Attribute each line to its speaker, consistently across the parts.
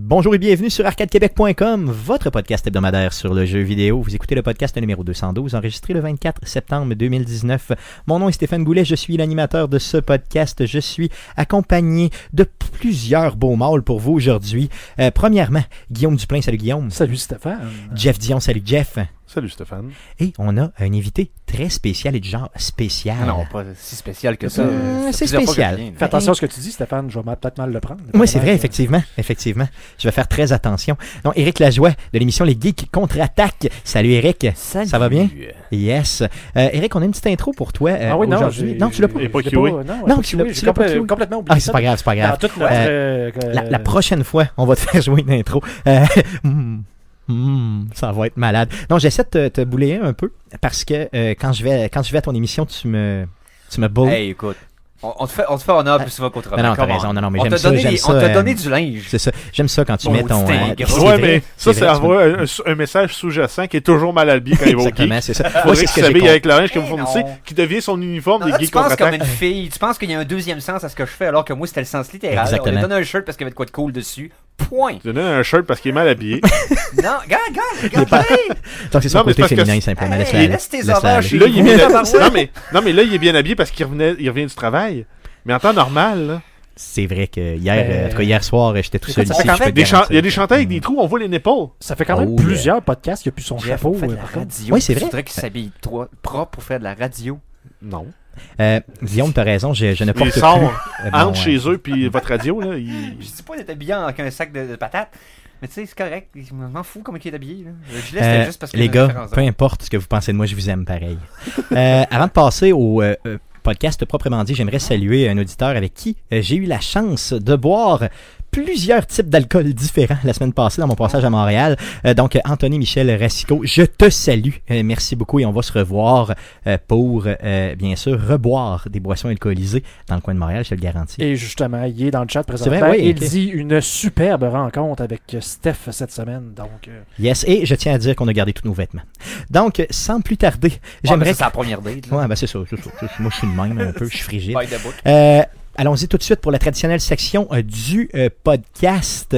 Speaker 1: Bonjour et bienvenue sur arcadequebec.com, votre podcast hebdomadaire sur le jeu vidéo. Vous écoutez le podcast numéro 212, enregistré le 24 septembre 2019. Mon nom est Stéphane Goulet, je suis l'animateur de ce podcast. Je suis accompagné de plusieurs beaux mâles pour vous aujourd'hui. Euh, premièrement, Guillaume Duplain, salut Guillaume.
Speaker 2: Salut Stéphane.
Speaker 1: Jeff Dion, salut Jeff.
Speaker 3: Salut Stéphane.
Speaker 1: Et on a un invité très spécial et de genre
Speaker 4: Ah
Speaker 1: spécial.
Speaker 3: Non, pas si spécial que ça.
Speaker 1: Euh,
Speaker 3: Ça fait
Speaker 1: c'est
Speaker 3: plusieurs fois que
Speaker 1: spécial.
Speaker 3: je viens, là.
Speaker 2: Fais attention à ce que tu dis, Stéphane. Je vais peut-être mal le prendre.
Speaker 1: Oui, c'est vrai, effectivement, effectivement. Je vais faire très attention. Donc, Éric Lajoie de l'émission Les Geeks contre-attaque. Salut Éric. Ça va bien? Yes. Euh, Eric, on a une petite intro pour toi euh,
Speaker 2: Ah oui, non,
Speaker 1: aujourd'hui.
Speaker 2: j'ai-
Speaker 1: Non, tu l'as pas.
Speaker 3: Et pas Euh,
Speaker 2: je l'ai
Speaker 3: kiwi.
Speaker 2: Non,
Speaker 1: Non,
Speaker 2: pas
Speaker 1: tu l'as-
Speaker 2: kiwi,
Speaker 1: tu
Speaker 2: j'ai
Speaker 1: l'as pas
Speaker 2: compl-
Speaker 1: kiwi.
Speaker 2: complètement oublié.
Speaker 1: Ah, c'est pas grave, c'est pas grave. Euh, La,
Speaker 2: euh,
Speaker 1: la prochaine fois, on va te faire jouer une intro. Euh, hmm, hmm, ça va être malade. Non, j'essaie de te, te bouler un peu parce que euh, quand, je vais, quand je vais à ton émission, tu me, tu me bulles.
Speaker 4: Oh. Hey, écoute, on, on te fait, on te fait honneur
Speaker 1: Ah.
Speaker 4: plus souvent qu'autrement.
Speaker 1: non, non, t'as
Speaker 4: Come on.
Speaker 1: raison. Non, non, mais
Speaker 4: On
Speaker 1: j'aime
Speaker 4: t'a
Speaker 1: ça.
Speaker 4: donné,
Speaker 1: J'aime
Speaker 4: des-
Speaker 1: ça.
Speaker 4: on t'a
Speaker 1: euh,
Speaker 4: donné du linge.
Speaker 1: c'est ça. J'aime ça quand tu
Speaker 4: Oh,
Speaker 1: mets ton. euh,
Speaker 4: putain,
Speaker 1: c'est
Speaker 4: gros.
Speaker 1: vrai,
Speaker 3: Ouais, mais ça,
Speaker 1: vrai,
Speaker 3: c'est
Speaker 1: tu
Speaker 3: avoir un, un- un message sous-jacent qui est toujours mal habillé quand il va au geek.
Speaker 1: Exactement, c'est ça. Moi,
Speaker 3: Faudrait
Speaker 1: c'est
Speaker 3: qu'il
Speaker 1: ce que j'ai
Speaker 3: s'habille avec la linge que
Speaker 4: Eh
Speaker 3: vous fournissez,
Speaker 4: non.
Speaker 3: qui devient son uniforme
Speaker 4: Non,
Speaker 3: des
Speaker 4: là, tu
Speaker 3: geeks
Speaker 4: penses comme une
Speaker 3: contre-attaque.
Speaker 4: fille, tu penses qu'il y a un deuxième sens à ce que je fais alors que moi c'était le sens littéral. On
Speaker 1: Exactement.
Speaker 4: lui donne un shirt parce qu'il y avait de quoi de cool dessus. Point.
Speaker 3: Tu donnes un shirt parce qu'il est mal habillé.
Speaker 4: Non, regarde, regarde,
Speaker 1: pas-
Speaker 4: regarde. hey,
Speaker 1: Donc, c'est son
Speaker 3: Non, mais
Speaker 1: côté
Speaker 3: c'est parce que
Speaker 1: féminin,
Speaker 3: c'est-
Speaker 1: simplement.
Speaker 4: Hey,
Speaker 1: Laisse-la aller.
Speaker 4: laisse tes
Speaker 1: Laisse-la
Speaker 4: horreurs
Speaker 1: aller.
Speaker 4: chez
Speaker 3: là, il est bien
Speaker 4: vous,
Speaker 3: habillé.
Speaker 4: tabarouette.
Speaker 3: non, mais, non, mais là, il est bien habillé parce qu'il revenait, il revient du travail. Mais en temps normal, là,
Speaker 1: C'est vrai que
Speaker 2: Euh,
Speaker 1: hier, en tout cas, hier soir, j'étais tout seul
Speaker 2: écoute, ça
Speaker 1: ici.
Speaker 2: fait quand
Speaker 1: je peux
Speaker 4: même
Speaker 1: te
Speaker 3: des chan-
Speaker 1: garantir
Speaker 3: il y a des
Speaker 1: que-
Speaker 3: chanteurs avec des trous, on voit les nipples.
Speaker 2: Ça fait quand même
Speaker 1: Oh,
Speaker 2: plusieurs podcasts qu'il n'y a plus son
Speaker 4: Jeff,
Speaker 2: chapeau.
Speaker 4: on fait de
Speaker 2: euh,
Speaker 4: la
Speaker 2: par contre.
Speaker 4: radio.
Speaker 1: Oui, c'est
Speaker 4: Tu
Speaker 1: vrai.
Speaker 4: voudrais qu'il s'habille toi- propre pour faire de la radio.
Speaker 3: Non.
Speaker 1: Euh, Guillaume, t'as raison, je, je ne
Speaker 3: Ils
Speaker 1: porte plus.
Speaker 3: sortent
Speaker 1: euh, mon,
Speaker 3: entre
Speaker 1: euh,
Speaker 3: chez eux puis votre radio, là. ils-
Speaker 4: Je dis pas d'être habillé avec un sac de, de patates, mais tu sais, c'est correct. Je m'en fous comment il est habillé. là. Je laisse
Speaker 1: euh,
Speaker 4: juste parce qu'il y a
Speaker 1: les
Speaker 4: une
Speaker 1: gars,
Speaker 4: différence Ah,
Speaker 1: peu importe ce que vous pensez de moi, je vous aime pareil. Euh, avant de passer au euh, euh, podcast proprement dit, j'aimerais saluer un auditeur avec qui euh, j'ai eu la chance de boire plusieurs types d'alcool différents la semaine passée dans mon passage
Speaker 4: Oh.
Speaker 1: à Montréal. Euh, donc, euh, Anthony Michel Racicot, je te salue. Euh, merci beaucoup et on va se revoir euh, pour, euh, bien sûr, reboire des boissons alcoolisées dans le coin de Montréal, je te le garantis.
Speaker 2: Et justement, il est dans le chat présentement.
Speaker 1: vrai, oui,
Speaker 2: il
Speaker 1: ok.
Speaker 2: dit une superbe rencontre avec euh, Steph cette semaine. Donc, euh,
Speaker 1: Yes, et je tiens à dire qu'on a gardé tous nos vêtements. Donc, euh, sans plus tarder,
Speaker 4: Ah, mais
Speaker 1: j'aimerais...
Speaker 4: ça, c'est la première date. là.
Speaker 1: Ouais, ben c'est ça, c'est ça, c'est ça. Moi, je suis de même un peu, je suis frigide.
Speaker 4: By the book.
Speaker 1: Euh, Allons-y tout de suite pour la traditionnelle section euh, du euh, podcast.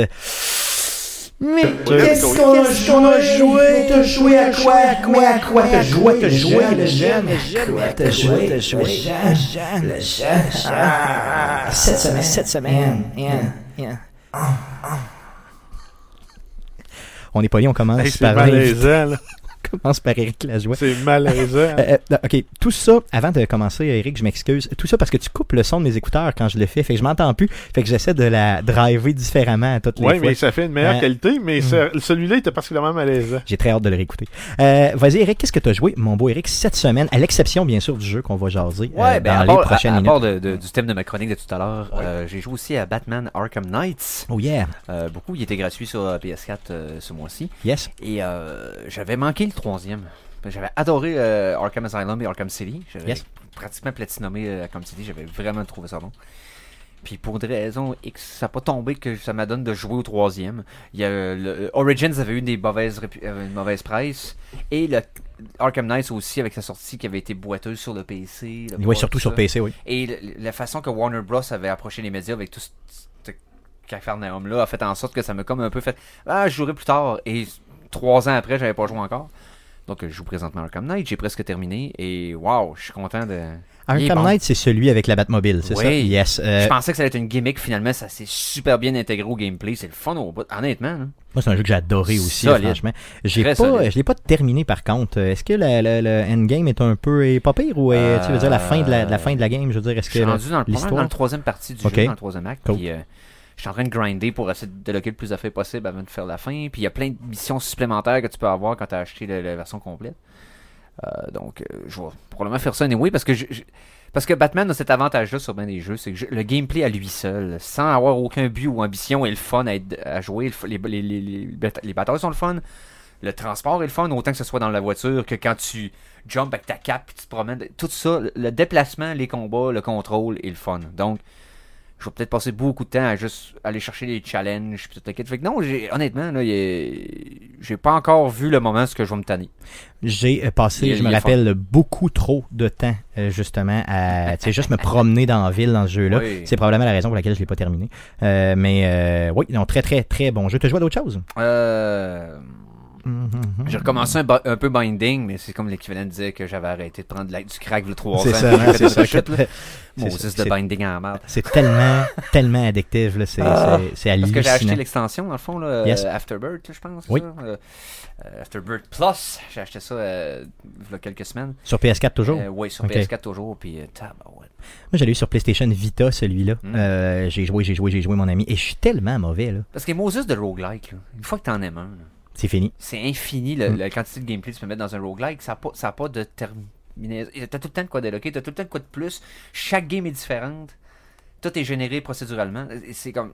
Speaker 1: Mais
Speaker 3: qu'est-ce
Speaker 1: qu'on a joué? T'as joué à quoi? À quoi? À quoi? T'as joué? T'as joué? Le jeune? T'as joué? T'as joué? Cette semaine? Cette semaine? On est poli, on commence
Speaker 3: Hey, C'est
Speaker 1: par... On
Speaker 3: malaisant, là.
Speaker 1: commence par Eric Lajoie.
Speaker 3: C'est malaisant.
Speaker 1: Euh, euh, ok, tout ça, avant de commencer, Eric, je m'excuse. Tout ça parce que tu coupes le son de mes écouteurs quand je le fais. Fait que je m'entends plus. Fait que j'essaie de la driver différemment à toutes les
Speaker 3: Oui,
Speaker 1: fois.
Speaker 3: mais ça fait une meilleure
Speaker 1: Euh,
Speaker 3: qualité, mais ce- celui-là était particulièrement malaisant.
Speaker 1: J'ai très hâte de le réécouter. Euh, Vas-y, Eric, qu'est-ce que tu as joué, mon beau Eric, cette semaine, à l'exception, bien sûr, du jeu qu'on va jaser euh,
Speaker 4: Ouais, ben,
Speaker 1: dans
Speaker 4: à
Speaker 1: les
Speaker 4: part, à-
Speaker 1: prochaines
Speaker 4: à
Speaker 1: minutes.
Speaker 4: part de- de- du thème de ma chronique de tout à l'heure, euh, j'ai joué aussi à Batman Arkham Knights.
Speaker 1: Oh yeah,
Speaker 4: Euh, beaucoup, il était gratuit sur euh, PS4 euh, ce mois-ci.
Speaker 1: yes.
Speaker 4: Et euh, j'avais manqué le troisième. J'avais adoré euh, Arkham Asylum et Arkham City. J'avais
Speaker 1: Yes.
Speaker 4: pratiquement platinomé euh, Arkham City. J'avais vraiment trouvé ça bon. Puis pour des raisons X, ça n'a pas tombé que ça m'a donné de jouer au troisième. Il y a, euh, le, euh, Origins avait eu des mauvaises répu- euh, une mauvaise presse. Et le Arkham Knights aussi, avec sa sortie qui avait été boiteuse sur le PC. le
Speaker 1: Oui,
Speaker 4: port,
Speaker 1: surtout
Speaker 4: tout
Speaker 1: sur
Speaker 4: ça.
Speaker 1: PC, oui.
Speaker 4: Et le- la façon que Warner Bros. avait approché les médias avec tout ce ce cafarnaum-là a fait en sorte que ça m'a comme un peu fait Ah, je jouerai plus tard. Et trois ans après, j'avais pas joué encore. Donc, je joue présentement Arkham Knight, j'ai presque terminé. Et waouh, je suis content de. Il est
Speaker 1: Arkham
Speaker 4: bon.
Speaker 1: Knight, c'est celui avec la Batmobile, c'est
Speaker 4: Oui.
Speaker 1: ça? Yes. Euh,
Speaker 4: Je pensais que ça allait être une gimmick, finalement, ça s'est super bien intégré au gameplay. C'est le fun au bout. Honnêtement, là.
Speaker 1: Moi, c'est un jeu que j'ai adoré aussi,
Speaker 4: Solide.
Speaker 1: franchement. J'ai
Speaker 4: Très
Speaker 1: pas,
Speaker 4: solide.
Speaker 1: je l'ai pas terminé, par contre. Est-ce que le, le- le endgame est un peu est pas pire ou est, tu veux dire la fin de la, de la fin de la game? Je veux dire, est-ce
Speaker 4: Euh,
Speaker 1: que
Speaker 4: Je suis rendu dans le, probablement dans
Speaker 1: l'histoire?
Speaker 4: le troisième partie du
Speaker 1: Ok.
Speaker 4: jeu, dans le troisième acte.
Speaker 1: Cool.
Speaker 4: Puis, euh, je suis en train de grinder pour essayer de débloquer le plus d'affaires possible avant de faire la fin. Puis il y a plein de missions supplémentaires que tu peux avoir quand tu as acheté la, la version complète. Euh, donc, euh, je vais probablement faire ça anyway parce que je- je- parce que Batman a cet avantage-là sur bien des jeux, c'est que je- le gameplay à lui seul, sans avoir aucun but ou ambition, est le fun à, être- à jouer. le f- les, les, les, les, bata- les batailles sont le fun. Le transport est le fun, autant que ce soit dans la voiture que quand tu jump avec ta cape puis tu te promènes. Tout ça, le- le déplacement, les combats, le contrôle est le fun. Donc, je vais peut-être passer beaucoup de temps à juste aller chercher les challenges puis tout le kit. Fait que non, j'ai- honnêtement, là, il est- j'ai pas encore vu le moment où ce que je vais me tanner.
Speaker 1: J'ai euh, passé,
Speaker 4: Il-
Speaker 1: je
Speaker 4: il
Speaker 1: me
Speaker 4: est
Speaker 1: rappelle, beaucoup trop de temps, euh, justement, à tu sais, juste me promener dans la ville dans ce jeu-là.
Speaker 4: Oui.
Speaker 1: C'est probablement la raison pour laquelle je l'ai pas terminé. Euh, mais euh, oui, non, très, très, très bon jeu. Tu joué à d'autres choses?
Speaker 4: Euh,
Speaker 1: Mhm, mhm.
Speaker 4: J'ai recommencé un, bi- un peu Binding, mais c'est comme l'équivalent de dire que j'avais arrêté de prendre de la- du crack le 3 ans.
Speaker 1: C'est ça,
Speaker 4: J'ai fait
Speaker 1: hein, c'est
Speaker 4: une
Speaker 1: ça.
Speaker 4: rechute, là.
Speaker 1: C'est
Speaker 4: Moses
Speaker 1: ça,
Speaker 4: de
Speaker 1: c'est-
Speaker 4: Binding en merde.
Speaker 1: C'est tellement, tellement addictif, là. C'est, c'est, c'est
Speaker 4: Ah. Parce que j'ai acheté
Speaker 1: hallucinant.
Speaker 4: l'extension, dans le fond, là,
Speaker 1: Yes.
Speaker 4: euh, Afterbirth, là, je pense. c'est
Speaker 1: Oui.
Speaker 4: ça? Euh, euh, Afterbirth Plus, j'ai acheté ça euh, il y a quelques semaines.
Speaker 1: Sur PS4 toujours?
Speaker 4: oui, Euh, sur
Speaker 1: Ok.
Speaker 4: PS4 toujours, puis euh, tabarouette.
Speaker 1: Moi, j'allais eu sur PlayStation Vita, celui-là.
Speaker 4: Mm.
Speaker 1: Euh, j'ai joué, j'ai joué, j'ai joué, mon ami. Et je suis tellement mauvais, là.
Speaker 4: Parce que Moses de roguelike, là, une fois que t'en aimes un, là,
Speaker 1: C'est fini.
Speaker 4: c'est infini le-
Speaker 1: Mm.
Speaker 4: la quantité de gameplay que tu peux mettre dans un roguelike, ça n'a pas, ça a pas de terminaison. T'as tout le temps de quoi déloquer, t'as tout le temps de quoi de plus. Chaque game est différente. Tout est généré procéduralement. Et C'est comme.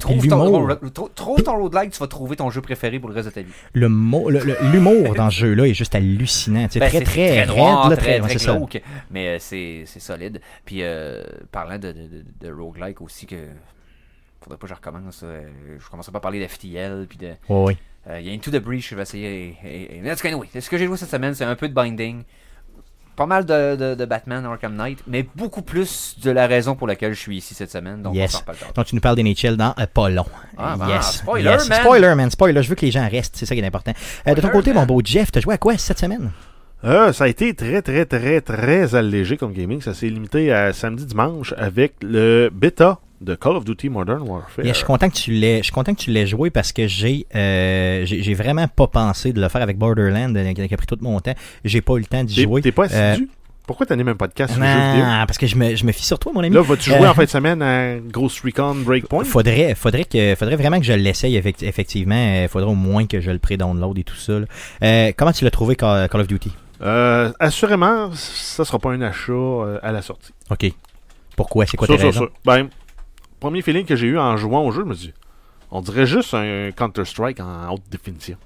Speaker 4: Trouve ton,
Speaker 1: l'humour.
Speaker 4: road- trou- trouve ton roguelike, tu vas trouver ton jeu préféré pour le reste de ta vie.
Speaker 1: Le mot, le- le- l'humour dans ce jeu-là est juste hallucinant. C'est
Speaker 4: Ben,
Speaker 1: très,
Speaker 4: c'est
Speaker 1: très, raide,
Speaker 4: noir,
Speaker 1: là,
Speaker 4: très,
Speaker 1: ouais,
Speaker 4: très
Speaker 1: c'est ça.
Speaker 4: glauque, mais euh, c'est c'est solide. Puis euh, parlant de, de, de- de roguelike aussi, que faudrait pas que je recommence. euh, je commencerai pas à parler d'FTL. Puis de,
Speaker 1: Ouais, ouais.
Speaker 4: euh, il y a Into the Breach, je vais essayer. Et, et, et- mais en tout cas, anyway, ce que j'ai joué cette semaine, c'est un peu de Binding, pas mal de, de, de Batman Arkham Knight, mais beaucoup plus de la raison pour laquelle je suis ici cette semaine. Donc
Speaker 1: Yes.
Speaker 4: on s'en reparle tard.
Speaker 1: Donc, tu nous parles d'NHL dans euh, pas long.
Speaker 4: Ah, ben,
Speaker 1: yes.
Speaker 4: spoiler,
Speaker 1: Yes.
Speaker 4: man.
Speaker 1: Spoiler, man. Spoiler. Je veux que les gens restent. C'est ça qui est important. Euh, de ton
Speaker 4: Spoiler,
Speaker 1: côté, mon
Speaker 4: man.
Speaker 1: beau Jeff, t'as joué à quoi cette semaine?
Speaker 3: Euh, ça a été très, très, très, très allégé comme gaming. Ça s'est limité à samedi-dimanche avec le bêta de Call of Duty Modern Warfare.
Speaker 1: Yeah, je suis content que tu l'aies, je suis content que tu l'aies joué parce que j'ai, euh, j'ai j'ai vraiment pas pensé de le faire avec Borderland, euh, qui a pris tout mon temps. J'ai pas eu le temps d'y
Speaker 3: T'es
Speaker 1: jouer. Euh,
Speaker 3: t'es pas assidu? Pourquoi t'animes un podcast sur le jeu vidéo?
Speaker 1: Non, parce que je me, je me fie sur toi, mon ami.
Speaker 3: Là, vas-tu jouer
Speaker 1: Euh,
Speaker 3: en fin de semaine à Ghost Recon Breakpoint?
Speaker 1: Faudrait, faudrait, que, faudrait vraiment que je l'essaye, effect- effectivement. Il faudrait au moins que je le pré-download et tout ça. là. Euh, comment tu l'as trouvé, Call, Call of Duty
Speaker 3: Euh, assurément, ça sera pas un achat euh, à la sortie.
Speaker 1: Ok. Pourquoi C'est quoi
Speaker 3: Sûr,
Speaker 1: tes
Speaker 3: sûr,
Speaker 1: raisons
Speaker 3: sûr. Ben, premier feeling que j'ai eu en jouant au jeu, je me dis, on dirait juste un Counter-Strike en haute définition.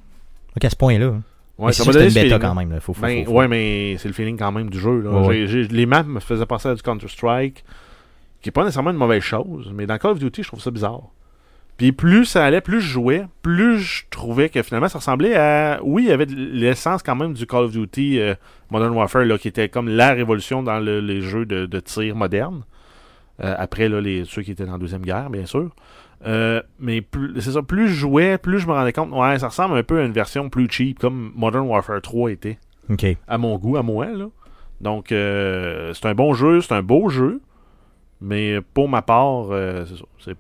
Speaker 1: Ok, à ce point-là. hein.
Speaker 3: Ouais,
Speaker 1: mais
Speaker 3: ça
Speaker 1: c'est sûr que
Speaker 3: m'a donné
Speaker 1: c'est une
Speaker 3: ce
Speaker 1: bêta
Speaker 3: feeling-là.
Speaker 1: quand même. là. Faut, faut-
Speaker 3: Ben,
Speaker 1: faut- faut-
Speaker 3: ouais, mais c'est le feeling quand même du jeu. là.
Speaker 1: Ouais,
Speaker 3: J'ai- j'ai- les maps me faisaient passer à du Counter-Strike, qui est pas nécessairement une mauvaise chose, mais dans Call of Duty, je trouve ça bizarre. Puis plus ça allait, plus je jouais, plus je trouvais que finalement ça ressemblait à. Oui, il y avait de l'essence quand même du Call of Duty euh, Modern Warfare, là, qui était comme la révolution dans le- les jeux de, de tir modernes. Euh, après, là, les, ceux qui étaient dans la Deuxième Guerre, bien sûr. Euh, mais plus- c'est ça, plus je jouais, plus je me rendais compte, ouais, ça ressemble un peu à une version plus cheap, comme Modern Warfare 3 était
Speaker 1: Ok.
Speaker 3: à mon goût, à moi. Là. Donc, euh, c'est un bon jeu, c'est un beau jeu, mais pour ma part, euh, c'est ça, c'est-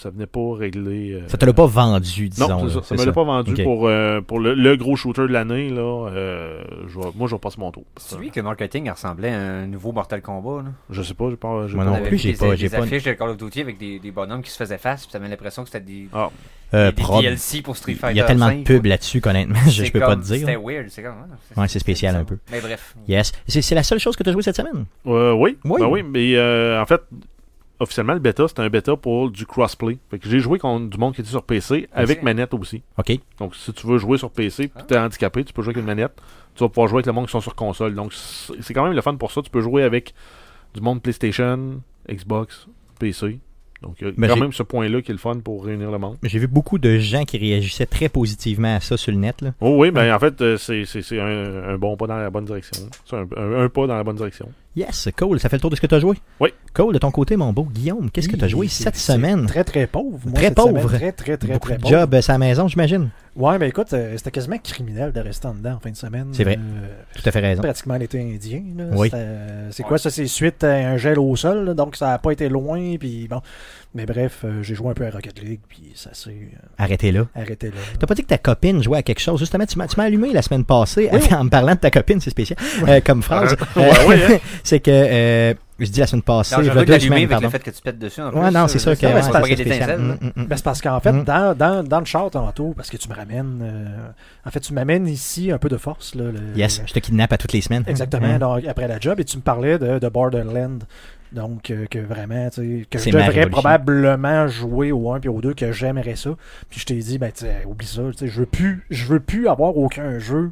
Speaker 3: ça venait pas régler. euh,
Speaker 1: Ça te l'a pas vendu, disons.
Speaker 3: Non,
Speaker 1: là,
Speaker 3: c'est ça, ça
Speaker 1: c'est
Speaker 3: me
Speaker 1: ça.
Speaker 3: l'a pas vendu
Speaker 1: Ok.
Speaker 3: pour, euh, pour le, le gros shooter de l'année. là. euh, je vais- moi, je repasse mon tour.
Speaker 4: C'est lui que le marketing ressemblait à un nouveau Mortal Kombat. Là.
Speaker 3: Je sais pas, j'ai pas. j'ai
Speaker 1: Moi
Speaker 3: pas-
Speaker 1: non
Speaker 4: On avait
Speaker 1: plus,
Speaker 4: vu
Speaker 1: j'ai
Speaker 4: des,
Speaker 1: pas-
Speaker 4: des
Speaker 1: j'ai pas-
Speaker 4: affiches de Call of Duty avec des, des bonhommes qui se faisaient face, puis ça m'a l'impression que c'était des,
Speaker 3: Ah,
Speaker 1: Euh,
Speaker 4: des- des
Speaker 1: prod.
Speaker 4: DLC pour Street Fighter.
Speaker 1: Il y a tellement de
Speaker 4: 5,
Speaker 1: pubs là-dessus, honnêtement. Je, je
Speaker 4: C'est
Speaker 1: peux pas
Speaker 4: comme-
Speaker 1: te dire.
Speaker 4: C'était weird, c'est comme.
Speaker 1: Ouais, c'est spécial un peu.
Speaker 4: Mais bref.
Speaker 1: Yes. C'est c'est la seule chose que tu as joué cette semaine
Speaker 3: Euh, oui,
Speaker 1: Oui.
Speaker 3: Ben oui, mais euh, en fait, officiellement, le bêta, c'était un bêta pour du crossplay. Fait que j'ai joué contre du monde qui était sur PC avec
Speaker 4: Ok.
Speaker 3: manette aussi.
Speaker 1: Ok.
Speaker 3: Donc, si tu veux jouer sur PC, puis t'es
Speaker 1: Ah.
Speaker 3: handicapé, tu peux jouer avec une manette. Tu vas pouvoir jouer avec le monde qui sont sur console. Donc, c'est c'est quand même le fun pour ça. Tu peux jouer avec du monde PlayStation, Xbox, PC. Donc, il y a
Speaker 1: Ben,
Speaker 3: quand
Speaker 1: j'ai-
Speaker 3: même ce point-là qui est le fun pour réunir le monde.
Speaker 1: J'ai vu beaucoup de gens qui réagissaient très positivement à ça sur le net. Là.
Speaker 3: Oh oui, ben en fait, euh, c'est c'est- c'est un, un bon pas dans la bonne direction. C'est un, un- un pas dans la bonne direction.
Speaker 1: Yes, cool. Ça fait le tour de ce que tu as joué
Speaker 3: Oui.
Speaker 1: Cool. De ton côté, mon beau Guillaume, qu'est-ce que
Speaker 2: Oui,
Speaker 1: tu as joué
Speaker 2: c'est-
Speaker 1: cette
Speaker 2: c'est
Speaker 1: semaine
Speaker 2: Très, très pauvre. moi,
Speaker 1: Hmm. Très
Speaker 2: cette semaine.
Speaker 1: pauvre.
Speaker 2: Très, très, très,
Speaker 1: Beaucoup
Speaker 2: très
Speaker 1: de
Speaker 2: pauvre.
Speaker 1: jobs à sa maison, j'imagine.
Speaker 2: Ouais, mais écoute, euh, c'était quasiment criminel de rester en dedans en fin de semaine.
Speaker 1: C'est vrai.
Speaker 2: Euh,
Speaker 1: Tout à fait raison.
Speaker 2: pratiquement l'été indien. là.
Speaker 1: Oui.
Speaker 2: C'était, euh, C'est quoi ça? C'est suite à un gel au sol, là, donc ça n'a pas été loin. Puis bon. Mais bref, euh, j'ai joué un peu à Rocket League, puis ça s'est euh,
Speaker 1: Arrêtez là.
Speaker 2: arrêté là.
Speaker 1: T'as pas dit que ta copine jouait à quelque chose. Justement, tu m'as tu m'as allumé la semaine passée
Speaker 2: Oui.
Speaker 1: en me parlant de ta copine, c'est spécial, euh, comme phrase.
Speaker 3: Ouais,
Speaker 1: Euh,
Speaker 3: ouais, hein.
Speaker 1: c'est que, euh, je dis la semaine passée,
Speaker 4: Non,
Speaker 1: il y
Speaker 4: j'ai
Speaker 1: a
Speaker 4: envie de
Speaker 1: deux
Speaker 4: l'allumer
Speaker 1: semaines,
Speaker 4: avec
Speaker 1: pardon.
Speaker 4: le fait que tu pètes dessus. en
Speaker 1: Ouais,
Speaker 4: plus, euh,
Speaker 1: non, c'est sûr que
Speaker 4: ça,
Speaker 1: ouais,
Speaker 4: c'est
Speaker 1: c'est
Speaker 4: pas qu'il y a des
Speaker 1: spécial.
Speaker 4: étincelles, là.
Speaker 1: Mm, mm, mm.
Speaker 2: Ben, c'est parce qu'en fait,
Speaker 1: Mm.
Speaker 2: dans, dans, dans le char tantôt, parce que tu me ramènes. euh, en fait, tu m'amènes ici un peu de force. Là, le-
Speaker 1: Yes, je te kidnappe à toutes les semaines.
Speaker 2: Exactement,
Speaker 1: Hein?
Speaker 2: donc, après la job, et tu me parlais de, de Borderland. Donc, euh, que vraiment, tu sais, que
Speaker 1: C'est
Speaker 2: je
Speaker 1: ma
Speaker 2: devrais
Speaker 1: révolution.
Speaker 2: probablement jouer au 1 puis au 2, que j'aimerais ça. Puis je t'ai dit, ben, tu sais, oublie ça, tu sais, je veux plus, je veux plus avoir aucun jeu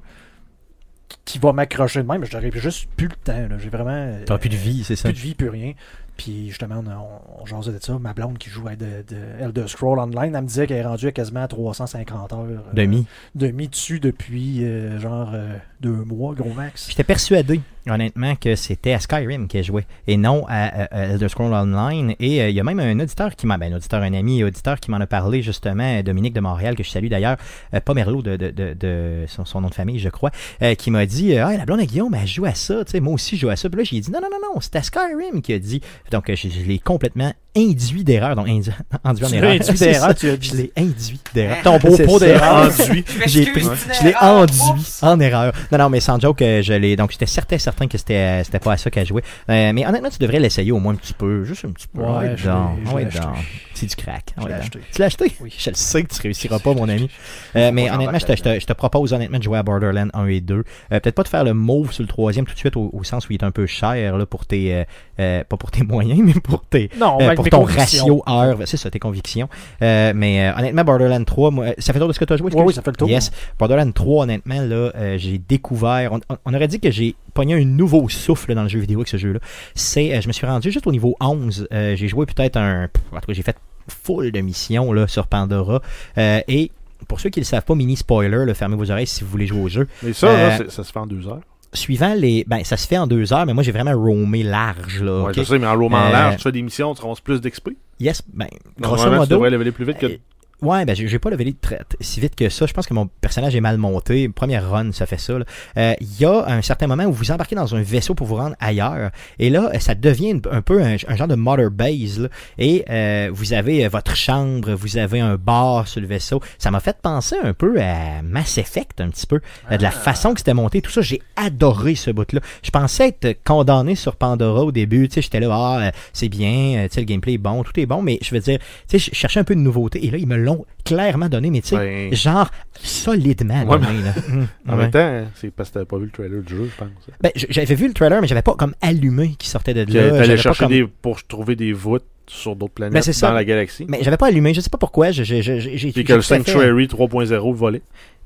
Speaker 2: qui va m'accrocher de même. J'aurais juste plus le temps, là. J'ai vraiment. euh,
Speaker 1: T'as plus de vie, c'est ça.
Speaker 2: Plus de vie, plus rien. Puis justement, on, on jasait de ça. Ma blonde qui joue à de, de Elder Scroll Online, elle me disait qu'elle est rendue à quasiment 350 heures euh,
Speaker 1: Demi.
Speaker 2: demi dessus depuis euh, genre euh, deux mois, gros max.
Speaker 1: J'étais persuadé, honnêtement, que c'était à Skyrim qu'elle jouait et non à, euh, euh, Elder Scrolls Online. Et euh, il y a même un auditeur qui m'a, ben, un auditeur, un ami et auditeur qui m'en a parlé justement, Dominique de Montréal, que je salue d'ailleurs, euh, pas Merlot de, de- de- de son, son nom de famille, je crois, euh, qui m'a dit euh, Ah, la blonde à Guillaume, elle joue à ça, tu sais, moi aussi je joue à ça. Puis là, j'ai dit Non, non, non, non, c'était à Skyrim qui a dit. Donc, euh, je, je l'ai complètement induit d'erreur. Donc, induit, induit en
Speaker 2: Tu
Speaker 1: erreur.
Speaker 2: l'as induit
Speaker 1: C'est
Speaker 2: d'erreur,
Speaker 1: ça.
Speaker 2: tu as dit.
Speaker 1: Je l'ai induit d'erreur.
Speaker 2: Ton beau
Speaker 1: C'est
Speaker 2: pot
Speaker 1: ça.
Speaker 2: d'erreur.
Speaker 3: Enduit.
Speaker 1: J'ai pris, je l'ai enduit en erreur. Non, non, mais sans joke, euh, je l'ai. Donc, j'étais certain, certain que c'était, euh, c'était pas à ça qu'elle jouait. Euh, mais honnêtement, tu devrais l'essayer au moins un petit peu. Juste un petit peu.
Speaker 2: Ouais,
Speaker 1: Ouais,
Speaker 2: je
Speaker 1: donc,
Speaker 2: l'ai- je
Speaker 1: ouais,
Speaker 2: l'ai
Speaker 1: donc.
Speaker 2: acheté.
Speaker 1: C'est du crack. hein,
Speaker 2: Je
Speaker 1: Ouais,
Speaker 2: l'ai
Speaker 1: donc.
Speaker 2: acheté.
Speaker 1: Tu l'as acheté?
Speaker 2: Oui.
Speaker 1: Je le sais que tu réussiras pas, mon ami. Euh, mais
Speaker 4: Moi, j'en
Speaker 1: honnêtement, je te, je te- je te propose honnêtement de jouer à Borderlands 1 et 2. Euh, Peut-être pas de faire le mauve sur le troisième tout de suite au, au sens où il est un peu cher là, pour tes. euh, euh, pas pour tes moyens, mais pour tes,
Speaker 2: Non,
Speaker 1: euh,
Speaker 2: avec
Speaker 1: pour
Speaker 2: mes
Speaker 1: ton
Speaker 2: convictions.
Speaker 1: ratio heure, c'est ça, tes convictions. Euh, mais euh, honnêtement, Borderlands 3, moi, euh, ça fait le tour de ce que tu as joué?
Speaker 2: Oui, oui,
Speaker 1: excuse?
Speaker 2: ça fait le tour.
Speaker 1: Yes. Borderlands 3, honnêtement, là, euh, j'ai découvert. On, on- on aurait dit que j'ai pogné un nouveau souffle dans le jeu vidéo avec ce jeu-là. C'est, euh, je me suis rendu juste au niveau 11. Euh, j'ai joué peut-être un. pff, En tout cas, j'ai fait full de missions là, sur Pandora. Euh, et pour ceux qui ne le savent pas, mini spoiler, là, fermez vos oreilles si vous voulez jouer au jeu
Speaker 3: Mais ça, là,
Speaker 1: Euh,
Speaker 3: c'est- ça se fait en deux heures.
Speaker 1: suivant les. Ben, ça se fait en deux heures, mais moi, j'ai vraiment roamé large, là.
Speaker 3: Ouais,
Speaker 1: ok?
Speaker 3: je sais, mais en roman
Speaker 1: Euh,
Speaker 3: large, tu fais des missions, tu ramasses plus d'XP.
Speaker 1: Yes, ben, grosso
Speaker 3: Normalement, tu
Speaker 1: modo.
Speaker 3: devrais leveler plus vite que.
Speaker 1: euh, Ouais, ben, j'ai j'ai pas levé de traite si vite que ça. Je pense que mon personnage est mal monté. Première run, ça fait ça, là. Euh, Il y a un certain moment où vous embarquez dans un vaisseau pour vous rendre ailleurs. Et là, ça devient une- un peu un, un genre de mother base, là. Et euh, vous avez euh, votre chambre, vous avez un bar sur le vaisseau. Ça m'a fait penser un peu à Mass Effect, un petit peu. Euh, de la
Speaker 3: Ah.
Speaker 1: façon que c'était monté, tout ça, j'ai adoré ce bout-là. Je pensais être condamné sur Pandora au début, tu sais, j'étais là, ah, euh, c'est bien, euh, tu sais, le gameplay est bon, tout est bon, mais je veux dire, tu sais, je cherchais un peu de nouveauté, et là, ils me l'ont clairement donné, mais tu sais,
Speaker 3: Ben,
Speaker 1: genre, solidement
Speaker 3: Ouais,
Speaker 1: donné, là. Mm,
Speaker 3: en
Speaker 1: ouais.
Speaker 3: même temps, c'est parce que t'avais pas vu le trailer du jeu, je pense.
Speaker 1: Ben, j- j'avais vu le trailer, mais j'avais pas comme allumé qui sortait de là.
Speaker 3: Que T'allais
Speaker 1: euh, J'avais pas
Speaker 3: chercher
Speaker 1: comme-
Speaker 3: des, pour trouver des voûtes sur d'autres
Speaker 1: Ben,
Speaker 3: planètes
Speaker 1: c'est
Speaker 3: dans
Speaker 1: ça.
Speaker 3: la galaxie.
Speaker 1: Mais j'avais pas allumé, je sais pas pourquoi, je- je- je- j'ai...
Speaker 3: Puis
Speaker 1: j'ai
Speaker 3: que le
Speaker 1: tout à fait- hein.
Speaker 3: Sanctuary 3.0 volait.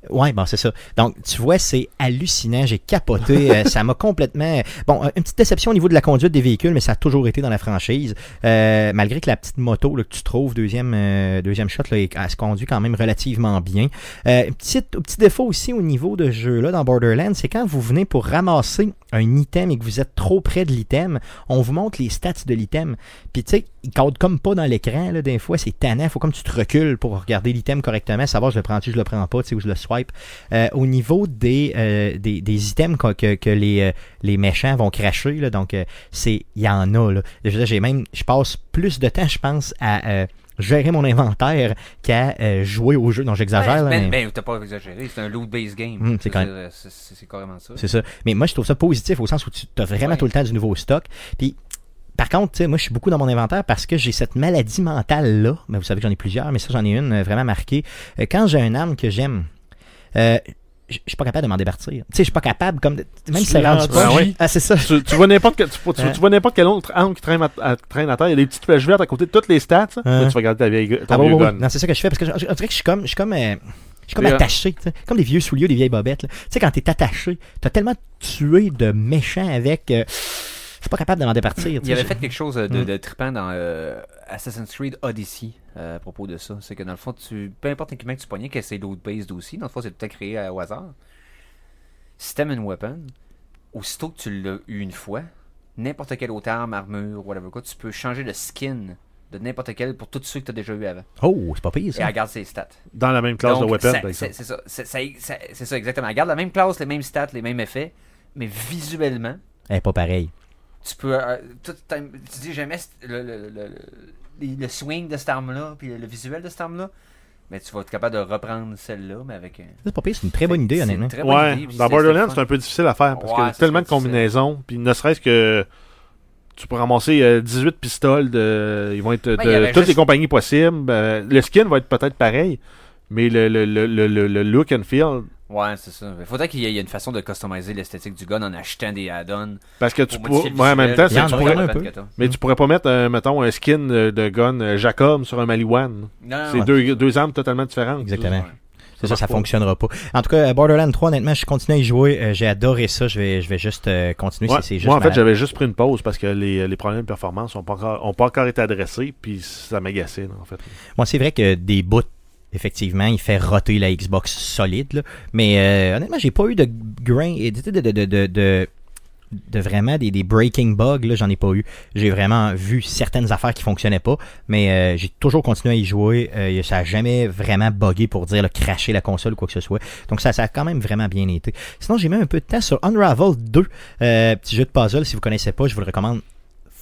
Speaker 1: Ouais, bon, c'est ça. Donc, tu vois, c'est hallucinant. J'ai capoté. Euh, ça m'a complètement. Bon, euh, une petite déception au niveau de la conduite des véhicules, mais ça a toujours été dans la franchise. Euh, malgré que la petite moto là, que tu trouves, deuxième, euh, deuxième shot, là, elle se conduit quand même relativement bien. Euh, petit, petit défaut aussi au niveau de ce jeu-là dans Borderlands, c'est quand vous venez pour ramasser un item et que vous êtes trop près de l'item, on vous montre les stats de l'item. Puis tu sais, il code comme pas dans l'écran, là, des fois, c'est tannant. Faut comme tu te recules pour regarder l'item correctement, savoir je le prends-tu, je le prends pas, tu sais, ou je le swipe. Euh, au niveau des, euh, des, des items que, que- que les, euh, les méchants vont cracher, là, donc euh, c'est il y en a. Là. Je veux dire, j'ai même, je passe plus de temps, je pense, à euh, gérer mon inventaire qu'à euh, jouer au jeu. Non, j'exagère, là, mais-
Speaker 4: Ben, ben, t'as pas exagéré, c'est un loot-based game.
Speaker 1: Hum, c'est
Speaker 4: Je veux
Speaker 1: quand même-
Speaker 4: dire, c'est- C'est c'est carrément ça.
Speaker 1: C'est ça. Mais moi, je trouve ça positif au sens où tu as vraiment
Speaker 4: Ouais.
Speaker 1: tout le temps du nouveau stock. Puis, par contre, tu sais, moi, je suis beaucoup dans mon inventaire parce que j'ai cette maladie mentale-là. Mais vous savez que j'en ai plusieurs, mais ça, j'en ai une euh, vraiment marquée. Euh, Quand j'ai une arme que j'aime, euh, je je suis pas capable de m'en départir. Tu sais, je suis pas capable, comme. de- Même
Speaker 2: Tu
Speaker 1: si c'est rendu
Speaker 2: l'enduis.
Speaker 4: Ben
Speaker 1: pas.
Speaker 3: Ah ouais.
Speaker 1: Ah, c'est ça.
Speaker 3: tu, tu vois n'importe quel, tu, tu-
Speaker 1: Hein?
Speaker 3: tu vois n'importe quelle autre arme qui traîne à, à- traîne à terre. Il y a des petites flèches vertes à côté de toutes les stats. ça.
Speaker 1: Hein?
Speaker 3: Là, tu vas garder ta vieille, gu- ton
Speaker 1: Ah, ouais,
Speaker 3: vieux
Speaker 1: ouais, ouais.
Speaker 3: gun.
Speaker 1: Non, c'est ça que je fais parce que je, on dirait que je suis comme. Je suis comme euh, je suis comme
Speaker 3: Et, euh,
Speaker 1: attaché, tu sais, comme des vieux souliers, des vieilles bobettes. là. Tu sais, quand t'es attaché, t'as tellement tué de méchants avec. euh, je suis pas capable de m'en départir. tu
Speaker 4: Il
Speaker 1: sais,
Speaker 4: avait
Speaker 1: je-
Speaker 4: fait quelque chose de,
Speaker 1: Mm.
Speaker 4: de trippant dans euh, Assassin's Creed Odyssey euh, à propos de ça. C'est que dans le fond, tu, peu importe l'équipement que tu pognais, que c'est load-based aussi, dans le fond, c'est tout à créé euh, au hasard. Si t'aimes une weapon, aussitôt que tu l'as eu une fois, n'importe quelle autre arme, armure, whatever quoi, tu peux changer le skin de n'importe quel pour tous ceux que t'as déjà eu avant.
Speaker 1: Oh, c'est pas pire,
Speaker 4: Et
Speaker 1: ça.
Speaker 4: elle garde ses stats.
Speaker 3: Dans la même classe
Speaker 4: Donc,
Speaker 3: de weapon,
Speaker 4: ça-
Speaker 3: par
Speaker 4: c'est
Speaker 3: exemple.
Speaker 4: c'est ça, C'est- c'est- c'est- c'est ça, exactement. Elle garde la même classe, les mêmes stats, les mêmes effets, mais visuellement,
Speaker 1: Elle est pas pareil.
Speaker 4: tu peux euh, tout le temps- tu dis j'aimais c't- le, le, le, le- le swing de cette arme là puis le, le visuel de cette arme là mais tu vas être capable de reprendre celle là mais avec un
Speaker 1: C'est pas pire, c'est une très bonne idée,
Speaker 4: C'est une
Speaker 1: honnêtement.
Speaker 4: très bonne idée,
Speaker 3: Ouais,
Speaker 4: puis
Speaker 3: dans Borderlands, c'est un peu difficile à faire parce
Speaker 4: Ouais,
Speaker 3: qu'il y a
Speaker 4: c'est
Speaker 3: tellement de
Speaker 4: difficile.
Speaker 3: combinaisons. Puis ne serait-ce que tu peux ramasser euh, 18 pistoles de, ils vont être de
Speaker 4: Ben, il y avait
Speaker 3: toutes
Speaker 4: juste-
Speaker 3: les compagnies possibles. Euh, le skin va être peut-être pareil, mais le, le, le, le, le- le look and feel.
Speaker 4: ouais c'est ça il faudrait qu'il y ait il y ait une façon de customiser l'esthétique du gun en achetant des add-ons
Speaker 3: Parce que
Speaker 4: pour
Speaker 3: tu pourrais.
Speaker 4: modifier le
Speaker 3: ouais, en même
Speaker 4: visuel,
Speaker 3: temps,
Speaker 1: Il y
Speaker 3: c'est
Speaker 1: en
Speaker 3: que
Speaker 4: puis
Speaker 3: tu
Speaker 1: a,
Speaker 3: pourrais-
Speaker 1: un
Speaker 4: la
Speaker 1: peu.
Speaker 4: weapon que t'as.
Speaker 3: mais tu pourrais pas mettre, euh, mettons, un skin euh, de gun euh, Jacob sur un Maliwan.
Speaker 4: non, non,
Speaker 3: C'est
Speaker 4: non.
Speaker 3: deux, deux armes totalement différentes.
Speaker 1: Exactement.
Speaker 4: Ah, Ouais.
Speaker 3: C'est
Speaker 1: C'est ça, ça
Speaker 3: marche pas.
Speaker 1: fonctionnera pas. En tout cas, euh, Borderlands 3, honnêtement, je continue à y jouer. Euh, J'ai adoré ça. Je vais, je vais juste euh, continuer.
Speaker 3: Ouais.
Speaker 1: C'est- C'est juste
Speaker 3: Moi, en fait,
Speaker 1: malade.
Speaker 3: j'avais juste pris une pause parce que les, les problèmes de performance n'ont pas, encore- ont pas encore été adressés, puis ça m'agaçait, là, en fait.
Speaker 1: Moi, c'est vrai que des bouts, effectivement, il fait roter la Xbox solide. là. Mais euh, honnêtement, j'ai pas eu de grain et de, de, de, de, de- de- de vraiment des, des breaking bugs. là, J'en ai pas eu. J'ai vraiment vu certaines affaires qui fonctionnaient pas. Mais euh, j'ai toujours continué à y jouer. Euh, ça a jamais vraiment buggé pour dire le cracher la console ou quoi que ce soit. Donc ça, ça a quand même vraiment bien été. Sinon, j'ai mis un peu de temps sur Unravel 2. Euh, petit jeu de puzzle, si vous connaissez pas, je vous le recommande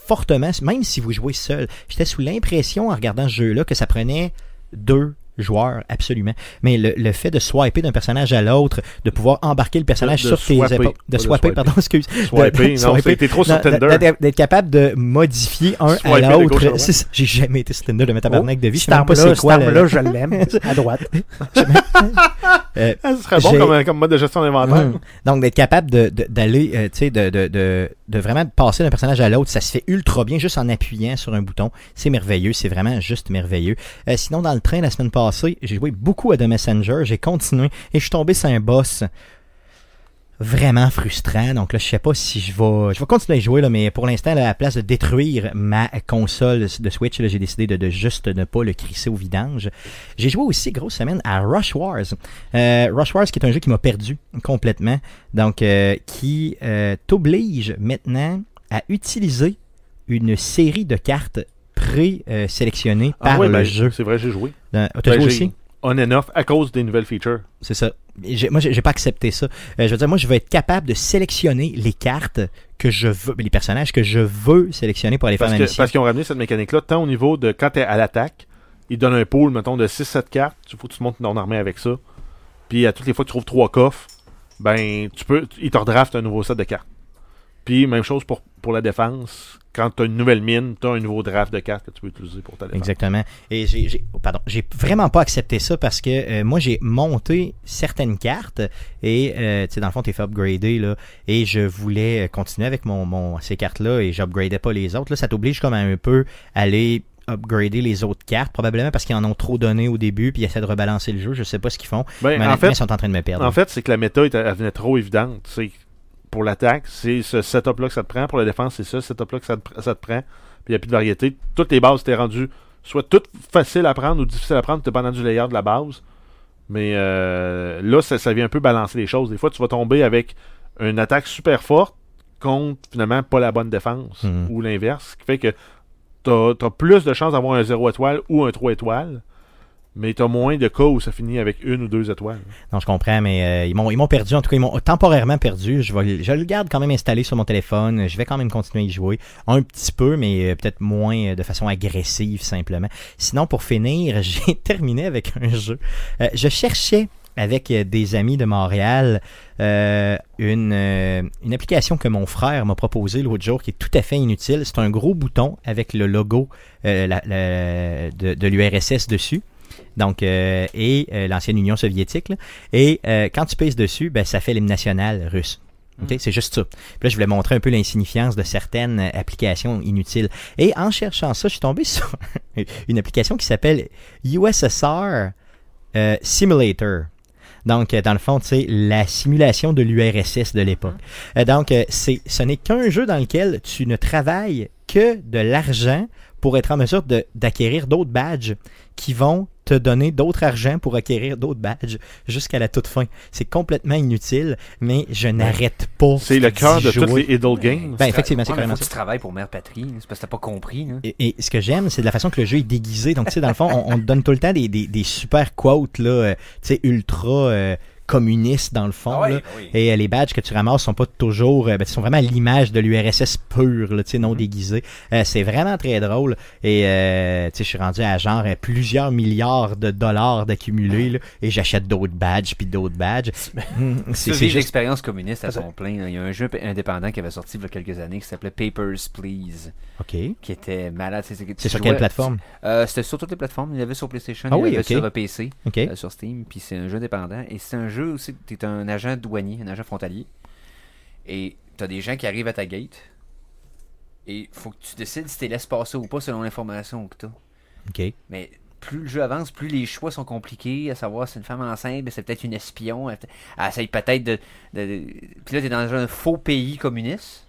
Speaker 1: fortement, même si vous jouez seul. J'étais sous l'impression en regardant ce jeu-là que ça prenait deux joueurs absolument. Mais le, le fait de swiper d'un personnage à l'autre, de pouvoir embarquer le personnage
Speaker 3: De- de
Speaker 1: sur tes
Speaker 3: swapper,
Speaker 1: épaules,
Speaker 3: pas
Speaker 1: de
Speaker 3: de
Speaker 1: swapper,
Speaker 3: swiper.
Speaker 1: pardon, excuse,
Speaker 3: Swiper,
Speaker 1: de-
Speaker 3: non,
Speaker 1: swiper.
Speaker 3: t'es trop sur
Speaker 1: non, d-
Speaker 3: Tinder.
Speaker 1: d- d'être capable de modifier un
Speaker 3: Swiper
Speaker 1: à
Speaker 3: de gauche à
Speaker 1: l'autre.
Speaker 3: droite. Oh,
Speaker 1: C'est ça. J'ai jamais été sur Tinder de ma tabarnak de vie. Je sais
Speaker 2: Cette
Speaker 1: même pas c'est
Speaker 2: arme-là,
Speaker 1: quoi. euh, le-
Speaker 2: là je l'aime. À droite.
Speaker 1: euh,
Speaker 3: Ah, ce serait bon
Speaker 1: J'ai-
Speaker 3: comme, comme mode de gestion d'inventaire.
Speaker 1: Mm. Donc, d'être capable de- de- d'aller, euh, tu sais, de, de, de, de vraiment passer d'un personnage à l'autre, ça se fait ultra bien juste en appuyant sur un bouton. C'est merveilleux, c'est vraiment juste merveilleux. Euh, sinon, dans le train la semaine passée, j'ai joué beaucoup à The Messenger, j'ai continué et je suis tombé sur un boss vraiment frustrant. Donc là, je sais pas si je vais, je vais continuer à jouer là, mais pour l'instant, là, à la place de détruire ma console de Switch, là, j'ai décidé de, de juste ne pas le crisser au vidange. J'ai joué aussi grosse semaine à Rush Wars. Euh, Rush Wars, qui est un jeu qui m'a perdu complètement, donc euh, qui euh, t'oblige maintenant à utiliser une série de cartes pré-sélectionnées
Speaker 3: Ah
Speaker 1: par
Speaker 3: ouais,
Speaker 1: le
Speaker 3: ben,
Speaker 1: jeu.
Speaker 3: C'est vrai, j'ai joué.
Speaker 1: Dans- Ah, t'as
Speaker 3: Ben,
Speaker 1: joué
Speaker 3: j'ai-
Speaker 1: aussi?
Speaker 3: On and off à cause des nouvelles features.
Speaker 1: C'est ça. J'ai- Moi, j'ai j'ai pas accepté ça. Euh, je veux dire, moi, je veux être capable de sélectionner les cartes que je veux, les personnages que je veux sélectionner pour aller
Speaker 3: Parce
Speaker 1: faire ma
Speaker 3: que-
Speaker 1: mission.
Speaker 3: parce qu'ils ont ramené cette mécanique-là, tant au niveau de quand t'es à l'attaque, ils donnent un pool, mettons, de 6-7 cartes, il faut que tu montes non armée avec ça. Puis à toutes les fois que tu trouves 3 coffres, ben tu peux. tu- Ils te redraftent un nouveau set de cartes. Puis même chose pour, pour la défense. Quand t'as une nouvelle mine, t'as un nouveau draft de cartes que tu peux utiliser pour ta défense.
Speaker 1: Exactement. Et j'ai, j'ai- oh, pardon, j'ai vraiment pas accepté ça parce que euh, moi, j'ai monté certaines cartes et, euh, tu sais, dans le fond, t'es fait upgrader, là, et je voulais euh, continuer avec mon, mon, ces cartes-là et j'upgradais pas les autres. Là, ça t'oblige comme à un peu aller upgrader les autres cartes, probablement parce qu'ils en ont trop donné au début puis ils essaient de rebalancer le jeu. Je sais pas ce qu'ils font. mais
Speaker 3: Ben, en
Speaker 1: honnêtement,
Speaker 3: fait,
Speaker 1: ils sont en train de me perdre.
Speaker 3: En fait, c'est que la méta est- elle venait trop évidente. C'est que pour l'attaque, c'est ce setup-là que ça te prend. Pour la défense, c'est ce setup-là que ça te, ça te prend. Puis il n'y a plus de variété. Toutes les bases t'es rendu soit toutes faciles à prendre ou difficiles à prendre, dépendant du layout de la base. Mais euh, là, ça, ça vient un peu balancer les choses. Des fois, tu vas tomber avec une attaque super forte contre finalement pas la bonne défense
Speaker 1: Mhm.
Speaker 3: ou l'inverse. Ce qui fait que t'as as plus de chances d'avoir un 0 étoile ou un 3 étoiles. Mais t'as moins de cas où ça finit avec une ou deux étoiles.
Speaker 1: Non, je comprends, mais euh, ils m'ont ils m'ont perdu. En tout cas, ils m'ont temporairement perdu. Je, vais, le- je le garde quand même installé sur mon téléphone. Je vais quand même continuer à y jouer. Un petit peu, mais euh, peut-être moins euh, de façon agressive, simplement. Sinon, pour finir, j'ai terminé avec un jeu. Euh, je cherchais avec euh, des amis de Montréal euh, une, euh, une application que mon frère m'a proposée l'autre jour qui est tout à fait inutile. C'est un gros bouton avec le logo euh, la- la- de, de l'URSS dessus. Donc, euh, et euh, l'ancienne Union soviétique. là. Et euh, quand tu pèses dessus, ben, ça fait l'hymne national russe. Ok, C'est juste ça. Puis là, je voulais montrer un peu l'insignifiance de certaines euh, applications inutiles. Et en cherchant ça, je suis tombé sur une application qui s'appelle USSR euh, Simulator. Donc, euh, dans le fond, c'est la simulation de l'URSS de l'époque.
Speaker 3: Ah.
Speaker 1: Euh, donc, euh, c'est, ce n'est qu'un jeu dans lequel tu ne travailles que de l'argent pour être en mesure de- d'acquérir d'autres badges qui vont te donner d'autres argent pour acquérir d'autres badges jusqu'à la toute fin. C'est complètement inutile, mais je n'arrête pas.
Speaker 3: C'est le cœur de
Speaker 1: d'y
Speaker 3: toutes
Speaker 1: jouer.
Speaker 3: les idle games.
Speaker 1: Ben, effectivement, c'est
Speaker 4: Ouais, mais
Speaker 1: carrément
Speaker 4: faut que
Speaker 1: ça.
Speaker 4: tu travailles pour Mère Patrie, là. c'est parce que t'as pas compris. là.
Speaker 1: Et, et ce que j'aime, c'est de la façon que le jeu est déguisé. Donc, tu sais, dans le fond, on, on te donne tout le temps des, des, des super quotes, là, euh, tu sais, ultra euh, communistes, dans le fond.
Speaker 4: Ah ouais,
Speaker 1: là.
Speaker 4: ben oui.
Speaker 1: Et euh, les badges que tu ramasses sont pas toujours, euh, ben, ils sont vraiment à l'image de l'URSS pure, là, tu sais, non
Speaker 4: Mm.
Speaker 1: déguisé. Euh, c'est vraiment très drôle. Et euh, tu sais, je suis rendu à genre euh, plusieurs milliards de dollars d'accumulés là, et j'achète d'autres badges puis d'autres badges. Hum,
Speaker 4: C'est
Speaker 1: C'est c'est
Speaker 4: l'expérience
Speaker 1: juste.
Speaker 4: communiste à son plein. là. Il y a un jeu p- indépendant qui avait sorti il y a quelques années qui s'appelait Papers, Please,
Speaker 1: Ok.
Speaker 4: qui était malade. C'est, c'est- tu
Speaker 1: C'est sur
Speaker 4: jouais-
Speaker 1: quelle plateforme
Speaker 4: Euh, C'était sur toutes les plateformes. Il l'avait sur PlayStation,
Speaker 1: Ah
Speaker 4: il
Speaker 1: oui,
Speaker 4: l'avait
Speaker 1: ok.
Speaker 4: sur euh, PC,
Speaker 1: Ok.
Speaker 4: euh, sur Steam. Puis c'est un jeu indépendant. Et c'est un jeu aussi, tu es un agent douanier, un agent frontalier. Et tu as des gens qui arrivent à ta gate. Et faut que tu décides si tu les laisses passer ou pas selon l'information que tu
Speaker 1: Ok.
Speaker 4: Mais plus le jeu avance, plus les choix sont compliqués, à savoir c'est une femme enceinte, mais c'est peut-être une espion, elle, peut- elle essaye peut-être de, de- de- Puis là, t'es dans un faux pays communiste.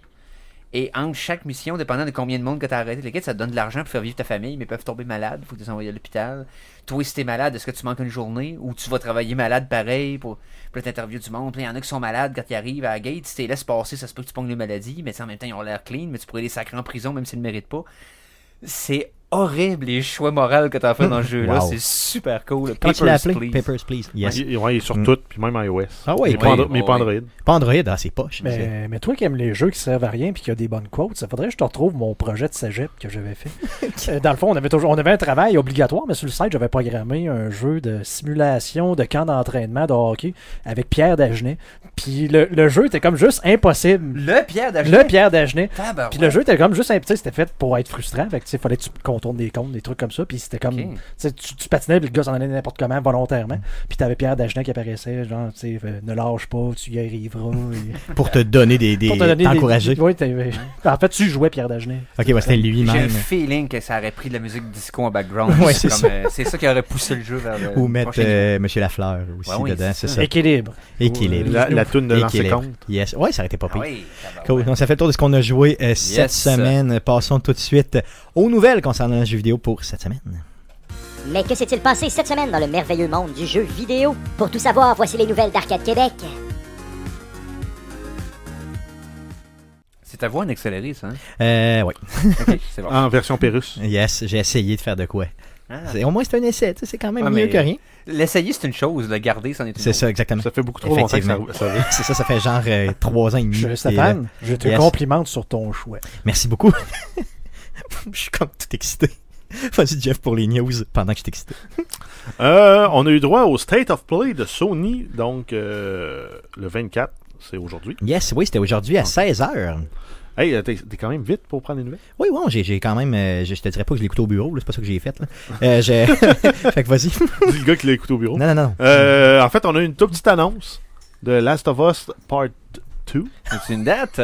Speaker 4: Et entre chaque mission, dépendant de combien de monde que t'as arrêté, les gars, ça te donne de l'argent pour faire vivre ta famille, mais ils peuvent tomber malades, faut que tu les envoies à l'hôpital. Toi, si t'es malade, est-ce que tu manques une journée ou tu vas travailler malade pareil pour puis là, t'interviews du monde. Puis il y en a qui sont malades quand ils arrivent à la gate. Si t'es laisses passer, ça se peut que tu pognes les maladies. Mais tu sais, en même temps, ils ont l'air clean. Mais tu pourrais les sacrer en prison même s'ils ne le méritent pas. C'est horrible les choix moraux que t'as fait dans ce jeu-là.
Speaker 1: Wow.
Speaker 4: C'est super cool.
Speaker 1: Comment tu l'as appelé?
Speaker 4: Please.
Speaker 1: Papers, please. Yes. Mm.
Speaker 3: Il, ouais, il est sur tout, puis même iOS.
Speaker 1: Ah oui,
Speaker 3: mais pas
Speaker 4: oui,
Speaker 3: Andro- mais
Speaker 4: oui,
Speaker 3: pas
Speaker 4: oui.
Speaker 3: Android.
Speaker 1: Pas Android, ah, c'est poche. c'est-
Speaker 2: Mais, mais toi qui aimes les jeux qui servent à rien puis qui a des bonnes quotes, ça faudrait que je te retrouve mon projet de cégep que j'avais fait. Euh, Dans le fond, on avait toujours on avait un travail obligatoire, mais sur le site, j'avais programmé un jeu de simulation de camp d'entraînement de hockey avec Pierre Dagenet. Puis le, le jeu était comme juste impossible.
Speaker 4: Le Pierre d'achat.
Speaker 2: Le Pierre Dagenet.
Speaker 4: Tabarouette.
Speaker 2: Puis le jeu était comme juste un petit, c'était fait pour être frustrant. Fait que, tu sais, fallait que tu contournes des comptes, des trucs comme ça. Puis c'était comme.
Speaker 4: Ok.
Speaker 2: tu sais, Tu, tu patinais, puis le gars s'en allait n'importe comment, volontairement. Puis t'avais Pierre Dagenet qui apparaissait, genre, tu sais, euh, ne lâche pas, tu y arriveras. Et-
Speaker 1: Pour te donner des. des
Speaker 2: pour te donner des-
Speaker 1: t'encourager.
Speaker 2: Oui, t'avais- en fait, tu jouais Pierre Dagenet.
Speaker 1: Ok, ouais, c'était
Speaker 4: J'ai le
Speaker 1: lui-même.
Speaker 4: feeling que ça aurait pris de la musique disco en background.
Speaker 1: Ouais, c'est
Speaker 4: c'est comme, euh, c'est ça qui aurait poussé le jeu vers le.
Speaker 1: Ou
Speaker 4: le
Speaker 1: mettre
Speaker 4: prochain niveau.
Speaker 1: euh, Monsieur Lafleur aussi
Speaker 4: Ouais, oui,
Speaker 1: dedans, c'est
Speaker 4: c'est
Speaker 1: ça.
Speaker 4: ça.
Speaker 2: Équilibre.
Speaker 1: Équilibre.
Speaker 3: La, la toune de l'ancien
Speaker 1: Équilibre.
Speaker 3: compte.
Speaker 1: Yes. Ouais, ça aurait été pas
Speaker 4: Ah
Speaker 1: pire.
Speaker 4: oui, tabarouette.
Speaker 1: Cool. Donc, ça fait le tour de ce qu'on a joué euh, cette semaine. Passons tout de suite aux nouvelles concernant le jeu vidéo pour cette semaine.
Speaker 5: Mais que s'est-il passé cette semaine dans le merveilleux monde du jeu vidéo Pour tout savoir, voici les nouvelles d'Arcade Québec.
Speaker 4: C'est ta voix en accéléré, ça. Hein?
Speaker 1: Euh, oui.
Speaker 4: Ok, c'est
Speaker 1: Ah.
Speaker 4: bon.
Speaker 3: En version Pérus.
Speaker 1: Yes, j'ai essayé de faire de quoi.
Speaker 4: Ah.
Speaker 1: C'est- Au moins, c'est un essai. tu sais, C'est quand même
Speaker 4: Ouais,
Speaker 1: mieux
Speaker 4: mais-
Speaker 1: que rien.
Speaker 4: L'essayer, c'est une chose. Le garder, c'en est une autre.
Speaker 1: C'est ça, exactement.
Speaker 3: Ça fait beaucoup trop longtemps que ça,
Speaker 1: Effectivement.
Speaker 3: ça arrive.
Speaker 1: C'est ça, ça fait genre euh, trois ans et demi.
Speaker 2: Je,
Speaker 1: que t'es là.
Speaker 2: Stéphane, je te
Speaker 1: Yes.
Speaker 2: complimente sur ton choix.
Speaker 1: Merci beaucoup. je suis comme tout excité. Vas-y, Jeff, pour les news pendant que je suis excité.
Speaker 3: Euh, on a eu droit au State of Play de Sony, donc euh, le 24, c'est aujourd'hui.
Speaker 1: Yes, oui, c'était aujourd'hui à 16h.
Speaker 3: Hey, euh, t'es t'es quand même vite pour prendre une nouvelle.
Speaker 1: Oui, bon, j'ai j'ai quand même. euh, je, je te dirais pas que je l'ai écouté au bureau, là, c'est pas ça que j'ai fait. Là. Euh, je- fait que vas-y.
Speaker 3: Dis le gars qui l'a écouté au bureau.
Speaker 1: Non, non, non.
Speaker 3: Euh, en fait, on a une toute petite annonce de Last of Us Part 2
Speaker 4: C'est une date.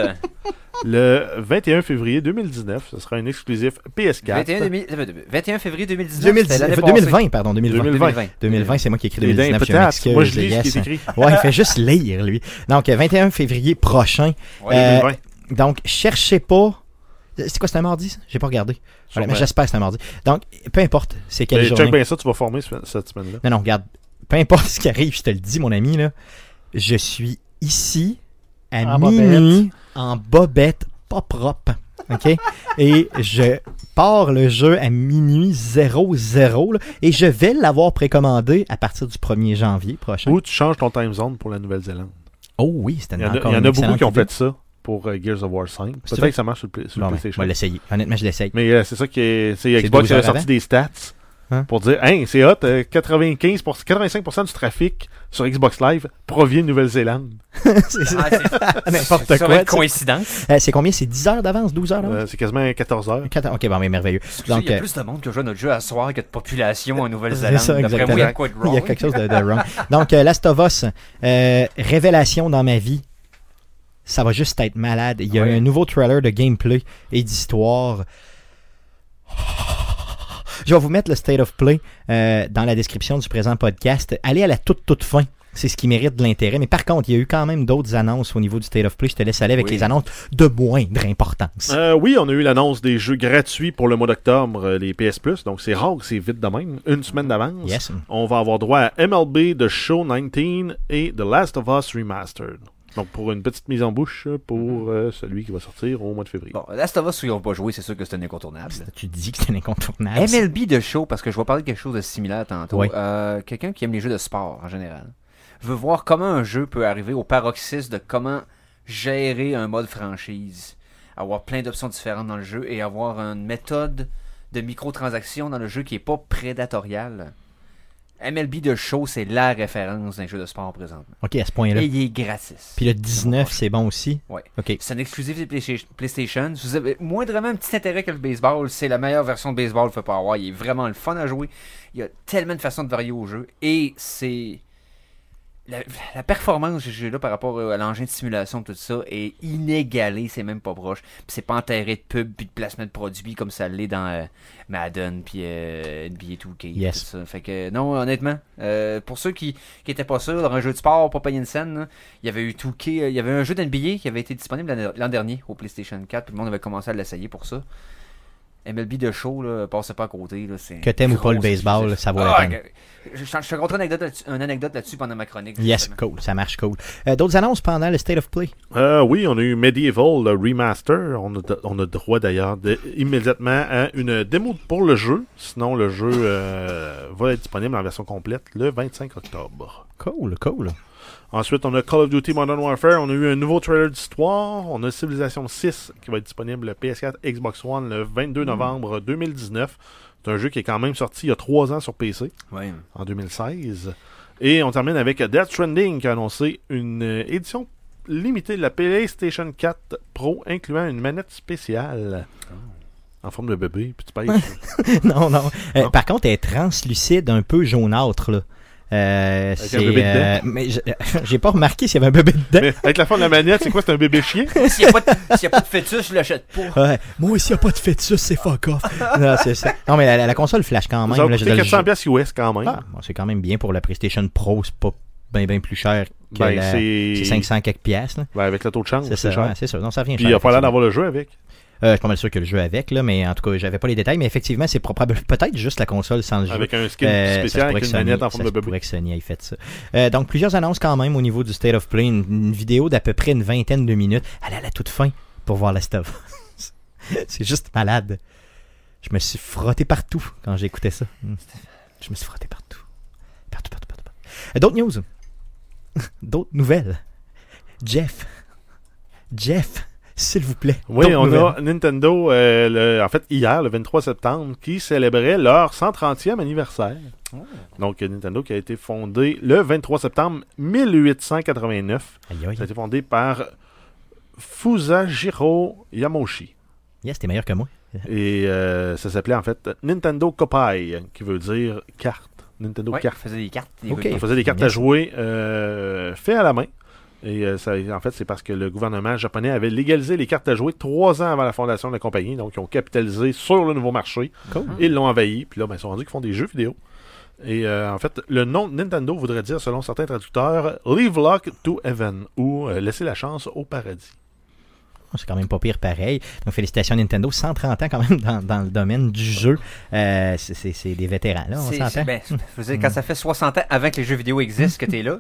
Speaker 3: le 21 février 2019. Ce sera un exclusif PS4.
Speaker 4: 21, 2000 ça fait 21 février 2019.
Speaker 1: 2010
Speaker 4: c'était l'année passée.
Speaker 1: 2020, pardon, 2020.
Speaker 3: 2020.
Speaker 1: 2020, c'est moi qui ai écrit
Speaker 3: Les dindes,
Speaker 1: 2019. je
Speaker 3: peut-être.
Speaker 1: m'excuse,
Speaker 3: Moi, je lis
Speaker 1: yes.
Speaker 3: ce qui est écrit.
Speaker 1: Ouais, il fait juste lire, lui. Donc, euh, 21 février prochain.
Speaker 4: Ouais,
Speaker 1: Euh,
Speaker 3: 2020.
Speaker 1: donc, cherchez pas. C'est quoi, c'est un mardi, ça J'ai pas regardé. Voilà,
Speaker 3: Sûrement.
Speaker 1: mais J'espère que c'est un mardi. Donc, peu importe, c'est quelle
Speaker 3: Mais
Speaker 1: journée.
Speaker 3: check bien ça, tu vas former ce- cette semaine-là.
Speaker 1: Non, non, regarde. Peu importe ce qui arrive, je te le dis, mon ami, là. Je suis ici, à
Speaker 2: En
Speaker 1: minuit, en bobette, pas propre. OK? et je pars le jeu à minuit 00, là, et je vais l'avoir précommandé à partir du 1er janvier prochain.
Speaker 3: Ou tu changes ton time zone pour la Nouvelle-Zélande.
Speaker 1: Oh oui, c'était
Speaker 3: Il y en a,
Speaker 1: encore
Speaker 3: il y en
Speaker 1: une
Speaker 3: a beaucoup
Speaker 1: excellente
Speaker 3: qui ont
Speaker 1: idée.
Speaker 3: fait ça pour euh, Gears of War 5.
Speaker 1: C'est
Speaker 3: Peut-être
Speaker 1: vrai.
Speaker 3: que ça marche sur le, pla- sur le
Speaker 1: Bon, ben, je
Speaker 3: PlayStation.
Speaker 1: vais l'essayer. Honnêtement, je l'essaye.
Speaker 3: Mais euh, c'est ça qui est. C'est
Speaker 1: C'est
Speaker 3: Xbox
Speaker 1: 12
Speaker 3: qui avait
Speaker 1: heures
Speaker 3: sorti
Speaker 1: avant.
Speaker 3: des stats
Speaker 1: Hein?
Speaker 3: pour dire Hein, c'est hot, euh, 95 pour- 85% du trafic sur Xbox Live provient de Nouvelle-Zélande.
Speaker 1: C'est ça.
Speaker 4: Ah, c'est-
Speaker 1: N'importe
Speaker 4: ça
Speaker 1: quoi,
Speaker 4: va être
Speaker 1: tu sais.
Speaker 4: coïncidence.
Speaker 1: Euh, c'est combien C'est 10 heures d'avance 12 heures d'avance
Speaker 3: Euh, c'est quasiment 14 heures.
Speaker 1: Quatre- Ok, bon, mais merveilleux.
Speaker 4: Donc, il y a
Speaker 1: euh,
Speaker 4: plus de monde qui joue à notre jeu à soir que de population en
Speaker 1: C'est ça,
Speaker 4: Nouvelle-Zélande. D'après moi, il y a quoi de
Speaker 1: Il y a
Speaker 4: wrong?
Speaker 1: quelque chose de, de wrong. Donc, euh, Last of Us, euh, révélation dans ma vie. Ça va juste être malade. Il y a
Speaker 4: Ouais.
Speaker 1: un nouveau trailer de gameplay et d'histoire. Je vais vous mettre le state of play euh, dans la description du présent podcast. Allez à la toute, toute fin. C'est ce qui mérite de l'intérêt. Mais par contre, il y a eu quand même d'autres annonces au niveau du state of play. Je te laisse aller avec
Speaker 4: Oui.
Speaker 1: les annonces de moindre importance.
Speaker 3: Euh, oui, on a eu l'annonce des jeux gratuits pour le mois d'octobre, euh, les PS Plus. Donc c'est rare, c'est vite de même, une semaine d'avance.
Speaker 1: Yes.
Speaker 3: On va avoir droit à MLB The Show 19 et The Last of Us Remastered. Donc pour une petite mise en bouche pour euh, celui qui va sortir au mois de février.
Speaker 4: Bon, Last of Us, ils n'ont pas joué, c'est sûr que c'est un incontournable.
Speaker 1: Tu dis que c'est un incontournable.
Speaker 4: MLB de show, parce que je vais parler de quelque chose de similaire tantôt.
Speaker 1: Oui.
Speaker 4: Euh, Quelqu'un qui aime les jeux de sport en général veut voir comment un jeu peut arriver au paroxysme de comment gérer un mode franchise, avoir plein d'options différentes dans le jeu et avoir une méthode de microtransactions dans le jeu qui est pas prédatoriale. MLB de show, c'est la référence d'un jeu de sport présentement.
Speaker 1: Ok, à ce point-là.
Speaker 4: Et il est gratis.
Speaker 1: Puis le 19, c'est bon aussi.
Speaker 4: Ouais.
Speaker 1: Ok.
Speaker 4: C'est un exclusif de Playsta- PlayStation. Si vous avez moindrement un petit intérêt que le baseball, c'est la meilleure version de baseball qu'il faut pas avoir. Il est vraiment le fun à jouer. Il y a tellement de façons de varier au jeu. Et c'est la, la performance que j'ai là par rapport à l'engin de simulation tout ça est inégalée, c'est même pas proche. Puis c'est pas enterré de pub puis de placement de produits comme ça l'est dans euh, Madden puis euh, NBA 2K.
Speaker 1: Yes.
Speaker 4: tout ça. Fait que non, honnêtement, euh, pour ceux qui qui étaient pas sûrs, dans un jeu de sport, pas payer une scène, là, il y avait eu 2K, euh, il y avait un jeu d'NBA qui avait été disponible l'an- l'an dernier au PlayStation 4, puis le monde avait commencé à l'essayer pour ça. MLB de show là, passait pas à côté là, c'est
Speaker 1: Que t'aimes ou pas le
Speaker 4: gros
Speaker 1: baseball,
Speaker 4: succès.
Speaker 1: ça vaut la
Speaker 4: Ah,
Speaker 1: peine.
Speaker 4: que- je, je te raconterai une anecdote là-dessus- une anecdote là-dessus pendant ma chronique.
Speaker 1: Yes,
Speaker 4: justement.
Speaker 1: cool, ça marche cool. Euh, D'autres annonces pendant le State of Play?
Speaker 3: Euh, oui, on a eu Medieval le Remaster. On a, on a droit d'ailleurs de- immédiatement à une démo pour le jeu. Sinon, le jeu euh, va être disponible en version complète le 25 octobre.
Speaker 1: Cool, cool.
Speaker 3: Ensuite, on a Call of Duty Modern Warfare. On a eu un nouveau trailer d'histoire. On a Civilization 6 qui va être disponible PS4, Xbox One le
Speaker 1: Hmm.
Speaker 3: 22 novembre 2019. C'est un jeu qui est quand même sorti il y a trois ans sur PC
Speaker 4: Ouais.
Speaker 3: en 2016. Et on termine avec Death Stranding qui a annoncé une euh, édition limitée de la PlayStation 4 Pro incluant une manette spéciale
Speaker 1: Oh.
Speaker 3: en forme de bébé. Puis tu pèses.
Speaker 1: non, non. Euh,
Speaker 3: Non.
Speaker 1: Par contre, elle est translucide, un peu jaunâtre, là. Euh, c'est,
Speaker 3: un bébé dedans.
Speaker 1: euh, mais je- j'ai pas remarqué s'il y avait un bébé dedans.
Speaker 3: Mais avec la forme de la manette, c'est quoi C'est un bébé chien
Speaker 4: S'il n'y a, pas de- s'il y a pas de fœtus, je l'achète pas.
Speaker 1: Ouais. Moi aussi, il n'y a pas de fœtus, c'est fuck off. non, c'est ça. Non, mais la, la- la console flash quand même.
Speaker 3: Ça va
Speaker 1: là, je
Speaker 3: coûter
Speaker 1: dois le
Speaker 3: 400$
Speaker 1: ju-
Speaker 3: piastres US quand même.
Speaker 1: Ah, bon, c'est quand même bien pour la PlayStation Pro, c'est pas bien bien plus cher que
Speaker 3: Ben,
Speaker 1: la-
Speaker 3: c'est-
Speaker 1: c'est 500 quelques piastres. là.
Speaker 3: Ben, avec le taux de chance,
Speaker 1: C'est ça,
Speaker 3: c'est cher.
Speaker 1: ouais, c'est ça. Non, ça vient
Speaker 3: Puis il a pas l'air
Speaker 1: effectivement.
Speaker 3: d'avoir le jeu avec.
Speaker 1: Euh, je suis pas mal sûr que le jeu avec, là, mais en tout cas, j'avais pas les détails. Mais effectivement, c'est probable. Peut-être juste la console sans le jeu.
Speaker 3: Avec un skin
Speaker 1: Euh, ça se
Speaker 3: spécial
Speaker 1: pourrait
Speaker 3: avec
Speaker 1: que
Speaker 3: une
Speaker 1: Sony-
Speaker 3: manette en forme
Speaker 1: ça
Speaker 3: de
Speaker 1: se
Speaker 3: bébé.
Speaker 1: pourrait que Sony ait fait ça. Euh, donc, plusieurs annonces quand même au niveau du State of Play. Une, une vidéo d'à peu près une vingtaine de minutes. Elle est à la toute fin pour voir la stuff. C'est juste malade. Je me suis frotté partout quand j'écoutais ça. Mm. Je me suis frotté partout. Partout, partout, partout. partout. Euh, D'autres news. D'autres nouvelles. Jeff. Jeff, s'il vous plaît.
Speaker 3: Oui,
Speaker 1: D'autres
Speaker 3: on
Speaker 1: nouvelles.
Speaker 3: a Nintendo, euh, le- en fait, hier, le 23 septembre, qui célébrait leur 130e anniversaire.
Speaker 1: Oh.
Speaker 3: Donc, euh, Nintendo qui a été fondé le 23 septembre 1889.
Speaker 1: Aïe, aïe.
Speaker 3: Ça a été fondé par Fusajiro Yamoshi.
Speaker 1: Yes, t'es meilleur que moi.
Speaker 3: Et euh, ça s'appelait en fait Nintendo Kopai, qui veut dire carte. Nintendo
Speaker 4: Ouais, il
Speaker 3: carte.
Speaker 4: faisait des cartes. des
Speaker 1: Ok.
Speaker 4: rues.
Speaker 3: On faisait des cartes
Speaker 1: Bien
Speaker 3: à
Speaker 1: ça.
Speaker 3: jouer euh, fait à la main. Et euh, ça, en fait, c'est parce que le gouvernement japonais avait légalisé les cartes à jouer trois ans avant la fondation de la compagnie. Donc, ils ont capitalisé sur le nouveau marché.
Speaker 1: Cool.
Speaker 3: Ils l'ont envahi. Puis là, ben, ils sont rendus qu'ils font des jeux vidéo. Et euh, en fait, le nom de Nintendo voudrait dire, selon certains traducteurs, Leave Luck to Heaven ou euh, Laisser la chance au paradis.
Speaker 1: Oh, C'est quand même pas pire pareil. Donc félicitations Nintendo, 130 ans quand même dans, dans le domaine du jeu. Euh, c'est- c'est c'est des vétérans, là, on
Speaker 4: C'est- c'est-
Speaker 1: s'entend. Mm.
Speaker 4: ben, je veux dire, quand ça fait 60 ans avant que les jeux vidéo existent que t'es là,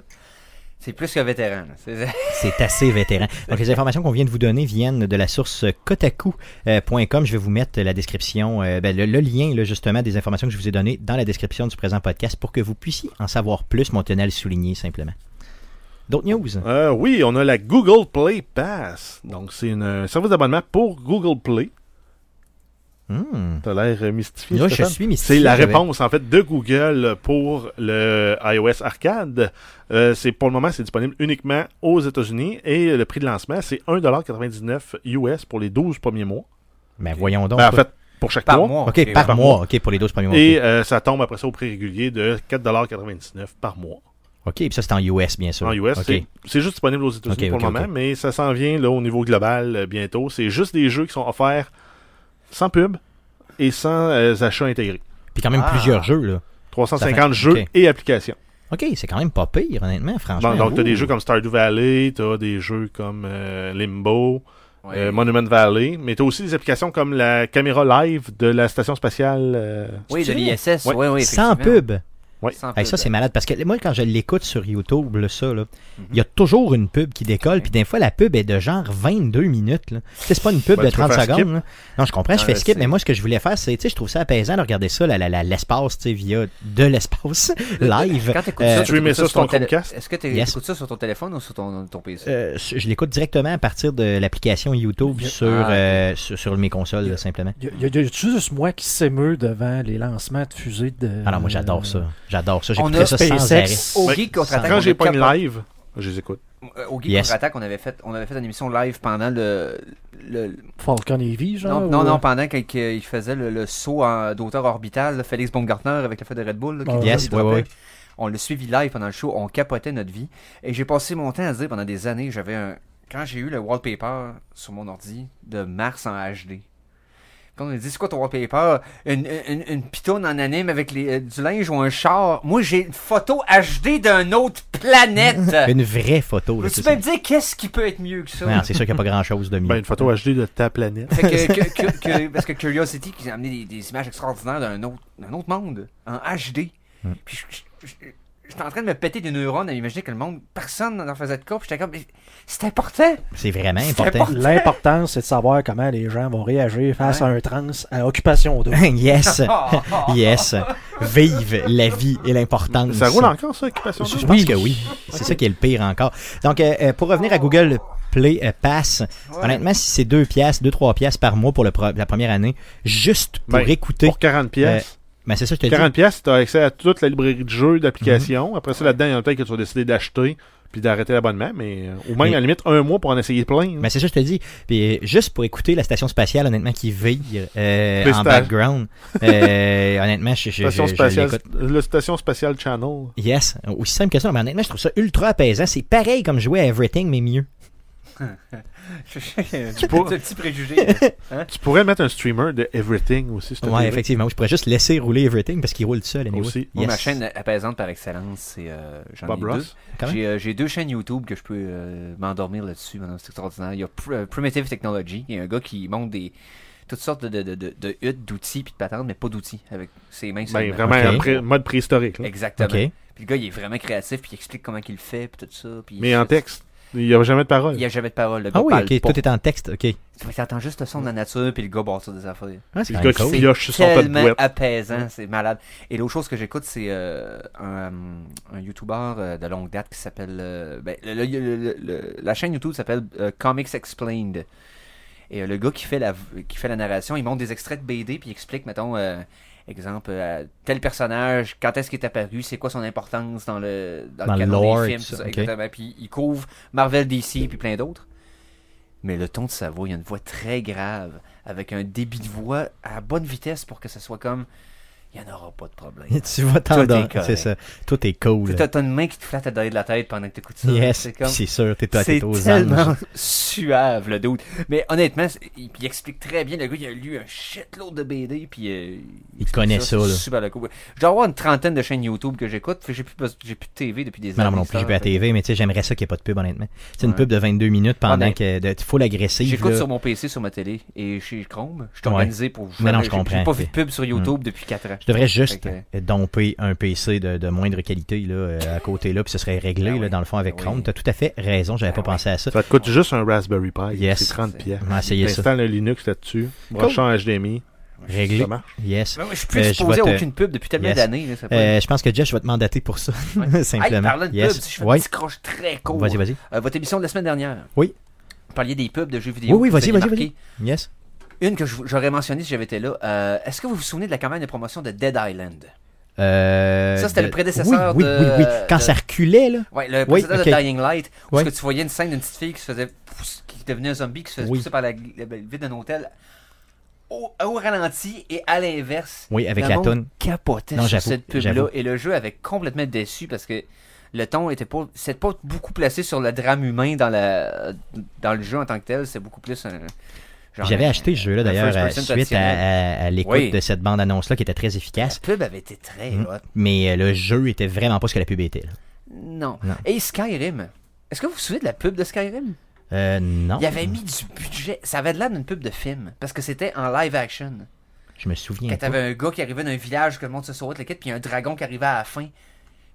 Speaker 4: c'est plus qu'un vétéran. là. C'est-
Speaker 1: C'est assez vétéran. Donc les informations qu'on vient de vous donner viennent de la source kotaku.com. Je vais vous mettre la description, euh, ben, le, le lien là, justement des informations que je vous ai données dans la description du présent podcast pour que vous puissiez en savoir plus. Mon tenait à le souligner simplement. D'autres news?
Speaker 3: Euh, oui, on a la Google Play Pass. Donc, c'est une- un service d'abonnement pour Google Play.
Speaker 1: Hmm.
Speaker 3: T'as l'air euh, mystifié.
Speaker 1: Là, je
Speaker 3: Stéphane.
Speaker 1: suis mystifié.
Speaker 3: C'est la
Speaker 1: j'avais-
Speaker 3: réponse en fait de Google pour le iOS Arcade. Euh, c'est pour le moment c'est disponible uniquement aux États-Unis et le prix de lancement c'est 1,99 US pour les 12 premiers mois.
Speaker 1: Ben voyons donc.
Speaker 3: Ben, en fait pour chaque
Speaker 4: Par
Speaker 3: mois.
Speaker 4: mois.
Speaker 1: OK, par,
Speaker 3: par
Speaker 1: mois. OK, pour les 12 premiers mois.
Speaker 3: Et euh, ça tombe après ça au prix régulier de 4,99 par mois.
Speaker 1: OK, puis ça c'est en US, bien sûr.
Speaker 3: En US,
Speaker 1: OK.
Speaker 3: c'est- c'est juste disponible aux États-Unis
Speaker 1: Ok,
Speaker 3: pour le
Speaker 1: ok,
Speaker 3: moment,
Speaker 1: ok.
Speaker 3: mais ça s'en vient là, au niveau global euh, bientôt. C'est juste des jeux qui sont offerts sans pub et sans euh, achat intégré.
Speaker 1: Puis quand même
Speaker 4: Ah.
Speaker 1: plusieurs jeux, là.
Speaker 3: 350 jeux
Speaker 1: ok.
Speaker 3: et applications.
Speaker 1: Ok, c'est quand même pas pire, honnêtement, franchement.
Speaker 3: Bon, donc, t'as des
Speaker 1: Ouh.
Speaker 3: jeux comme Stardew Valley, t'as des jeux comme euh, Limbo,
Speaker 4: Ouais.
Speaker 3: euh, Monument Valley, mais t'as aussi des applications comme la caméra live de la station spatiale. euh,
Speaker 4: oui, de
Speaker 1: c'est-
Speaker 4: l'ISS.
Speaker 3: Ouais.
Speaker 4: Oui, oui,
Speaker 1: Sans
Speaker 4: effectivement.
Speaker 1: pub.
Speaker 3: Ouais.
Speaker 4: Sans
Speaker 1: Hey,
Speaker 4: pub.
Speaker 1: ça, c'est malade. Parce que moi, quand je l'écoute sur YouTube, là, ça, là, il y a toujours une pub qui décolle. Puis des fois, la pub est de genre 22 minutes. là. Tu sais, C'est pas une pub
Speaker 3: Ben,
Speaker 1: de
Speaker 3: tu peux
Speaker 1: 30
Speaker 3: faire skip.
Speaker 1: secondes. là. Non, je comprends, je
Speaker 4: Ah,
Speaker 1: fais
Speaker 4: je
Speaker 1: skip.
Speaker 4: sais.
Speaker 1: Mais moi, ce que je voulais faire, c'est, tu sais, je trouve ça apaisant de regarder ça, la- la- la- l'espace, tu sais, via de l'espace live.
Speaker 4: Quand t'écoutes
Speaker 1: Euh,
Speaker 4: ça,
Speaker 3: streamer
Speaker 4: t'écoutes
Speaker 3: ça sur ton
Speaker 4: télé-
Speaker 3: Chromecast?
Speaker 4: Est-ce que tu
Speaker 1: Yes.
Speaker 4: écoutes ça sur ton téléphone ou sur ton, ton PC?
Speaker 1: Euh, je l'écoute directement à partir de l'application YouTube
Speaker 2: Yeah.
Speaker 1: sur,
Speaker 4: Ah, ok.
Speaker 1: euh, sur, sur mes consoles, là, simplement.
Speaker 2: Y a, y a- y a juste moi qui s'émeut devant les lancements de fusées de.
Speaker 1: Alors, Ah moi, j'adore ça. J'adore ça.
Speaker 4: On
Speaker 1: J'écouterais
Speaker 4: a
Speaker 1: ça sans
Speaker 2: Euh, SpaceX.
Speaker 1: arrêt.
Speaker 4: Au
Speaker 3: ben,
Speaker 4: Geek contre-attaque, on
Speaker 3: Quand
Speaker 4: a
Speaker 3: j'ai pas une
Speaker 4: capo-
Speaker 3: live, je les écoute.
Speaker 4: Euh, Au Geek
Speaker 1: Yes.
Speaker 4: contre-attaque, on avait fait, on avait fait une émission live pendant le, le-
Speaker 2: Falcon Heavy,
Speaker 1: Ah,
Speaker 2: genre.
Speaker 4: non, non,
Speaker 2: ou- euh,
Speaker 4: non, pendant qu'il qu'il faisait le, le saut en- d'auteur orbital, là, Félix Baumgartner avec le fait de Red Bull. là, qui
Speaker 2: Ah,
Speaker 4: le
Speaker 1: Yes,
Speaker 4: dropait.
Speaker 1: ouais, ouais, ouais.
Speaker 4: On l'a suivi live pendant le show, on capotait notre vie. Et j'ai passé mon temps à dire pendant des années, j'avais un... Quand j'ai eu le wallpaper sur mon ordi de Mars en HD. Puis on a dit, c'est quoi ton wallpaper? Une, une, une pitoune en anime avec les, euh, du linge ou un char? Moi, j'ai une photo HD d'une autre planète!
Speaker 1: Une vraie photo. là,
Speaker 4: tu
Speaker 1: c'est
Speaker 4: peux
Speaker 1: ça.
Speaker 4: me dire qu'est-ce qui peut être mieux que ça?
Speaker 1: Non, c'est sûr qu'il n'y a pas grand-chose de mieux.
Speaker 3: Ben, une photo HD de ta planète.
Speaker 4: Fait que- que- que- que- parce que Curiosity qui a amené des, des images extraordinaires d'un autre, d'un autre monde, en HD.
Speaker 3: Hmm.
Speaker 4: Puis je- je- je- j'étais en train de me péter des neurones à imaginer que le monde, personne n'en faisait de cas. Puis j'étais comme, mais c'est important.
Speaker 1: C'est vraiment
Speaker 4: C'est
Speaker 1: important.
Speaker 4: important.
Speaker 2: L'important, c'est de savoir comment les gens vont réagir face à un trans à occupation d'eau.
Speaker 1: yes.
Speaker 3: Ah,
Speaker 1: yes. Vive la vie et l'importance.
Speaker 3: Ça roule encore, ça, Occupation
Speaker 1: Je
Speaker 3: Double?
Speaker 1: pense que oui. C'est ça qui est le pire encore. Donc, euh, euh, pour revenir à Google Play euh, Pass, honnêtement, si c'est 2 piastres, 2-3 piastres par mois pour le pro- la première année, juste pour
Speaker 3: Ben,
Speaker 1: écouter.
Speaker 3: Pour 40 pièces.
Speaker 1: Ben, c'est ça, je te dis.
Speaker 3: 40 pièces, tu as accès à toute la librairie de jeux, d'applications.
Speaker 1: Mm-hmm.
Speaker 3: Après ça, là-dedans, il y en a peut-être que tu vas décider d'acheter puis d'arrêter l'abonnement, mais euh, ou même
Speaker 1: Mais-
Speaker 3: à la limite un mois pour en essayer plein. hein.
Speaker 1: Ben, c'est ça, je te dis. Puis, euh, juste pour écouter la station spatiale, honnêtement, qui vire euh, en
Speaker 3: Prestige.
Speaker 1: background, euh, honnêtement, je, je, je,
Speaker 3: Station
Speaker 1: je
Speaker 3: spatiale-
Speaker 1: l'écoute.
Speaker 3: le Station Spatial Channel.
Speaker 1: Yes, aussi simple que ça, mais honnêtement, je trouve ça ultra apaisant. C'est pareil comme jouer à Everything, mais mieux.
Speaker 4: C'est
Speaker 3: pour-
Speaker 4: un petit préjugé. là.
Speaker 3: Tu pourrais mettre un streamer de Everything aussi, si t'as
Speaker 1: Ouais,
Speaker 3: trouvé.
Speaker 1: effectivement. Je pourrais juste laisser rouler Everything parce qu'il roule tout seul. Anyway.
Speaker 3: Aussi.
Speaker 4: Moi,
Speaker 1: Yes.
Speaker 4: ma chaîne apaisante par excellence, c'est euh, j'en ai
Speaker 3: Bob
Speaker 4: deux.
Speaker 3: Ross.
Speaker 1: Quand même.
Speaker 4: J'ai euh, j'ai deux chaînes YouTube que je peux euh, m'endormir là-dessus. maintenant, C'est extraordinaire. Il y a Pr- euh, Primitive Technology. Il y a un gars qui monte des toutes sortes de, de, de, de, de huttes, d'outils puis de patentes, mais pas d'outils avec ses mains.
Speaker 3: Ben,
Speaker 4: seulement.
Speaker 3: vraiment
Speaker 1: Ok.
Speaker 3: un pré- mode préhistorique. là.
Speaker 4: Exactement.
Speaker 1: Ok.
Speaker 4: Puis le gars, il est vraiment créatif, puis il explique comment qu'il le fait, puis tout ça. Puis
Speaker 3: Mais en texte. Il n'y a jamais de parole.
Speaker 4: Il n'y a jamais de parole. Le gars
Speaker 1: Ah oui,
Speaker 4: parle
Speaker 1: ok.
Speaker 4: pas.
Speaker 1: Tout est en texte, ok.
Speaker 4: Tu entends juste le son de la nature, puis le gars bâtit des affaires.
Speaker 1: Ah, c'est
Speaker 3: Le
Speaker 1: quand
Speaker 3: gars
Speaker 1: même
Speaker 3: qui
Speaker 1: cool.
Speaker 3: pioche sur son tas de
Speaker 4: tellement
Speaker 3: boîtes.
Speaker 4: apaisant, c'est malade. Et l'autre chose que j'écoute, c'est euh, un, un YouTuber euh, de longue date qui s'appelle... euh, ben, le- le- le- le- le- la chaîne YouTube s'appelle euh, Comics Explained. Et euh, le gars qui fait, la, qui fait la narration, il montre des extraits de BD, puis il explique, mettons, euh, exemple, euh, tel personnage, quand est-ce qu'il est apparu, c'est quoi son importance dans le,
Speaker 1: Dans le
Speaker 4: canon des
Speaker 1: lore et
Speaker 4: films,
Speaker 1: tout
Speaker 4: tout
Speaker 1: ça,
Speaker 4: ça,
Speaker 1: ok.
Speaker 4: exactement. Puis il couvre Marvel, DC, puis plein d'autres. Mais le ton de sa voix, il y a une voix très grave, avec un débit de voix à bonne vitesse pour que ça soit comme il n'y en aura pas de problème.
Speaker 1: tu vas t'endormir.
Speaker 4: correct.
Speaker 1: C'est ça. Tout est cool.
Speaker 4: T'as t'as une main qui te flatte à derrière de la tête pendant que t'écoutes ça.
Speaker 1: Yes,
Speaker 4: C'est comme-
Speaker 1: c'est sûr, t'es
Speaker 4: c'est
Speaker 1: t'es aux
Speaker 4: tellement
Speaker 1: anges.
Speaker 4: suave le doute. Mais honnêtement, c'est- il, il explique très bien. Le gars, il a lu un shitload de BD. Puis, euh,
Speaker 1: Il
Speaker 4: explique
Speaker 1: connaît ça,
Speaker 4: c'est
Speaker 1: là.
Speaker 4: Super le coup. Je dois avoir une trentaine de chaînes YouTube que j'écoute. fait que J'ai plus, bes- j'ai plus de TV depuis des
Speaker 1: Non,
Speaker 4: années.
Speaker 1: non, non plus,
Speaker 4: ça,
Speaker 1: j'ai plus la
Speaker 4: fait-
Speaker 1: TV, mais tu sais, j'aimerais ça qu'il n'y ait pas de pub, honnêtement. C'est une
Speaker 4: hein. Ouais.
Speaker 1: pub de 22 minutes
Speaker 4: Ah,
Speaker 1: pendant
Speaker 4: mais-
Speaker 1: que de- faut l'agressive.
Speaker 4: J'écoute
Speaker 1: là.
Speaker 4: sur mon PC, sur ma télé et chez Chrome. Je suis
Speaker 1: Ouais.
Speaker 4: organisé pour.
Speaker 1: Mais non, je
Speaker 4: j'ai-
Speaker 1: comprends. Mm.
Speaker 4: J'ai pas vu de pub sur YouTube depuis 4 ans.
Speaker 1: Je devrais juste
Speaker 4: Fait
Speaker 1: euh, domper un PC de, de moindre qualité là, euh, à côté là, puis ce serait réglé
Speaker 4: Ah
Speaker 1: là,
Speaker 4: oui.
Speaker 1: dans le fond avec
Speaker 4: Ah oui.
Speaker 1: Chrome. T'as tout à fait raison, j'avais
Speaker 4: Ah
Speaker 1: pas
Speaker 4: oui.
Speaker 1: pensé à ça.
Speaker 3: Ça te coûte juste un Raspberry Pi.
Speaker 1: Yes.
Speaker 3: C'est 30 pièces.
Speaker 1: On va essayer ça.
Speaker 3: T'installes un Linux là-dessus. Branche en HDMI.
Speaker 1: Réglé.
Speaker 3: Ça marche.
Speaker 1: Yes.
Speaker 4: Non, mais je suis
Speaker 1: Euh,
Speaker 4: plus
Speaker 1: je
Speaker 4: exposé
Speaker 1: vais
Speaker 4: à
Speaker 1: te-
Speaker 4: aucune pub depuis tellement
Speaker 1: Yes.
Speaker 4: d'années. là, ça peut-
Speaker 1: Euh, je pense que Jeff, je vais te mandater pour ça,
Speaker 4: Ouais. Hey,
Speaker 1: simplement.
Speaker 4: parlant de pub, si je fais un
Speaker 1: Ouais.
Speaker 4: petit croche très court.
Speaker 1: Vas-y, vas-y.
Speaker 4: Euh, votre émission de la semaine dernière.
Speaker 1: Oui.
Speaker 4: Vous parliez des pubs de jeux vidéo.
Speaker 1: Oui, oui,
Speaker 4: qui
Speaker 1: vas-y,
Speaker 4: vous
Speaker 1: vas-y,
Speaker 4: avaient
Speaker 1: vas-y. Yes.
Speaker 4: marqué. Une que je- j'aurais mentionnée si j'avais été là. euh, Est-ce que vous vous souvenez de la campagne de promotion de Dead Island
Speaker 1: Euh,
Speaker 4: Ça, c'était
Speaker 1: de-
Speaker 4: le prédécesseur
Speaker 1: oui, oui,
Speaker 4: de-
Speaker 1: Oui, oui, Quand
Speaker 4: de-
Speaker 1: ça reculait, là.
Speaker 4: Ouais, le
Speaker 1: Oui,
Speaker 4: précédent
Speaker 1: ok.
Speaker 4: de Dying Light, où
Speaker 1: Ouais.
Speaker 4: est-ce que tu voyais une scène d'une petite fille qui se faisait. pousse- qui devenait un zombie, qui se faisait
Speaker 1: Oui.
Speaker 4: pousser par la, gl- la vide d'un hôtel. Au, au ralenti et à l'inverse.
Speaker 1: Oui, avec
Speaker 4: Le
Speaker 1: la
Speaker 4: monde
Speaker 1: toune.
Speaker 4: capotait
Speaker 1: Non,
Speaker 4: sur
Speaker 1: j'avoue,
Speaker 4: cette pub-là.
Speaker 1: j'avoue.
Speaker 4: Et le jeu avait complètement déçu parce que le ton était pas, c'était pas beaucoup placé sur le drame humain dans, la, dans le jeu en tant que tel. C'est beaucoup plus un. genre
Speaker 1: J'avais
Speaker 4: un-
Speaker 1: acheté ce jeu-là, d'ailleurs,
Speaker 4: first
Speaker 1: euh,
Speaker 4: person
Speaker 1: suite à,
Speaker 4: traditionnel.
Speaker 1: à- à l'écoute
Speaker 4: Oui.
Speaker 1: de cette bande-annonce-là qui était très efficace.
Speaker 4: La pub avait été très
Speaker 1: Mm.
Speaker 4: haute.
Speaker 1: Mais euh, le jeu était vraiment pas ce que la pub était. là.
Speaker 4: Non.
Speaker 1: Non.
Speaker 4: Et Skyrim. Est-ce que vous vous souvenez de la pub de Skyrim
Speaker 1: Euh, non.
Speaker 4: Il avait mis du budget. Ça avait de l'air d'une pub de film. Parce que c'était en live action.
Speaker 1: Je me souviens.
Speaker 4: Quand
Speaker 1: pas.
Speaker 4: t'avais un gars qui arrivait d'un village, que le monde se saurait, le kit, puis un dragon qui arrivait à la fin.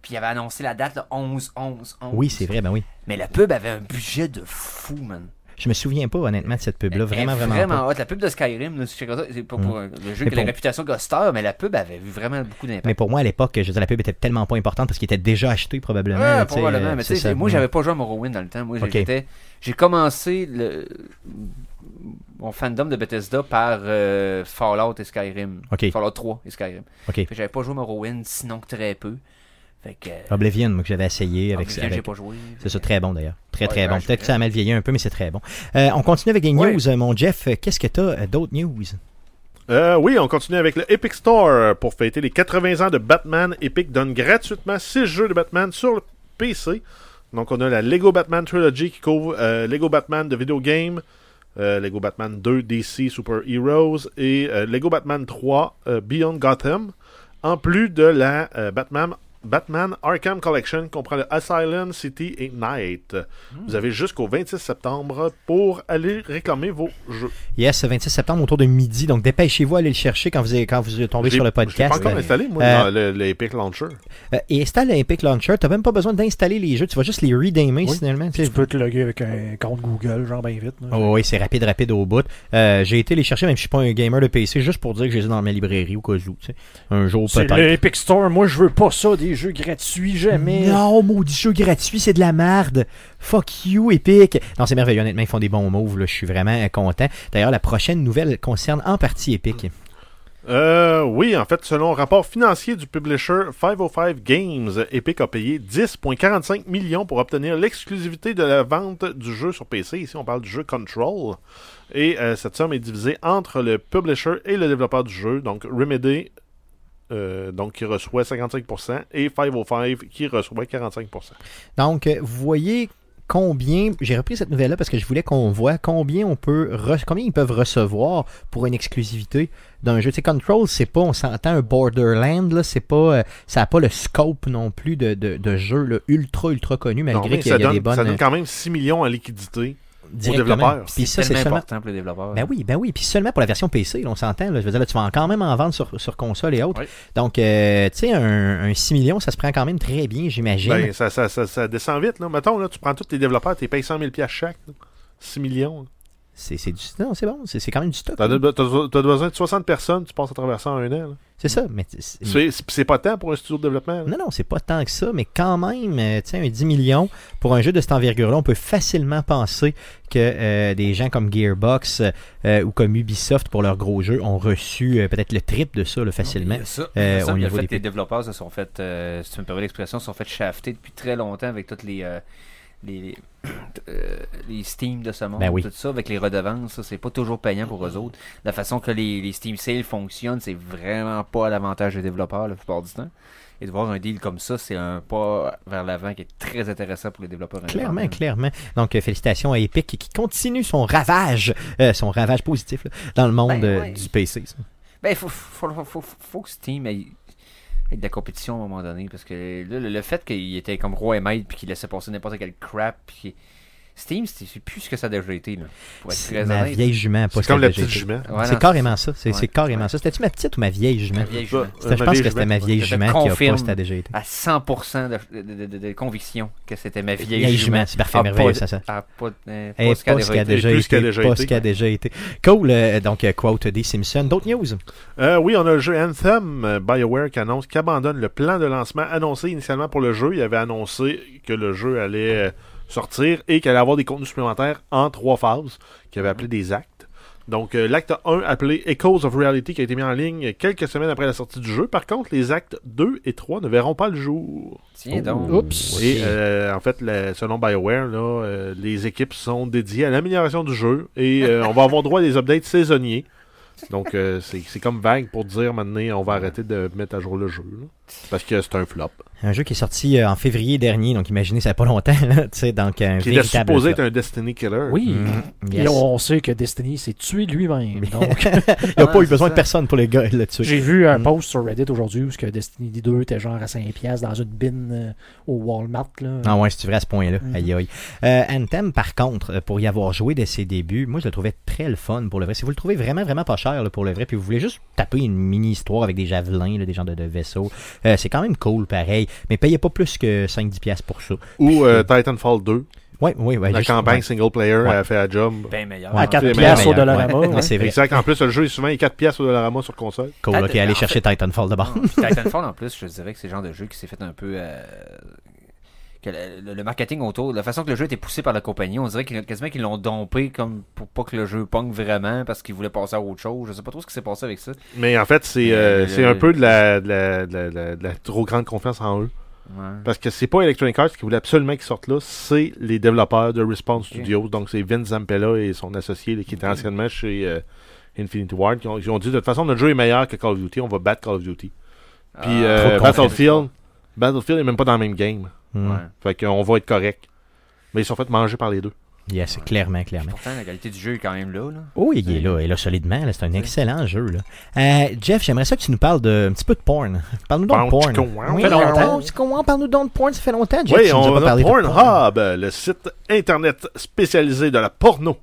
Speaker 4: Puis il avait annoncé la date, le 11, 11, 11.
Speaker 1: Oui, c'est vrai, ben oui.
Speaker 4: Mais la pub avait un budget de fou, man.
Speaker 1: Je me souviens pas, honnêtement, de cette pub-là.
Speaker 4: Elle est
Speaker 1: Vraiment, vraiment. pas.
Speaker 4: vraiment hot. La pub de Skyrim, là, si je fais ça, c'est pas pour euh, le jeu
Speaker 1: Mais
Speaker 4: qui a la
Speaker 1: pour-
Speaker 4: réputation Ghoster, mais la pub avait eu vraiment beaucoup
Speaker 1: Mais
Speaker 4: d'impact.
Speaker 1: pour moi, à l'époque, je veux dire, la pub était tellement pas importante parce qu'il était déjà acheté, probablement.
Speaker 4: Ah,
Speaker 1: là, tu sais,
Speaker 4: probablement,
Speaker 1: euh,
Speaker 4: mais tu
Speaker 1: c'est
Speaker 4: sais,
Speaker 1: ça.
Speaker 4: moi j'avais pas joué à Morrowind dans le temps. Moi
Speaker 1: Ok.
Speaker 4: j'étais- j'ai commencé le... mon fandom de Bethesda par euh, Fallout et Skyrim.
Speaker 1: Ok.
Speaker 4: Fallout 3 et Skyrim.
Speaker 1: Ok.
Speaker 4: Fait que J'avais pas joué à Morrowind, sinon que très peu. Fait que. euh,
Speaker 1: Oblivion, moi, que j'avais essayé avec
Speaker 4: Oblivion, Ah, j'ai
Speaker 1: avec-
Speaker 4: pas joué.
Speaker 1: C'est ça,
Speaker 4: Fait que-
Speaker 1: très bon d'ailleurs. Très, très
Speaker 4: Ouais,
Speaker 1: bon.
Speaker 4: ouais,
Speaker 1: Peut-être
Speaker 4: je-
Speaker 1: que ça a mal vieilli un peu, mais c'est très bon. Euh, on continue avec des
Speaker 4: Ouais.
Speaker 1: news, euh, mon Jeff. euh, Qu'est-ce que t'as euh, d'autres news?
Speaker 3: Euh, oui, on continue avec le Epic Store pour fêter les 80 ans de Batman. Epic donne gratuitement 6 jeux de Batman sur le PC. Donc, on a la Lego Batman Trilogy qui couvre euh, Lego Batman de Video Game, euh, Lego Batman 2 DC Super Heroes et euh, Lego Batman 3 euh, Beyond Gotham. En plus de la euh, Batman, Batman Arkham Collection qui comprend le Asylum, City et Night. Vous avez jusqu'au 26 septembre pour aller réclamer vos jeux.
Speaker 1: Yes, 26 septembre autour de midi. Donc dépêchez-vous à aller le chercher quand vous, êtes- quand vous tombez
Speaker 3: Je l'ai-
Speaker 1: sur le
Speaker 3: je l'ai
Speaker 1: podcast.
Speaker 3: pas encore installé, moi,
Speaker 1: Euh,
Speaker 3: dans le- l'Epic Launcher.
Speaker 1: Euh, et installe Epic Launcher. T'as même pas besoin d'installer les jeux. Tu vas juste les redamer
Speaker 2: Oui.
Speaker 1: finalement. tu
Speaker 2: Puis
Speaker 1: sais.
Speaker 2: tu peux te loguer avec un compte Google, genre bien vite. là.
Speaker 4: Ah
Speaker 1: Oh oui, c'est rapide, rapide au bout. Euh, j'ai été les chercher, même si je suis pas un gamer de PC, juste pour dire que j'ai dans ma librairie au cas où. tu sais. Un jour
Speaker 2: C'est
Speaker 1: oh, peut-être.
Speaker 2: le Epic Store, moi je veux pas ça, des jeux gratuits, jamais.
Speaker 1: Non, maudit jeu gratuit, c'est de la merde. Fuck you, Epic. Non, c'est merveilleux, honnêtement, ils font des bons moves. là. Je suis vraiment euh, content. D'ailleurs, la prochaine nouvelle concerne en partie Epic.
Speaker 3: Euh, oui, en fait, selon un rapport financier du publisher 505 Games, Epic a payé 10,45 millions pour obtenir l'exclusivité de la vente du jeu sur PC. Ici, on parle du jeu Control. Et euh, cette somme est divisée entre le publisher et le développeur du jeu, donc Remedy, euh, donc qui reçoit 55%, et 505 qui reçoit 45%.
Speaker 1: Donc, euh, vous voyez combien, j'ai repris cette nouvelle-là parce que je voulais qu'on voit combien on peut, re- combien ils peuvent recevoir pour une exclusivité d'un jeu. Tu sais, Control, c'est pas, on s'entend, un Borderland, là, c'est pas, euh, ça a pas le scope non plus de, de, de jeu là, ultra, ultra connu,
Speaker 3: Non,
Speaker 1: malgré
Speaker 3: mais
Speaker 1: qu'il y a
Speaker 3: ça,
Speaker 1: des
Speaker 3: donne,
Speaker 1: bonnes... euh,
Speaker 3: ça donne quand même 6 millions en liquidité.
Speaker 1: directement.
Speaker 3: développeurs.
Speaker 1: Puis ça, c'est
Speaker 4: tellement
Speaker 1: seulement...
Speaker 4: important pour les développeurs.
Speaker 1: Ben oui, ben oui, puis seulement pour la version PC, là, on s'entend. là. Je veux dire, là, tu vas en- quand même en vendre sur, sur console et autres.
Speaker 3: Oui.
Speaker 1: Donc, euh, tu sais, un, un 6 millions, ça se prend quand même très bien, j'imagine.
Speaker 3: Ben, ça, ça, ça, ça descend vite. Là. Mettons, là, tu prends tous tes développeurs, tu les payes 100 000 piastres chaque. là. 6 millions. là.
Speaker 1: c'est c'est du... Non, c'est bon, c'est c'est quand même du stock.
Speaker 3: T'as de- t'as- t'as besoin de 60 personnes, tu passes à travers ça en un an. là.
Speaker 1: C'est ça, mais... c'est-
Speaker 3: C'est- C'est c'est pas tant pour un studio de développement. là.
Speaker 1: Mm. Non, non, c'est pas tant que ça, mais quand même, euh, tu sais, un 10 millions pour un jeu de cette envergure-là, on peut facilement penser que euh, des gens comme Gearbox euh, ou comme Ubisoft pour leurs gros jeux ont reçu euh, peut-être le triple de ça là, facilement.
Speaker 4: Ça,
Speaker 1: Euh,
Speaker 4: ça,
Speaker 1: au
Speaker 4: le
Speaker 1: niveau
Speaker 4: fait
Speaker 1: des
Speaker 4: que les développeurs se sont fait, euh, si tu me permets l'expression, se sont fait shafter depuis très longtemps avec toutes les. euh, les, les, euh, les Steam de ce monde,
Speaker 1: Ben oui.
Speaker 4: tout ça, avec les redevances, ça, c'est pas toujours payant pour eux autres. La façon que les, les Steam Sales fonctionnent, c'est vraiment pas à l'avantage des développeurs la plupart du temps. Et de voir un deal comme ça, c'est un pas vers l'avant qui est très intéressant pour les développeurs.
Speaker 1: Clairement,
Speaker 4: indépendants.
Speaker 1: clairement. Donc, euh, félicitations à Epic qui continue son ravage, euh, son ravage positif là, dans le monde
Speaker 4: Ben
Speaker 1: euh,
Speaker 4: ouais.
Speaker 1: du PC. ça.
Speaker 4: Ben, faut, faut, faut, faut- faut que Steam ait, ait de la compétition à un moment donné. Parce que là, le, le fait qu'il était comme roi et maître puis qu'il laissait passer n'importe quel crap. Puis qu'il- Steam, c'est c'est plus ce que ça a déjà été. Là, pour être
Speaker 1: C'est
Speaker 4: très
Speaker 1: ma
Speaker 4: honnête.
Speaker 1: vieille jument. pas
Speaker 3: C'est
Speaker 1: ce
Speaker 3: comme
Speaker 1: que
Speaker 3: la
Speaker 1: j'ai
Speaker 3: petite
Speaker 1: été.
Speaker 3: jument.
Speaker 4: Ouais,
Speaker 1: c'est
Speaker 4: non,
Speaker 1: carrément ça. C'est
Speaker 4: ouais,
Speaker 1: c'est carrément
Speaker 4: ouais.
Speaker 1: ça. C'était-tu ma petite ou ma vieille jument?
Speaker 4: Ma vieille jument.
Speaker 1: C'était- Je pense que c'était ma vieille
Speaker 4: Je te
Speaker 1: jument qui a
Speaker 4: confirme.
Speaker 1: pas ça a déjà été.
Speaker 4: À 100% de, de, de- de- de conviction que c'était ma vieille,
Speaker 1: Vieille
Speaker 4: jument.
Speaker 1: jument, c'est parfait,
Speaker 4: Ah,
Speaker 1: merveilleux,
Speaker 4: pas-
Speaker 1: ça, ça.
Speaker 4: ah, pas, euh,
Speaker 1: Eh,
Speaker 4: pas ce qu'elle
Speaker 1: pas ce
Speaker 4: avait
Speaker 1: qui a
Speaker 4: été.
Speaker 1: déjà
Speaker 3: plus
Speaker 1: été,
Speaker 3: qu'elle a déjà
Speaker 1: pas
Speaker 3: été.
Speaker 1: ce qui a déjà été. Cool, euh, donc euh, quote des Simpsons. D'autres news?
Speaker 3: Euh, oui, on a le jeu Anthem, euh, BioWare qui annonce qui abandonne le plan de lancement annoncé initialement pour le jeu. Il avait annoncé que le jeu allait euh, sortir et qu'il allait avoir des contenus supplémentaires en trois phases, qu'il avait appelé des actes. Donc, euh, l'acte 1, appelé Echoes of Reality, qui a été mis en ligne quelques semaines après la sortie du jeu. Par contre, les actes 2 et 3 ne verront pas le jour.
Speaker 4: Tiens donc.
Speaker 2: Oups.
Speaker 3: Et euh, en fait, la- selon BioWare, là, euh, les équipes sont dédiées à l'amélioration du jeu et euh, on va avoir droit à des updates saisonniers. Donc, euh, c'est c'est comme vague pour dire maintenant, on va arrêter de mettre à jour le jeu. là. parce que c'est un flop.
Speaker 1: Un jeu qui est sorti euh, en février dernier, donc imaginez, ça n'a pas longtemps. là, tu sais, donc un
Speaker 3: Qui était
Speaker 1: véritable
Speaker 3: supposé être
Speaker 1: flop.
Speaker 3: un Destiny Killer.
Speaker 2: Oui.
Speaker 1: Mm,
Speaker 2: Et
Speaker 1: yes.
Speaker 2: on sait que Destiny s'est tué lui-même. Donc,
Speaker 1: Il n'y a pas
Speaker 4: Ouais,
Speaker 1: eu besoin de
Speaker 4: c'est ça.
Speaker 1: personne pour le gars le tuer.
Speaker 2: j'ai vu un
Speaker 1: Mm.
Speaker 2: post sur Reddit aujourd'hui où ce que Destiny 2 était genre à 5$ dans une bin euh, au Walmart. Là.
Speaker 1: Ah ouais, si tu vrai à ce point-là.
Speaker 2: Mhm.
Speaker 1: Aïe aïe. Euh, Anthem, par contre, euh, pour y avoir joué dès ses débuts, moi je le trouvais très le fun pour le vrai. Si vous le trouvez vraiment, vraiment pas cher là, pour le vrai, puis vous voulez juste taper une mini-histoire avec des javelins, là, des genres de, de vaisseaux, euh, c'est quand même cool pareil. Mais payez pas plus que 5-10$ pour ça.
Speaker 3: Ou euh, Titanfall 2.
Speaker 1: Ouais, ouais, ouais.
Speaker 3: la
Speaker 1: juste-
Speaker 3: campagne
Speaker 1: ouais.
Speaker 3: single player
Speaker 1: Ben, Ouais.
Speaker 3: a fait la job.
Speaker 4: Bien meilleur.
Speaker 1: Ouais.
Speaker 2: à 4$
Speaker 3: c'est
Speaker 2: piastres au
Speaker 1: meilleur,
Speaker 2: Dollarama.
Speaker 1: ouais. Non,
Speaker 2: ouais.
Speaker 1: c'est vrai.
Speaker 3: Exact. En plus, le jeu est souvent 4 piastres au Dollarama sur console.
Speaker 1: Cool,
Speaker 4: Ah,
Speaker 1: ok,
Speaker 4: t'as-
Speaker 1: allez
Speaker 4: en
Speaker 1: chercher Titanfall d'abord.
Speaker 4: Non, puis Titanfall en plus, je dirais que c'est le genre de jeu qui s'est fait un peu. euh, que le, le- le marketing autour, la façon que le jeu était poussé par la compagnie, on dirait qu'ils quasiment qu'ils l'ont dompé comme pour pas que le jeu pong vraiment parce qu'ils voulaient passer à autre chose. Je sais pas trop ce qui s'est passé avec ça.
Speaker 3: Mais en fait, c'est euh,
Speaker 4: Euh,
Speaker 3: c'est un peu de la, de la- de la- de la- de la trop grande confiance en eux.
Speaker 4: Ouais.
Speaker 3: Parce que c'est pas Electronic Arts qui voulait absolument qu'ils sortent là, c'est les développeurs de Respawn
Speaker 4: Ok.
Speaker 3: Studios. Donc c'est Vince Zampella et son associé là, qui était anciennement chez euh, Infinity Ward, qui ont, qui ont dit de toute façon, notre jeu est meilleur que Call of Duty, on va battre Call of Duty.
Speaker 4: Ah,
Speaker 3: Puis euh,
Speaker 4: trop de confiance.
Speaker 3: Battlefield, Battlefield est même pas dans le même game.
Speaker 1: Hmm.
Speaker 4: Ouais.
Speaker 3: Fait qu'on va être correct. Mais ils sont fait manger par les deux.
Speaker 1: Yes, clairement, clairement.
Speaker 4: Pourtant, la qualité du jeu est quand même là. là.
Speaker 1: Oh, il est là, il est là solidement. là. C'est un excellent jeu. Là. Euh, Jeff, j'aimerais ça que tu nous parles de, un petit peu de porn. Parle-nous donc de
Speaker 3: Bon, hein,
Speaker 1: porn.
Speaker 3: tu comprends?
Speaker 1: Oui,
Speaker 2: Ça fait longtemps.
Speaker 1: oh, tu comprends? Parle-nous donc de porn, ça fait longtemps, Jeff.
Speaker 3: Oui,
Speaker 1: tu nous as
Speaker 3: on
Speaker 1: pas
Speaker 3: a ah!
Speaker 1: parlé de porn.
Speaker 3: Pornhub, le site internet spécialisé de la porno,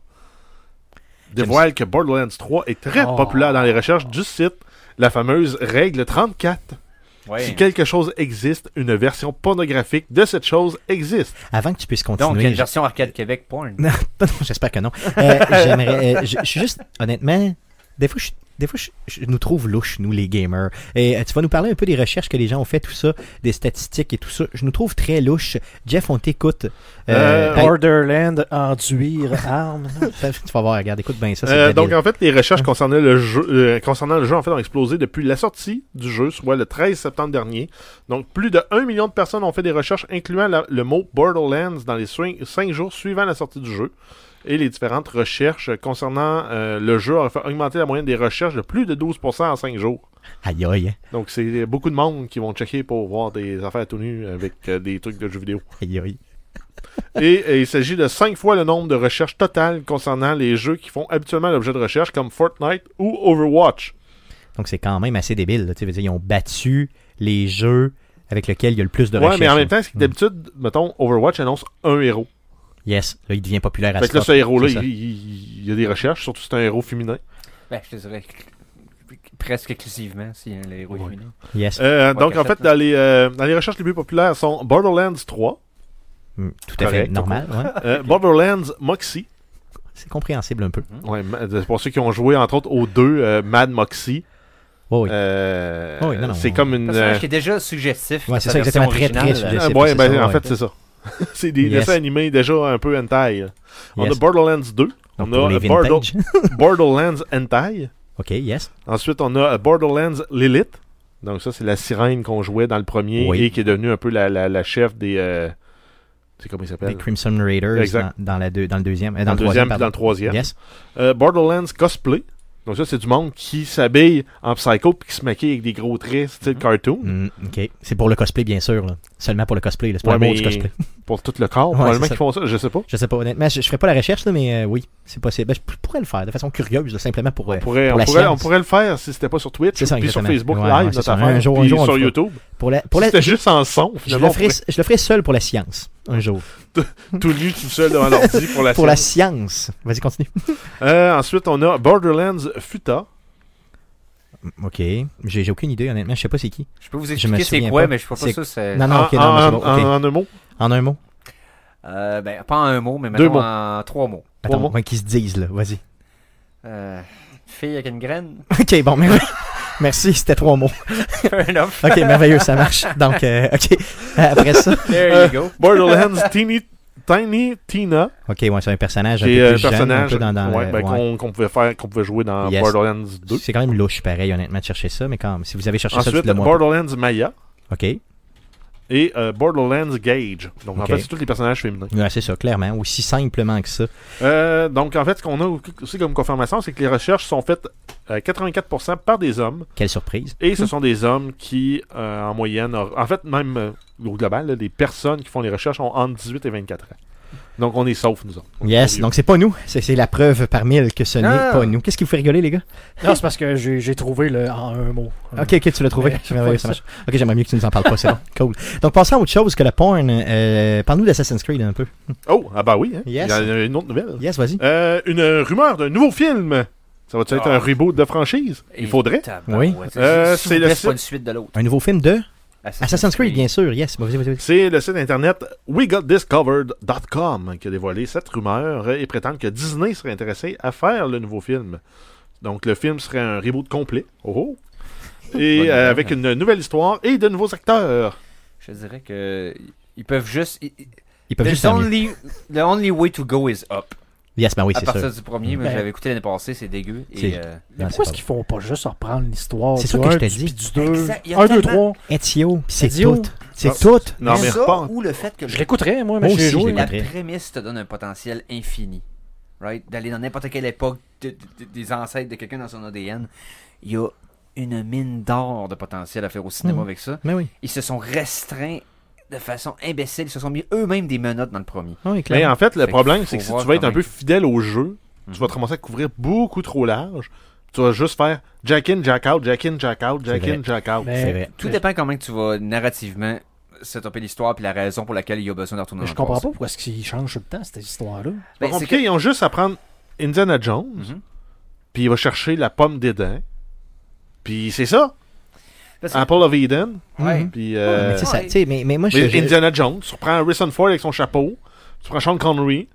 Speaker 3: dévoile que Borderlands 3 est très
Speaker 2: Oh.
Speaker 3: populaire dans les recherches du site. La fameuse règle 34. Si
Speaker 4: Ouais.
Speaker 3: quelque chose existe, une version pornographique de cette chose existe.
Speaker 1: Avant que tu puisses continuer.
Speaker 4: Donc, il y a une
Speaker 1: je-
Speaker 4: version Arcade Québec porn.
Speaker 1: Non, non, j'espère que non. Euh, J'aimerais. euh, je je suis juste, honnêtement, des fois, je, des fois, je, je nous trouve louches, nous, les gamers. Et euh, tu vas nous parler un peu des recherches que les gens ont fait, tout ça, des statistiques et tout ça. Je nous trouve très louches. Jeff, on t'écoute.
Speaker 3: Euh,
Speaker 1: ben,
Speaker 2: Borderland, enduire, arme.
Speaker 1: tu vas voir, regarde, écoute bien ça. c'est Ah.
Speaker 3: Euh,
Speaker 1: débile.
Speaker 3: donc en fait, les recherches concernant le jeu, euh, concernant le jeu en fait ont explosé depuis la sortie du jeu, soit le 13 septembre dernier. Donc plus de 1 million de personnes ont fait des recherches incluant la- le mot Borderlands dans les 5 jours suivant la sortie du jeu. Et les différentes recherches concernant euh, le jeu ont fait augmenter la moyenne des recherches de plus de 12% en 5 jours.
Speaker 1: Aïe, aïe, hein.
Speaker 3: Donc c'est beaucoup de monde qui vont checker pour voir des affaires tout nues avec euh, des trucs de jeux vidéo.
Speaker 1: aïe, aïe.
Speaker 3: Et, euh, il s'agit de 5 fois le nombre de recherches totales concernant les jeux qui font habituellement l'objet de recherches comme Fortnite ou Overwatch.
Speaker 1: Donc c'est quand même assez débile. là. Tu sais, veux dire, ils ont battu les jeux avec lesquels il y a le plus de hein.
Speaker 3: ouais,
Speaker 1: recherches.
Speaker 3: mais en même
Speaker 1: là.
Speaker 3: temps, c'est que d'habitude, mettons, Overwatch annonce un héros.
Speaker 1: Yes, là, il devient populaire à
Speaker 3: fait que là,
Speaker 1: stop.
Speaker 3: ce héros-là,
Speaker 1: Ah, C'est ça.
Speaker 3: il, il- il y a des recherches, surtout si c'est un héros féminin.
Speaker 4: Ben, je te dirais que- presque exclusivement si hein, les héros
Speaker 3: Ouais.
Speaker 4: féminins.
Speaker 1: Yes,
Speaker 3: Euh, donc, en
Speaker 4: cachette,
Speaker 1: hein.
Speaker 3: fait,
Speaker 4: là.
Speaker 3: dans les, euh, dans les recherches les plus populaires sont Borderlands 3,
Speaker 1: Mm, tout à fait
Speaker 3: correct,
Speaker 1: normal. ouais.
Speaker 3: euh, Borderlands Moxie.
Speaker 1: C'est compréhensible un peu.
Speaker 3: Ouais, ma- c'est pour ceux qui ont joué, entre autres, aux deux, euh, Mad Moxie.
Speaker 1: Ouais, ouais.
Speaker 3: Euh,
Speaker 1: Oui, non, non,
Speaker 3: c'est
Speaker 1: on-
Speaker 3: comme une.
Speaker 4: personnage
Speaker 3: euh,
Speaker 4: qui est déjà suggestif.
Speaker 1: Ouais,
Speaker 4: dans
Speaker 1: c'est
Speaker 4: sa
Speaker 1: ça,
Speaker 4: version
Speaker 1: exactement, très, très
Speaker 4: originale.
Speaker 1: suggestif.
Speaker 3: Ah,
Speaker 1: c'est-
Speaker 3: ouais,
Speaker 1: c'est
Speaker 3: ben,
Speaker 1: ça,
Speaker 3: en
Speaker 1: ouais.
Speaker 3: fait, c'est ça. c'est des
Speaker 1: Yes.
Speaker 3: dessins animés déjà un peu hentai. là. On
Speaker 1: Yes.
Speaker 3: a Borderlands 2,
Speaker 1: Donc,
Speaker 3: on
Speaker 1: pour
Speaker 3: a
Speaker 1: les
Speaker 3: euh, Bordo-
Speaker 1: vintage.
Speaker 3: Borderlands hentai.
Speaker 1: OK, yes.
Speaker 3: Ensuite, on a euh, Borderlands Lilith. Donc ça, c'est la sirène qu'on jouait dans le premier
Speaker 1: Oui.
Speaker 3: et qui est devenue un peu la, la- la chef des... euh, C'est comment il
Speaker 1: Des
Speaker 3: s'appelle?
Speaker 1: Crimson Raiders dans,
Speaker 3: Ben, Exact.
Speaker 1: dans la deux, dans le deuxième. euh,
Speaker 3: Dans
Speaker 1: dans,
Speaker 3: le deuxième
Speaker 1: troisième,
Speaker 3: puis dans le
Speaker 1: pardon.
Speaker 3: troisième.
Speaker 1: Yes.
Speaker 3: Euh, Borderlands Cosplay. Donc ça, c'est du monde qui s'habille en psycho puis qui se maquille avec des gros traits style cartoon.
Speaker 1: Mm, OK. C'est pour le cosplay, bien sûr. là. Seulement pour le cosplay. là. C'est pas
Speaker 3: Ouais,
Speaker 1: un mot
Speaker 3: mais
Speaker 1: du cosplay.
Speaker 3: Pour tout le corps,
Speaker 1: Ouais,
Speaker 3: probablement
Speaker 1: c'est Euh,
Speaker 3: qu'ils font ça, je sais pas.
Speaker 1: Je sais pas, honnêtement. Je, je ferai pas la recherche, là, mais euh, oui, c'est possible. Ben, je p- pourrais le faire de façon curieuse, là, simplement pour. euh,
Speaker 3: On pourrait,
Speaker 1: pour
Speaker 3: on,
Speaker 1: la
Speaker 3: pourrait,
Speaker 1: science.
Speaker 3: on pourrait le faire si c'était pas sur Twitch,
Speaker 1: C'est ça,
Speaker 3: puis sur
Speaker 1: exactement.
Speaker 3: Facebook
Speaker 1: Ouais, ouais,
Speaker 3: Live,
Speaker 1: c'est
Speaker 3: notre
Speaker 1: ça. Un
Speaker 3: affaire,
Speaker 1: jour- un
Speaker 3: puis
Speaker 1: jour, on
Speaker 3: sur
Speaker 1: le fera.
Speaker 3: YouTube.
Speaker 1: pour la, pour
Speaker 3: Si
Speaker 1: la-
Speaker 3: c'était juste en son,
Speaker 1: je,
Speaker 3: finalement,
Speaker 1: le
Speaker 3: on
Speaker 1: ferai,
Speaker 3: pourrait
Speaker 1: je le ferai seul pour la science, un jour.
Speaker 3: tout nu, tout seul devant l'ordi pour la
Speaker 1: Pour la
Speaker 3: science.
Speaker 1: science. Vas-y, continue.
Speaker 3: Euh, ensuite, on a Borderlands Futa.
Speaker 1: OK. J'ai j'ai aucune idée, honnêtement. Je sais pas c'est qui.
Speaker 4: Je peux vous
Speaker 1: Je me
Speaker 4: expliquer c'est
Speaker 1: souviens
Speaker 4: quoi,
Speaker 1: pas.
Speaker 4: mais je ne suis
Speaker 1: C'est-
Speaker 4: pas sûr. c'est-
Speaker 1: Ah Non, non,
Speaker 3: en,
Speaker 1: OK, non, mais c'est bon,
Speaker 3: en-
Speaker 1: OK.
Speaker 3: en un mot.
Speaker 1: En un mot.
Speaker 4: Euh, ben, pas en un mot, mais
Speaker 3: Deux
Speaker 4: mettons
Speaker 3: mots.
Speaker 4: en trois mots.
Speaker 1: Attends,
Speaker 3: mots.
Speaker 1: ouais, qu'ils se disent, là. Vas-y.
Speaker 4: Euh, fille avec une graine,
Speaker 1: OK, bon, mais... Merci, c'était trois mots.
Speaker 4: fair enough.
Speaker 1: OK, merveilleux, ça marche. Donc, euh, OK. Euh, Après ça.
Speaker 4: There you go.
Speaker 3: Borderlands Teeny, Tiny Tina,
Speaker 1: OK, ouais, c'est un personnage un
Speaker 3: qui est
Speaker 1: peu
Speaker 3: un
Speaker 1: Ah, plus jeune,
Speaker 3: euh, personnage
Speaker 1: un peu dans, dans
Speaker 3: ouais,
Speaker 1: le-
Speaker 3: ben,
Speaker 1: ouais.
Speaker 3: qu'on qu'on pouvait faire, qu'on pouvait jouer dans
Speaker 1: Yes.
Speaker 3: Borderlands 2.
Speaker 1: C'est quand même louche, pareil, honnêtement, de chercher ça, mais quand si vous avez cherché ça,
Speaker 3: Ensuite,
Speaker 1: dites-le moi.
Speaker 3: Borderlands Maya
Speaker 1: OK. Ouais,
Speaker 3: et euh, Borderlands Gage. Donc, en
Speaker 1: Ok.
Speaker 3: fait, c'est tous les personnages féminins.
Speaker 1: c'est ça, clairement. Aussi simplement que ça.
Speaker 3: Euh, donc, en fait, ce qu'on a aussi comme confirmation, c'est que les recherches sont faites euh, 84% par des hommes.
Speaker 1: Quelle surprise.
Speaker 3: Et ce sont des hommes qui, euh, en moyenne, or- en fait, même euh, au global, là, les personnes qui font les recherches ont entre 18 et 24 ans. Donc, on est sauf, nous autres. On est
Speaker 1: Yes,
Speaker 3: curieux.
Speaker 1: donc c'est pas nous. C'est c'est la preuve par mille que ce n'est
Speaker 4: Ah.
Speaker 1: pas nous. Qu'est-ce qui vous fait rigoler, les gars?
Speaker 2: Non, c'est parce que j'ai j'ai trouvé le en un mot.
Speaker 1: Ok, ok, tu l'as trouvé.
Speaker 2: Ouais,
Speaker 1: Merveilleux,
Speaker 2: ouais,
Speaker 1: ça marche. Ok, j'aimerais mieux que tu nous en parles pas, c'est bon. Cool. Donc, passons à autre chose que la porn. euh, Parle-nous d'Assassin's Creed un peu.
Speaker 3: Oh, ah bah oui, hein.
Speaker 1: Yes.
Speaker 3: il y en a une autre nouvelle.
Speaker 1: Yes, vas-y.
Speaker 3: Euh, une rumeur d'un nouveau film. Ça va-tu être
Speaker 4: Ah.
Speaker 3: un reboot de franchise? Il faudrait.
Speaker 1: Oui.
Speaker 3: Euh, c'est
Speaker 4: c'est
Speaker 3: le
Speaker 4: le
Speaker 3: site-
Speaker 4: pas une suite de l'autre.
Speaker 1: Un nouveau film de Assassin's Creed, bien sûr. Yes, vas-y, vas-y. vas-y.
Speaker 3: C'est le site internet wegotdiscovered.com qui a dévoilé cette rumeur et prétend que Disney serait intéressé à faire le nouveau film. Donc le film serait un reboot complet. Oh oh.
Speaker 4: Bonne
Speaker 3: Et
Speaker 4: nouvelle.
Speaker 3: euh, avec une nouvelle histoire et de nouveaux acteurs.
Speaker 4: Je dirais que ils peuvent juste. ils- ils-
Speaker 1: Ils peuvent juste
Speaker 4: There's
Speaker 1: s'ennuyer.
Speaker 4: only, the only way to go is up.
Speaker 1: Yes, ben oui,
Speaker 4: à
Speaker 1: c'est
Speaker 4: partir
Speaker 1: sûr.
Speaker 4: du premier, mais
Speaker 2: Ben-
Speaker 4: j'avais écouté l'année passée, c'est dégueu.
Speaker 1: C'est-
Speaker 4: Et, euh,
Speaker 2: Mais
Speaker 1: Non,
Speaker 2: pourquoi
Speaker 1: c'est
Speaker 2: est-ce qu'ils font pas juste reprendre l'histoire
Speaker 1: C'est
Speaker 2: du
Speaker 1: ça que je
Speaker 2: 1
Speaker 1: te
Speaker 2: puis
Speaker 1: dis.
Speaker 2: du 2
Speaker 4: Exact, il y a
Speaker 2: 1, 2,
Speaker 4: tellement-
Speaker 2: 3
Speaker 1: Ezio, pis c'est
Speaker 2: Ezio.
Speaker 1: tout. C'est
Speaker 3: Ah,
Speaker 1: tout.
Speaker 3: Non, mais
Speaker 4: ça,
Speaker 3: repens-
Speaker 4: ou le fait que
Speaker 2: Je l'écouterais, moi, mais
Speaker 1: Moi aussi,
Speaker 2: j'ai
Speaker 1: je
Speaker 2: joué.
Speaker 1: l'écoute.
Speaker 4: la
Speaker 1: l'écouterais.
Speaker 4: prémisse te donne un potentiel infini. right? D'aller dans n'importe quelle époque de- de- de- des ancêtres de quelqu'un dans son ADN. Il y a une mine d'or de potentiel à faire au cinéma
Speaker 1: Mhm.
Speaker 4: avec ça.
Speaker 1: Mais oui.
Speaker 4: Ils se sont restreints de façon imbécile. Ils se sont mis eux-mêmes des menottes dans le premier.
Speaker 1: Oui,
Speaker 3: Mais
Speaker 1: clairement.
Speaker 3: en fait,
Speaker 4: Fait
Speaker 3: le
Speaker 4: qu'il
Speaker 3: problème,
Speaker 4: faut
Speaker 3: c'est que si
Speaker 4: voir
Speaker 3: tu veux être un
Speaker 4: comment
Speaker 3: peu
Speaker 4: il-
Speaker 3: fidèle au jeu, tu
Speaker 4: Mhm.
Speaker 3: vas te commencer à couvrir beaucoup trop large. Tu vas juste faire jack in, jack out, jack in, jack out, jack
Speaker 1: C'est
Speaker 3: in, jack out.
Speaker 1: C'est
Speaker 2: Mais
Speaker 1: vrai.
Speaker 4: Tout dépend comment que tu vas narrativement setuper l'histoire puis la raison pour laquelle il y a besoin de retourner
Speaker 2: mais
Speaker 4: dans
Speaker 2: je
Speaker 4: le
Speaker 2: comprends pas
Speaker 4: passé.
Speaker 2: pourquoi est-ce qu'ils changent tout le temps cette histoire-là.
Speaker 3: C'est
Speaker 4: Ben,
Speaker 3: pas
Speaker 4: c'est
Speaker 3: compliqué, ils ont juste à prendre Indiana Jones,
Speaker 4: Mhm.
Speaker 3: puis il va chercher la pomme d'Éden. Puis c'est ça.
Speaker 4: Parce que-
Speaker 3: Apple of Eden.
Speaker 4: Ouais.
Speaker 1: Mhm.
Speaker 3: Puis
Speaker 1: Mais
Speaker 3: euh,
Speaker 1: tu sais, ça,
Speaker 4: ouais.
Speaker 1: tu sais, mais, mais moi, je,
Speaker 3: mais
Speaker 1: je-
Speaker 3: Indiana Jones. Tu prends Harrison Ford avec son chapeau. Tu prends Sean Connery.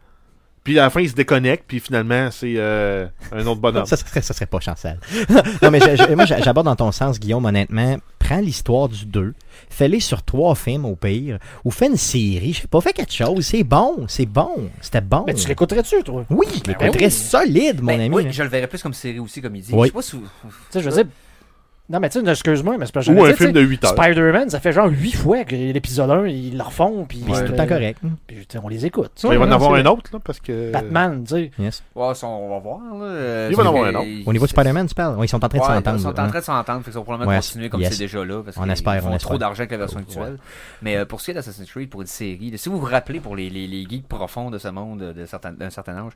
Speaker 3: Puis à la fin, il se déconnecte. Puis finalement, c'est euh, un autre bonhomme.
Speaker 1: Ça serait, ça serait pas Chantal. non, mais je- je- moi, j'a- j'aborde dans ton sens, Guillaume, honnêtement. Prends l'histoire du 2, fais-les sur trois films au pire, ou fais une série, je sais pas, fais quelque chose. C'est bon, c'est bon, c'était bon.
Speaker 2: Mais tu l'écouterais-tu, toi?
Speaker 1: Oui, je
Speaker 2: Ben
Speaker 1: l'écouterais
Speaker 2: Oh. oui.
Speaker 1: solide, mon
Speaker 4: Ben,
Speaker 1: ami.
Speaker 4: Oui,
Speaker 1: là.
Speaker 4: je le verrais plus comme série aussi, comme il dit.
Speaker 1: Oui.
Speaker 4: Je sais pas si vous-
Speaker 2: Tu sais, je veux dire. Non, mais tu sais, excuse-moi, mais c'est parce que
Speaker 3: Ou
Speaker 2: j'allais
Speaker 3: un
Speaker 2: dire,
Speaker 3: film
Speaker 2: tu
Speaker 3: de 8
Speaker 2: sais,
Speaker 3: heures.
Speaker 2: Spider-man, ça fait genre 8 fois que l'épisode 1, ils le refont, puis euh,
Speaker 1: Puis c'est
Speaker 4: Ouais.
Speaker 1: tout le temps correct.
Speaker 2: Puis, tu sais, on les écoute.
Speaker 3: il va en
Speaker 1: non,
Speaker 3: avoir
Speaker 1: c'est
Speaker 3: un autre, là, parce que.
Speaker 2: Batman, tu sais.
Speaker 1: Yes.
Speaker 4: Ouais, ça, on va voir. Là.
Speaker 3: Il va en avoir un autre.
Speaker 1: Au niveau du Spider-Man, tu parles. Oui, ils sont en train de s'entendre.
Speaker 4: Ils sont en
Speaker 1: hein.
Speaker 4: train de s'entendre. Fait qu'ils vont probablement
Speaker 1: Ouais,
Speaker 4: continuer comme
Speaker 1: yes.
Speaker 4: c'est déjà là. Parce
Speaker 1: On
Speaker 4: qu'ils
Speaker 1: espère, on
Speaker 4: font
Speaker 1: espère.
Speaker 4: trop d'argent avec la version
Speaker 1: Ouais.
Speaker 4: actuelle. Mais euh, pour ce qui est d'Assassin's Creed, pour une série, là, si vous vous rappelez pour les, les, les geeks profonds de ce monde euh, de certains- d'un certain âge,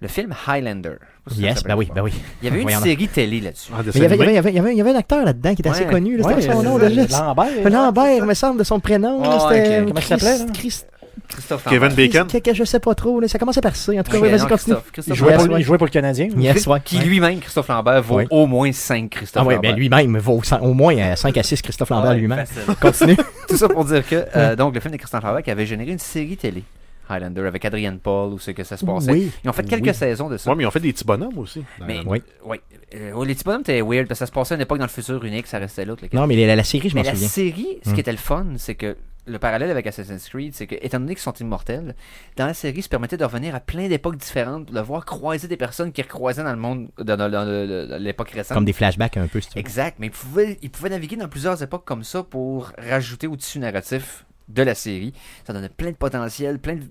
Speaker 4: le film Highlander. je sais pas si ça
Speaker 1: Yes,
Speaker 4: s'appelle
Speaker 1: ben oui,
Speaker 4: pas.
Speaker 1: ben oui.
Speaker 4: Il y avait une
Speaker 1: Voyons
Speaker 4: série télé là-dessus.
Speaker 3: En
Speaker 1: Mais
Speaker 3: dessin
Speaker 1: il y avait- il y avait- il y
Speaker 3: animé.
Speaker 1: avait- il y avait- il y avait un acteur là-dedans qui était assez
Speaker 4: Ouais.
Speaker 1: connu. là, C'était
Speaker 2: Ouais,
Speaker 1: quoi son nom
Speaker 2: euh,
Speaker 1: déjà?
Speaker 2: Lambert.
Speaker 1: Lambert, me semble, de son prénom. là,
Speaker 4: Ouais,
Speaker 1: c'était
Speaker 4: ok.
Speaker 2: Comment il s'appelait, là?
Speaker 1: Christ-
Speaker 4: Christophe
Speaker 3: Kevin
Speaker 4: Lambert.
Speaker 3: Bacon.
Speaker 1: Christ- que- que je sais pas trop. là, Ça commençait par ça. En tout cas,
Speaker 4: Oui,
Speaker 1: oui,
Speaker 4: non,
Speaker 1: vas-y, continue.
Speaker 4: Christophe,
Speaker 2: Il
Speaker 4: Christophe
Speaker 2: jouait,
Speaker 1: Yes,
Speaker 2: pour,
Speaker 4: Lambert.
Speaker 1: ouais.
Speaker 2: il jouait pour le Canadien.
Speaker 1: Yes, ouais.
Speaker 4: Qui lui-même, Christophe Lambert, vaut
Speaker 1: Ouais.
Speaker 4: au moins 5 Christophe
Speaker 1: Ah oui,
Speaker 4: Lambert.
Speaker 1: ben lui-même vaut cent- au moins euh, 5 à 6 Christophe Lambert
Speaker 4: Ah ouais,
Speaker 1: lui-même.
Speaker 4: facile.
Speaker 1: Continue.
Speaker 4: Tout ça pour dire que euh, donc le film de Christian Favre qui avait généré une série télé Highlander avec Adrian Paul ou ce que ça se passait.
Speaker 1: Oui.
Speaker 4: Ils ont fait quelques
Speaker 1: Oui.
Speaker 4: saisons de ça.
Speaker 3: Ouais, mais ils ont fait des petits bonhommes aussi. dans
Speaker 4: Mais-
Speaker 3: la-
Speaker 1: Oui.
Speaker 4: Ouais. Euh, ouais, les petits bonhommes étaient weird parce que ça se passait à une époque dans le futur unique, ça restait l'autre. le-
Speaker 1: Non, mais la, la série, je
Speaker 4: mais
Speaker 1: m'en
Speaker 4: la
Speaker 1: souviens.
Speaker 4: série, ce
Speaker 1: Mm.
Speaker 4: qui était le fun, c'est que le parallèle avec Assassin's Creed, c'est que étant donné qu'ils sont immortels, dans la série, ils se permettaient de revenir à plein d'époques différentes, de voir croiser des personnes qui recroisaient dans le monde, dans, dans- dans- dans- dans l'époque récente.
Speaker 1: Comme des flashbacks un peu, si tu veux.
Speaker 4: Exact, mais il pouvait, il pouvait naviguer dans plusieurs époques comme ça pour rajouter au tissu narratif de la série. Ça donnait plein de potentiel, plein de,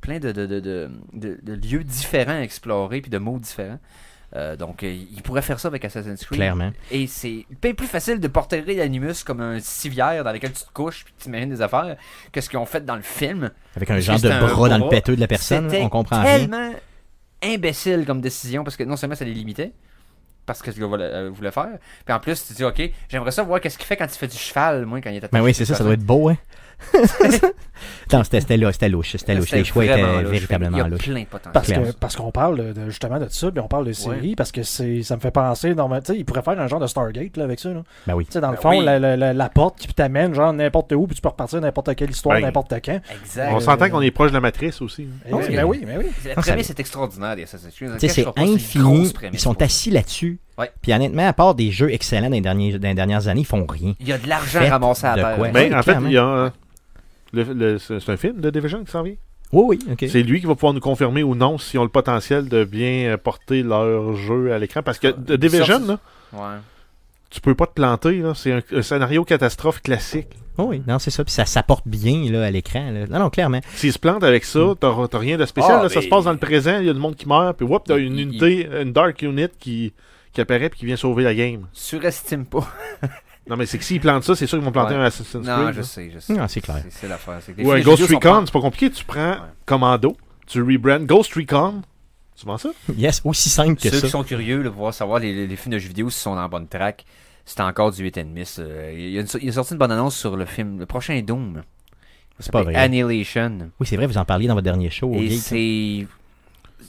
Speaker 4: plein de, de, de- de- de- de lieux différents à explorer, puis de mots différents. Euh, donc, euh, il pourrait faire ça avec Assassin's Creed.
Speaker 1: Clairement.
Speaker 4: Et c'est bien plus facile de portrer l'animus comme un civière dans lequel tu te couches puis t'imagines des affaires que ce qu'ils ont fait dans le film.
Speaker 1: Avec un
Speaker 4: Parce
Speaker 1: genre
Speaker 4: que
Speaker 1: de
Speaker 4: c'est un
Speaker 1: bras dans le
Speaker 4: bras.
Speaker 1: péteux de la personne,
Speaker 4: C'était
Speaker 1: on comprend rien.
Speaker 4: tellement imbécile comme décision parce que non seulement ça les limitait, parce que ce gars voulait, euh, voulait faire, puis en plus tu dis ok, j'aimerais ça voir qu'est-ce qu'il fait quand il fait du cheval, moi quand il est attaché.
Speaker 1: Mais Ben oui, c'est ça, ça doit être beau, hein. non, c'était c'était là, c'était louche, c'était louche. Les choix étaient
Speaker 4: vraiment louche. Il y
Speaker 1: véritablement
Speaker 4: a
Speaker 1: louches.
Speaker 4: plein de potentiel.
Speaker 2: Parce
Speaker 1: Claire.
Speaker 2: que parce qu'on parle de, justement de ça, puis on parle de séries, parce que c'est ça me fait penser, normalement, tu sais, ils pourraient faire un genre de Stargate là, avec ça. Là.
Speaker 1: Ben oui.
Speaker 2: Tu sais, dans le
Speaker 4: Ben
Speaker 2: fond,
Speaker 4: oui.
Speaker 2: la, la- la- la porte qui t'amène genre n'importe où, puis tu peux repartir n'importe quelle histoire,
Speaker 3: Ben,
Speaker 2: n'importe quand.
Speaker 4: Exact.
Speaker 3: euh, On s'entend qu'on est proche de la matrice aussi. hein.
Speaker 2: Eh
Speaker 1: oui.
Speaker 2: ben oui, ben oui.
Speaker 4: La
Speaker 1: Non, ça-
Speaker 4: prémisse est extraordinaire des Assassin's Creed.
Speaker 1: Tu sais,
Speaker 4: Je
Speaker 1: c'est
Speaker 4: crois pas, c'est une
Speaker 1: infini.
Speaker 4: grosse prémisse.
Speaker 1: Ils sont assis là-dessus.
Speaker 4: Ouais.
Speaker 1: Puis honnêtement, à part des jeux excellents dans les, derniers- dans les dernières années, ils font rien.
Speaker 4: Il y a de l'argent
Speaker 1: Faites
Speaker 4: ramassé à
Speaker 1: de
Speaker 4: terre.
Speaker 1: quoi.
Speaker 3: Mais
Speaker 1: Oui,
Speaker 3: en fait,
Speaker 1: clairement.
Speaker 3: il y a un- le- le- c'est c'est un film de Division qui s'en vient.
Speaker 1: Oui, oui, ok.
Speaker 3: C'est lui qui va pouvoir nous confirmer ou non s'ils ont le potentiel de bien euh, porter leur jeu à l'écran. Parce que The
Speaker 4: Ils
Speaker 3: Division,
Speaker 4: sortent-
Speaker 3: là,
Speaker 4: Ouais.
Speaker 3: tu peux pas te planter. là. C'est un, un scénario catastrophe classique.
Speaker 1: Oh oui, non, c'est ça. Puis ça s'apporte bien là, à l'écran. là. Non, non, clairement.
Speaker 3: S'ils se plantent avec ça, t'auras t'as rien de spécial.
Speaker 4: Hmm. Ah,
Speaker 3: là. ça
Speaker 4: mais-
Speaker 3: se passe dans le présent, il y a du monde qui meurt, puis whoop, t'as une
Speaker 4: Il-
Speaker 3: unité, une dark unit qui, qui apparaît puis qui vient sauver la game.
Speaker 4: Surestime pas.
Speaker 3: Non, mais c'est que s'ils plantent ça, c'est sûr qu'ils vont planter
Speaker 4: Ouais.
Speaker 3: un Assassin's
Speaker 4: Non,
Speaker 3: Creed.
Speaker 4: je
Speaker 3: là.
Speaker 4: sais, je sais.
Speaker 1: Non, c'est clair.
Speaker 4: C'est- C'est l'affaire. c'est que les
Speaker 3: Ou un
Speaker 4: films de
Speaker 3: Ghost
Speaker 4: studio sont
Speaker 3: Recon, c'est pas compliqué. Tu prends Commando, tu rebrands Ghost Recon. Tu vends ça?
Speaker 1: Yes, aussi simple que
Speaker 4: Ceux
Speaker 1: ça.
Speaker 4: qui sont curieux là, pour voir- savoir les, les- les films de jeux vidéo si sont dans la bonne track, c'est encore du 8 and miss. Euh, Il y a, une so- il y a sorti une bonne annonce sur le film, le prochain Doom.
Speaker 1: C'est pas vrai.
Speaker 4: Annihilation.
Speaker 1: Oui, c'est vrai, vous en parliez dans votre dernier show.
Speaker 2: Oh,
Speaker 1: au
Speaker 4: Et
Speaker 1: Geek.
Speaker 4: c'est.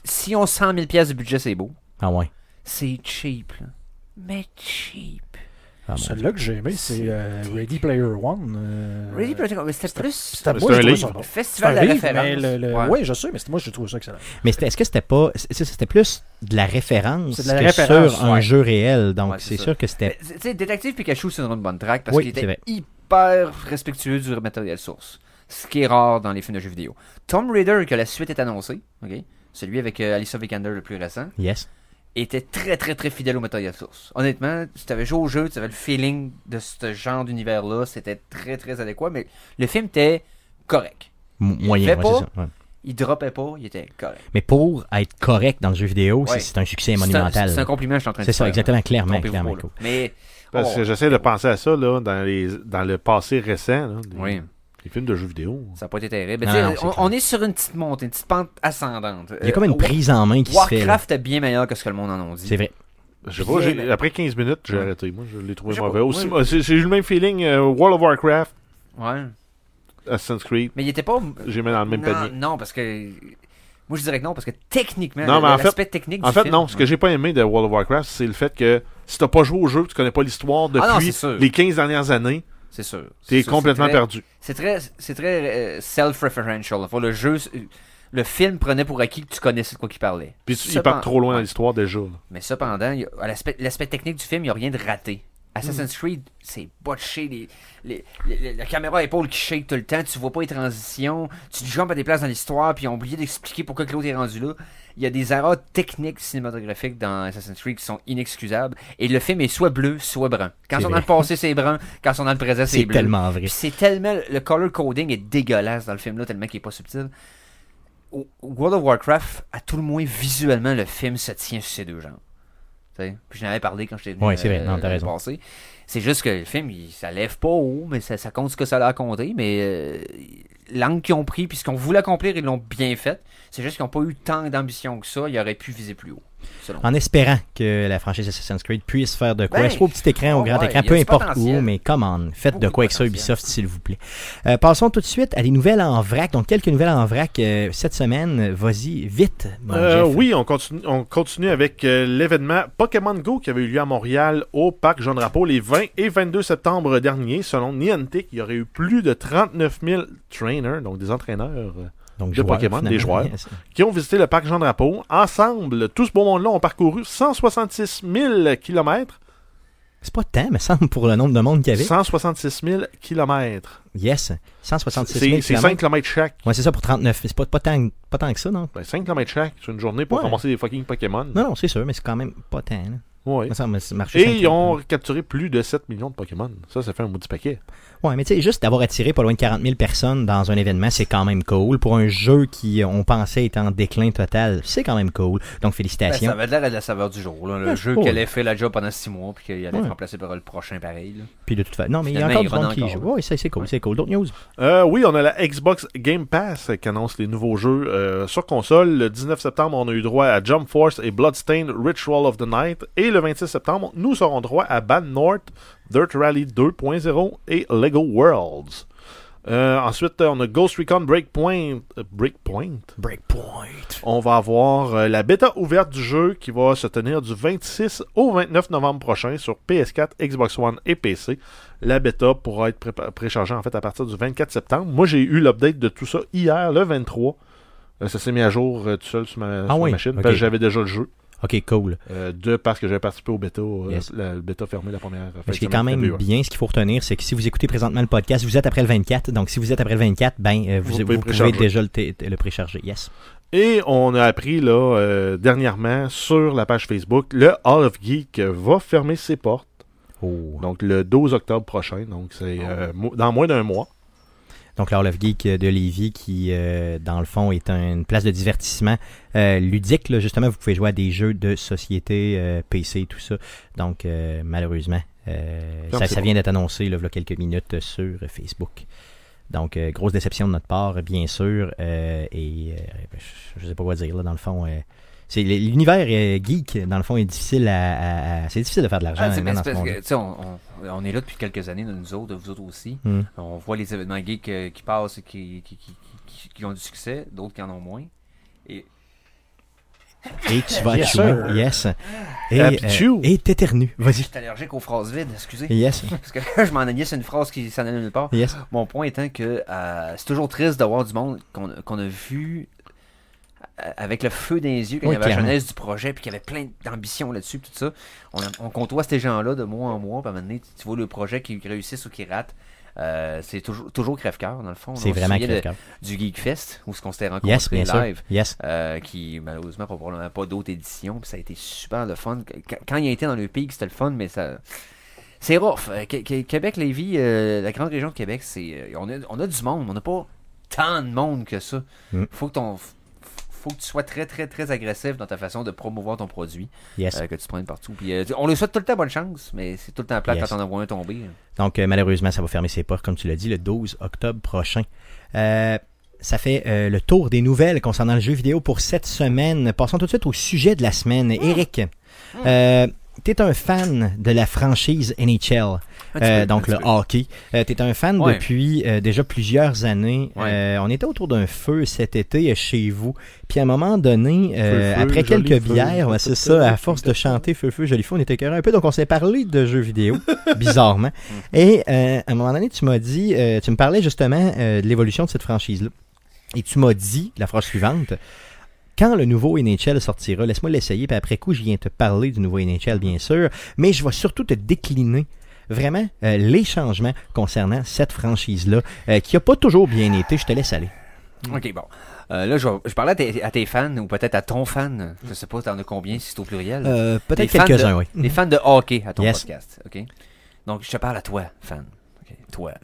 Speaker 4: Si on 100 000 pièces de budget, c'est beau.
Speaker 1: Ah ouais.
Speaker 4: C'est cheap, là. Mais cheap.
Speaker 2: Euh,
Speaker 1: Ah, mon
Speaker 2: Celui-là que j'ai aimé, c'est euh, Ready Player One. euh,
Speaker 4: Really, Project- c'était plus.
Speaker 2: c'était-
Speaker 3: Mais
Speaker 2: moi,
Speaker 3: c'est
Speaker 2: j'ai
Speaker 3: un
Speaker 2: trouvé
Speaker 3: livre.
Speaker 2: ça bon. C'est un
Speaker 4: Festival de
Speaker 2: livre, mais
Speaker 4: référence.
Speaker 2: le, le-
Speaker 4: Ouais.
Speaker 2: ouais, je sais, mais c'est- moi, j'ai trouvé ça excellent.
Speaker 1: Mais c'était- est-ce que c'était pas. c'est- C'était plus de la référence
Speaker 2: C'est de la
Speaker 1: que
Speaker 2: référence,
Speaker 1: sur un
Speaker 2: ouais.
Speaker 1: jeu réel. Donc,
Speaker 4: Ouais, c'est
Speaker 1: c'est
Speaker 4: ça.
Speaker 1: sûr que
Speaker 4: Mais,
Speaker 1: c'était.
Speaker 4: Tu sais, Détective Pikachu, c'est une bonne track parce
Speaker 1: Euh, Oui,
Speaker 4: qu'il
Speaker 1: c'est vrai.
Speaker 4: était hyper respectueux du matériel source. Ce qui est rare dans les films de jeux vidéo. Tom Raider, que la suite est annoncée, ok, celui avec euh, Alicia Vikander le plus récent,
Speaker 1: Yes.
Speaker 4: était très très très fidèle au matériel source. Honnêtement, si tu avais joué au jeu, tu avais le feeling de ce genre d'univers-là, c'était très très adéquat, mais le film était correct.
Speaker 1: M-
Speaker 4: Il
Speaker 1: moyen,
Speaker 4: fait
Speaker 1: ouais,
Speaker 4: pas.
Speaker 1: c'est ça. ouais.
Speaker 4: il droppait pas, il était correct.
Speaker 1: Mais pour être correct dans le jeu vidéo, c'est-
Speaker 4: Ouais.
Speaker 1: c'est un succès
Speaker 4: C'est un-
Speaker 1: monumental.
Speaker 4: C'est un compliment, je suis en train de
Speaker 1: C'est ça,
Speaker 4: faire. hein.
Speaker 1: exactement, clairement,
Speaker 4: Trompez-vous
Speaker 1: clairement.
Speaker 4: pas, là. Mais.
Speaker 3: Parce
Speaker 4: oh,
Speaker 3: que j'essaie de penser à ça là, dans, les, dans le passé récent, là, des,
Speaker 4: Oui,
Speaker 3: des films de jeux vidéo.
Speaker 4: ça n'a pas été terrible. Mais
Speaker 1: Non,
Speaker 4: tu sais,
Speaker 1: non, c'est
Speaker 4: on,
Speaker 1: clair.
Speaker 4: on est sur une petite montée, une petite pente ascendante.
Speaker 1: Il y a comme une
Speaker 4: Euh,
Speaker 1: prise en main qui se fait. là.
Speaker 4: Warcraft est bien meilleur que ce que le monde en a dit.
Speaker 1: C'est vrai.
Speaker 3: Je sais pas, j'ai-
Speaker 4: Bien, mais-
Speaker 3: après 15 minutes, j'ai
Speaker 4: Ouais.
Speaker 3: arrêté. Moi, je l'ai trouvé
Speaker 4: Je sais
Speaker 3: mauvais.
Speaker 4: pas,
Speaker 3: Aussi,
Speaker 4: moi,
Speaker 3: c'est- J'ai eu le même feeling euh, World of Warcraft,
Speaker 4: Ouais.
Speaker 3: Assassin's Creed.
Speaker 4: Mais il était pas.
Speaker 3: J'ai mis dans le même
Speaker 4: non,
Speaker 3: panier.
Speaker 4: non, parce que. Moi, je dirais que non, parce que techniquement,
Speaker 3: Non, mais en fait-
Speaker 4: l'aspect technique du
Speaker 3: En fait,
Speaker 4: film-
Speaker 3: non. Ce que j'ai pas aimé de World of Warcraft, c'est le fait que si t'as pas joué au jeu, tu connais pas l'histoire
Speaker 4: Ah non,
Speaker 3: depuis
Speaker 4: c'est sûr.
Speaker 3: les 15 dernières années,
Speaker 4: C'est sûr.
Speaker 3: t'es
Speaker 4: C'est sûr,
Speaker 3: complètement
Speaker 4: c'est très-
Speaker 3: perdu.
Speaker 4: C'est très, c'est très euh, self-referential. Enfin, le jeu, le film prenait pour acquis que tu connaissais de quoi qu'il parlait.
Speaker 3: Puis tu- ils
Speaker 4: Cependant-
Speaker 3: partent trop loin dans l'histoire déjà. là.
Speaker 4: Mais cependant, il y a- à l'aspect l'aspect technique du film, il n'y a rien de raté.
Speaker 1: Mm.
Speaker 4: Assassin's Creed, c'est botché. Les, les- les- les- la caméra à épaule qui shake tout le temps, tu vois pas les transitions, tu jumpes à des places dans l'histoire, puis ils ont oublié d'expliquer pourquoi que l'autre est rendu là. Il y a des erreurs techniques cinématographiques dans Assassin's Creed qui sont inexcusables. Et le film est soit bleu, soit brun.
Speaker 1: C'est
Speaker 4: Quand ils sont dans
Speaker 1: vrai.
Speaker 4: le passé, c'est brun. Quand ils sont dans le présent, c'est
Speaker 1: C'est
Speaker 4: bleu.
Speaker 1: tellement vrai.
Speaker 4: Puis c'est tellement. Le color coding est dégueulasse dans le film-là, tellement qu'il est pas subtil. Au- au World of Warcraft, à tout le moins visuellement, le film se tient sur ses deux jambes. Tu sais, Puis je n'avais parlé quand j'étais venu euh,
Speaker 1: Ouais, c'est vrai. Non, t'as
Speaker 4: l'année
Speaker 1: raison.
Speaker 4: passée. C'est juste que le film, il, ça lève pas haut, mais ça, ça compte ce que ça a l'air compté. Mais euh, l'angle qu'ils ont pris, puis ce qu'on voulait accomplir, ils l'ont bien fait. C'est juste qu'ils n'ont pas eu tant d'ambition que ça. Ils auraient pu viser plus haut. selon moi.
Speaker 1: En espérant que la franchise Assassin's Creed puisse faire de quoi,
Speaker 4: Ben,
Speaker 1: soit au petit écran, au
Speaker 4: oh
Speaker 1: grand
Speaker 4: ouais,
Speaker 1: écran,
Speaker 4: y a
Speaker 1: peu
Speaker 4: du
Speaker 1: importe
Speaker 4: potentiel.
Speaker 1: où, mais come on, faites
Speaker 4: Beaucoup
Speaker 1: de quoi
Speaker 4: de
Speaker 1: avec ça
Speaker 4: potentiel.
Speaker 1: Ubisoft, s'il vous plaît. Euh, passons tout de suite à des nouvelles en vrac, donc quelques nouvelles en vrac euh, cette semaine. Vas-y, vite, mon
Speaker 3: Euh,
Speaker 1: Jeff.
Speaker 3: oui, on continue, on continue avec euh, l'événement Pokémon Go qui avait eu lieu à Montréal au parc Jean Drapeau les 20 et 22 septembre dernier. Selon Niantic, il y aurait eu plus de 39 000 trainers, donc des entraîneurs, euh,
Speaker 1: Donc,
Speaker 3: de Pokémon, des
Speaker 1: finalement.
Speaker 3: qui ont visité le parc Jean Drapeau. Ensemble, tout ce beau monde-là ont parcouru 166 000 kilomètres.
Speaker 1: C'est pas tant, me semble, pour le nombre de monde qu'il y avait.
Speaker 3: 166 000 kilomètres.
Speaker 1: Yes, 166 000
Speaker 3: C'est c'est 5 kilomètres chaque.
Speaker 1: Ouais, c'est ça pour 39. C'est pas, pas, tant, pas tant que ça, non?
Speaker 3: Ben, 5 kilomètres chaque, c'est une journée pour
Speaker 1: Ouais.
Speaker 3: commencer des fucking Pokémon.
Speaker 1: Non, non, c'est sûr, mais c'est quand même pas tant. là.
Speaker 3: Ouais.
Speaker 1: Me semble, c'est marché
Speaker 3: Et
Speaker 1: cinq
Speaker 3: ils
Speaker 1: kilomètres.
Speaker 3: ont capturé plus de 7 millions de Pokémon. Ça, ça fait un maudit paquet.
Speaker 1: Ouais, mais tu sais, juste d'avoir attiré pas loin de 40 000 personnes dans un événement, c'est quand même cool. Pour un jeu qui, euh, on pensait, était en déclin total, c'est quand même cool. Donc,
Speaker 4: Ben,
Speaker 1: félicitations.
Speaker 4: ça avait l'air de la saveur du jour. là. Le
Speaker 1: Euh, Ouais,
Speaker 4: jeu
Speaker 1: cool.
Speaker 4: qu'elle allait fait la job pendant six mois, puis qu'il allait
Speaker 1: Ouais.
Speaker 4: être remplacé par le prochain pareil. là.
Speaker 1: Puis de toute façon, non, mais il y a
Speaker 4: Finalement,
Speaker 1: encore du
Speaker 4: il
Speaker 1: monde
Speaker 4: renaît
Speaker 1: qui y joue.
Speaker 4: encore,
Speaker 1: Ouais, c'est c'est cool,
Speaker 4: Ouais.
Speaker 1: c'est cool. D'autres news?
Speaker 3: Euh, oui, on a la Xbox Game Pass euh, qui annonce les nouveaux jeux euh, sur console. Le 19 septembre, on a eu droit à Jump Force et Bloodstained Ritual of the Night. Et le 26 septembre, nous aurons droit à Bad North, Dirt Rally 2.0 et Lego Worlds. Euh, ensuite, euh, on a Ghost Recon Breakpoint. euh, Breakpoint?
Speaker 1: Breakpoint.
Speaker 3: On va avoir euh, la bêta ouverte du jeu qui va se tenir du 26 au 29 novembre prochain sur PS4, Xbox One et PC. La bêta pourra être prépa- préchargée en fait à partir du 24 septembre. Moi, j'ai eu l'update de tout ça hier, le 23. Euh, ça s'est mis à jour euh, tout seul sur ma,
Speaker 1: Ah
Speaker 3: sur ma
Speaker 1: oui,
Speaker 3: machine
Speaker 1: ok.
Speaker 3: parce que j'avais déjà le jeu.
Speaker 1: Ok, cool.
Speaker 3: euh, de parce que j'avais participé au bêta, euh,
Speaker 1: Yes.
Speaker 3: la le bêta fermée la première. fin
Speaker 1: Mais
Speaker 3: de E
Speaker 1: ce qui est
Speaker 3: semaine
Speaker 1: quand même
Speaker 3: début, ouais.
Speaker 1: bien, ce qu'il faut retenir, c'est que si vous écoutez présentement le podcast, vous êtes après le 24. Donc, si vous êtes après le 24, ben, euh, vous, vous
Speaker 3: Vous pouvez
Speaker 1: pouvez,
Speaker 3: le précharger.
Speaker 1: déjà le, t- le précharger. Yes.
Speaker 3: Et on a appris là euh, dernièrement sur la page Facebook, le Hall of Geek va fermer ses portes.
Speaker 1: Oh.
Speaker 3: Donc le 12 octobre prochain, donc c'est euh, mo- dans moins d'un mois.
Speaker 1: Donc, l'Hall of Geek de Lévis, qui, euh, dans le fond, est un- une place de divertissement euh, ludique. là. justement, vous pouvez jouer à des jeux de société, euh, PC, tout ça. Donc, euh, malheureusement, euh,
Speaker 3: Ferme
Speaker 1: ça,
Speaker 3: ses
Speaker 1: ça vient d'être annoncé là, il y a quelques minutes sur Facebook. Donc, euh, grosse déception de notre part, bien sûr. euh, et euh, ben, je- je sais pas quoi dire, là, dans le fond. euh, c'est L'univers euh, geek, dans le fond, est difficile à. à- à- c'est difficile de faire de l'argent.
Speaker 4: Ah, c'est-
Speaker 1: maintenant, dans
Speaker 4: mais c'est
Speaker 1: ce
Speaker 4: parce
Speaker 1: monde-là.
Speaker 4: que, tu sais, on, on- on est là depuis quelques années, nous autres, vous autres aussi.
Speaker 1: Hmm.
Speaker 4: On voit les événements geeks euh, qui passent et qui, qui, qui- qui- qui ont du succès, d'autres qui en ont moins. Et
Speaker 1: Et tu vas
Speaker 2: Yes,
Speaker 1: être loin,
Speaker 2: sir.
Speaker 1: yes. Et
Speaker 3: Ah, puis tu.
Speaker 1: euh, et t'éternues.
Speaker 4: je
Speaker 1: Vas-y.
Speaker 4: suis allergique aux phrases vides, excusez.
Speaker 1: Yes.
Speaker 4: Parce que je m'en allais sur une phrase qui s'en allait nulle part.
Speaker 1: Yes.
Speaker 4: Mon point étant que euh, c'est toujours triste d'avoir du monde qu'on qu'on a vu euh, avec le feu dans les yeux quand
Speaker 1: Oui,
Speaker 4: il y avait la
Speaker 1: clairement.
Speaker 4: jeunesse du projet puis qu'il y avait plein d'ambition là-dessus puis tout ça. On, a- on côtoie ces gens-là de mois en mois. Puis à un moment donné, tu vois le projet qui réussissent ou qui rate. euh, c'est toujours, toujours crève-cœur dans le fond.
Speaker 1: C'est
Speaker 4: On se
Speaker 1: vraiment
Speaker 4: souvient de-
Speaker 1: crève
Speaker 4: du Geek Fest où ce qu'on s'était rencontrés
Speaker 1: Yes, bien
Speaker 4: live.
Speaker 1: sûr. Yes.
Speaker 4: euh, qui malheureusement n'a probablement pas d'autres éditions, puis ça a été super le fun. Qu- Quand il a été dans le pic, c'était le fun, mais ça. C'est rough. Euh, Qu- Qu- Québec, Lévis, euh, la grande région de Québec, c'est. euh, on, a, on a du monde, on n'a pas tant de monde que ça.
Speaker 1: Mm.
Speaker 4: Faut que ton f- faut que tu sois très très très agressif dans ta façon de promouvoir ton produit
Speaker 1: Yes.
Speaker 4: euh, que tu prennes partout. Puis, euh, tu- on le souhaite tout le temps bonne chance, mais c'est tout le temps plat
Speaker 1: Yes.
Speaker 4: quand on en voit un hein. tomber.
Speaker 1: Donc, euh, malheureusement, ça va fermer ses portes, comme tu l'as dit, le 12 octobre prochain. Euh, ça fait euh, le tour des nouvelles concernant le jeu vidéo pour cette semaine. Passons tout de suite au sujet de la semaine.
Speaker 4: Mmh.
Speaker 1: Eric, euh, tu es un fan de la franchise NHL,
Speaker 4: Un petit
Speaker 1: euh,
Speaker 4: peu,
Speaker 1: donc
Speaker 4: un
Speaker 1: le
Speaker 4: petit peu.
Speaker 1: hockey. tu es un fan
Speaker 4: Ouais.
Speaker 1: depuis euh, déjà plusieurs années.
Speaker 4: Ouais.
Speaker 1: Euh, on était autour d'un feu cet été euh, chez vous. Puis à un moment donné, euh,
Speaker 3: feu,
Speaker 1: après
Speaker 3: joli
Speaker 1: quelques
Speaker 3: feu,
Speaker 1: bières, ouais, c'est ça, à force de chanter Feu Feu Joli Feu, on était écœurés un peu, donc on s'est parlé de jeux vidéo, bizarrement.
Speaker 3: Mm.
Speaker 1: Et euh, à un moment donné, tu m'as dit, euh, tu me parlais justement euh, de l'évolution de cette franchise-là. Et tu m'as dit, la phrase suivante, quand le nouveau NHL sortira, laisse-moi l'essayer, puis après coup, je viens te parler du nouveau NHL, bien sûr, mais je vais surtout te décliner vraiment euh, les changements concernant cette franchise-là, euh, qui n'a pas toujours bien été, je te laisse aller. Mm.
Speaker 4: Ok, bon. Euh, là, je, vais- je parlais à tes, à tes fans ou peut-être à ton fan. Je sais pas, t'en as combien si c'est au pluriel.
Speaker 1: Euh, Peut-être
Speaker 4: Des fans
Speaker 1: quelques-uns,
Speaker 4: de-
Speaker 1: oui. Mhm.
Speaker 4: Des fans de hockey à ton
Speaker 1: Yes.
Speaker 4: podcast. Ok. Donc, je te parle à toi, fan. Ok, Toi, là.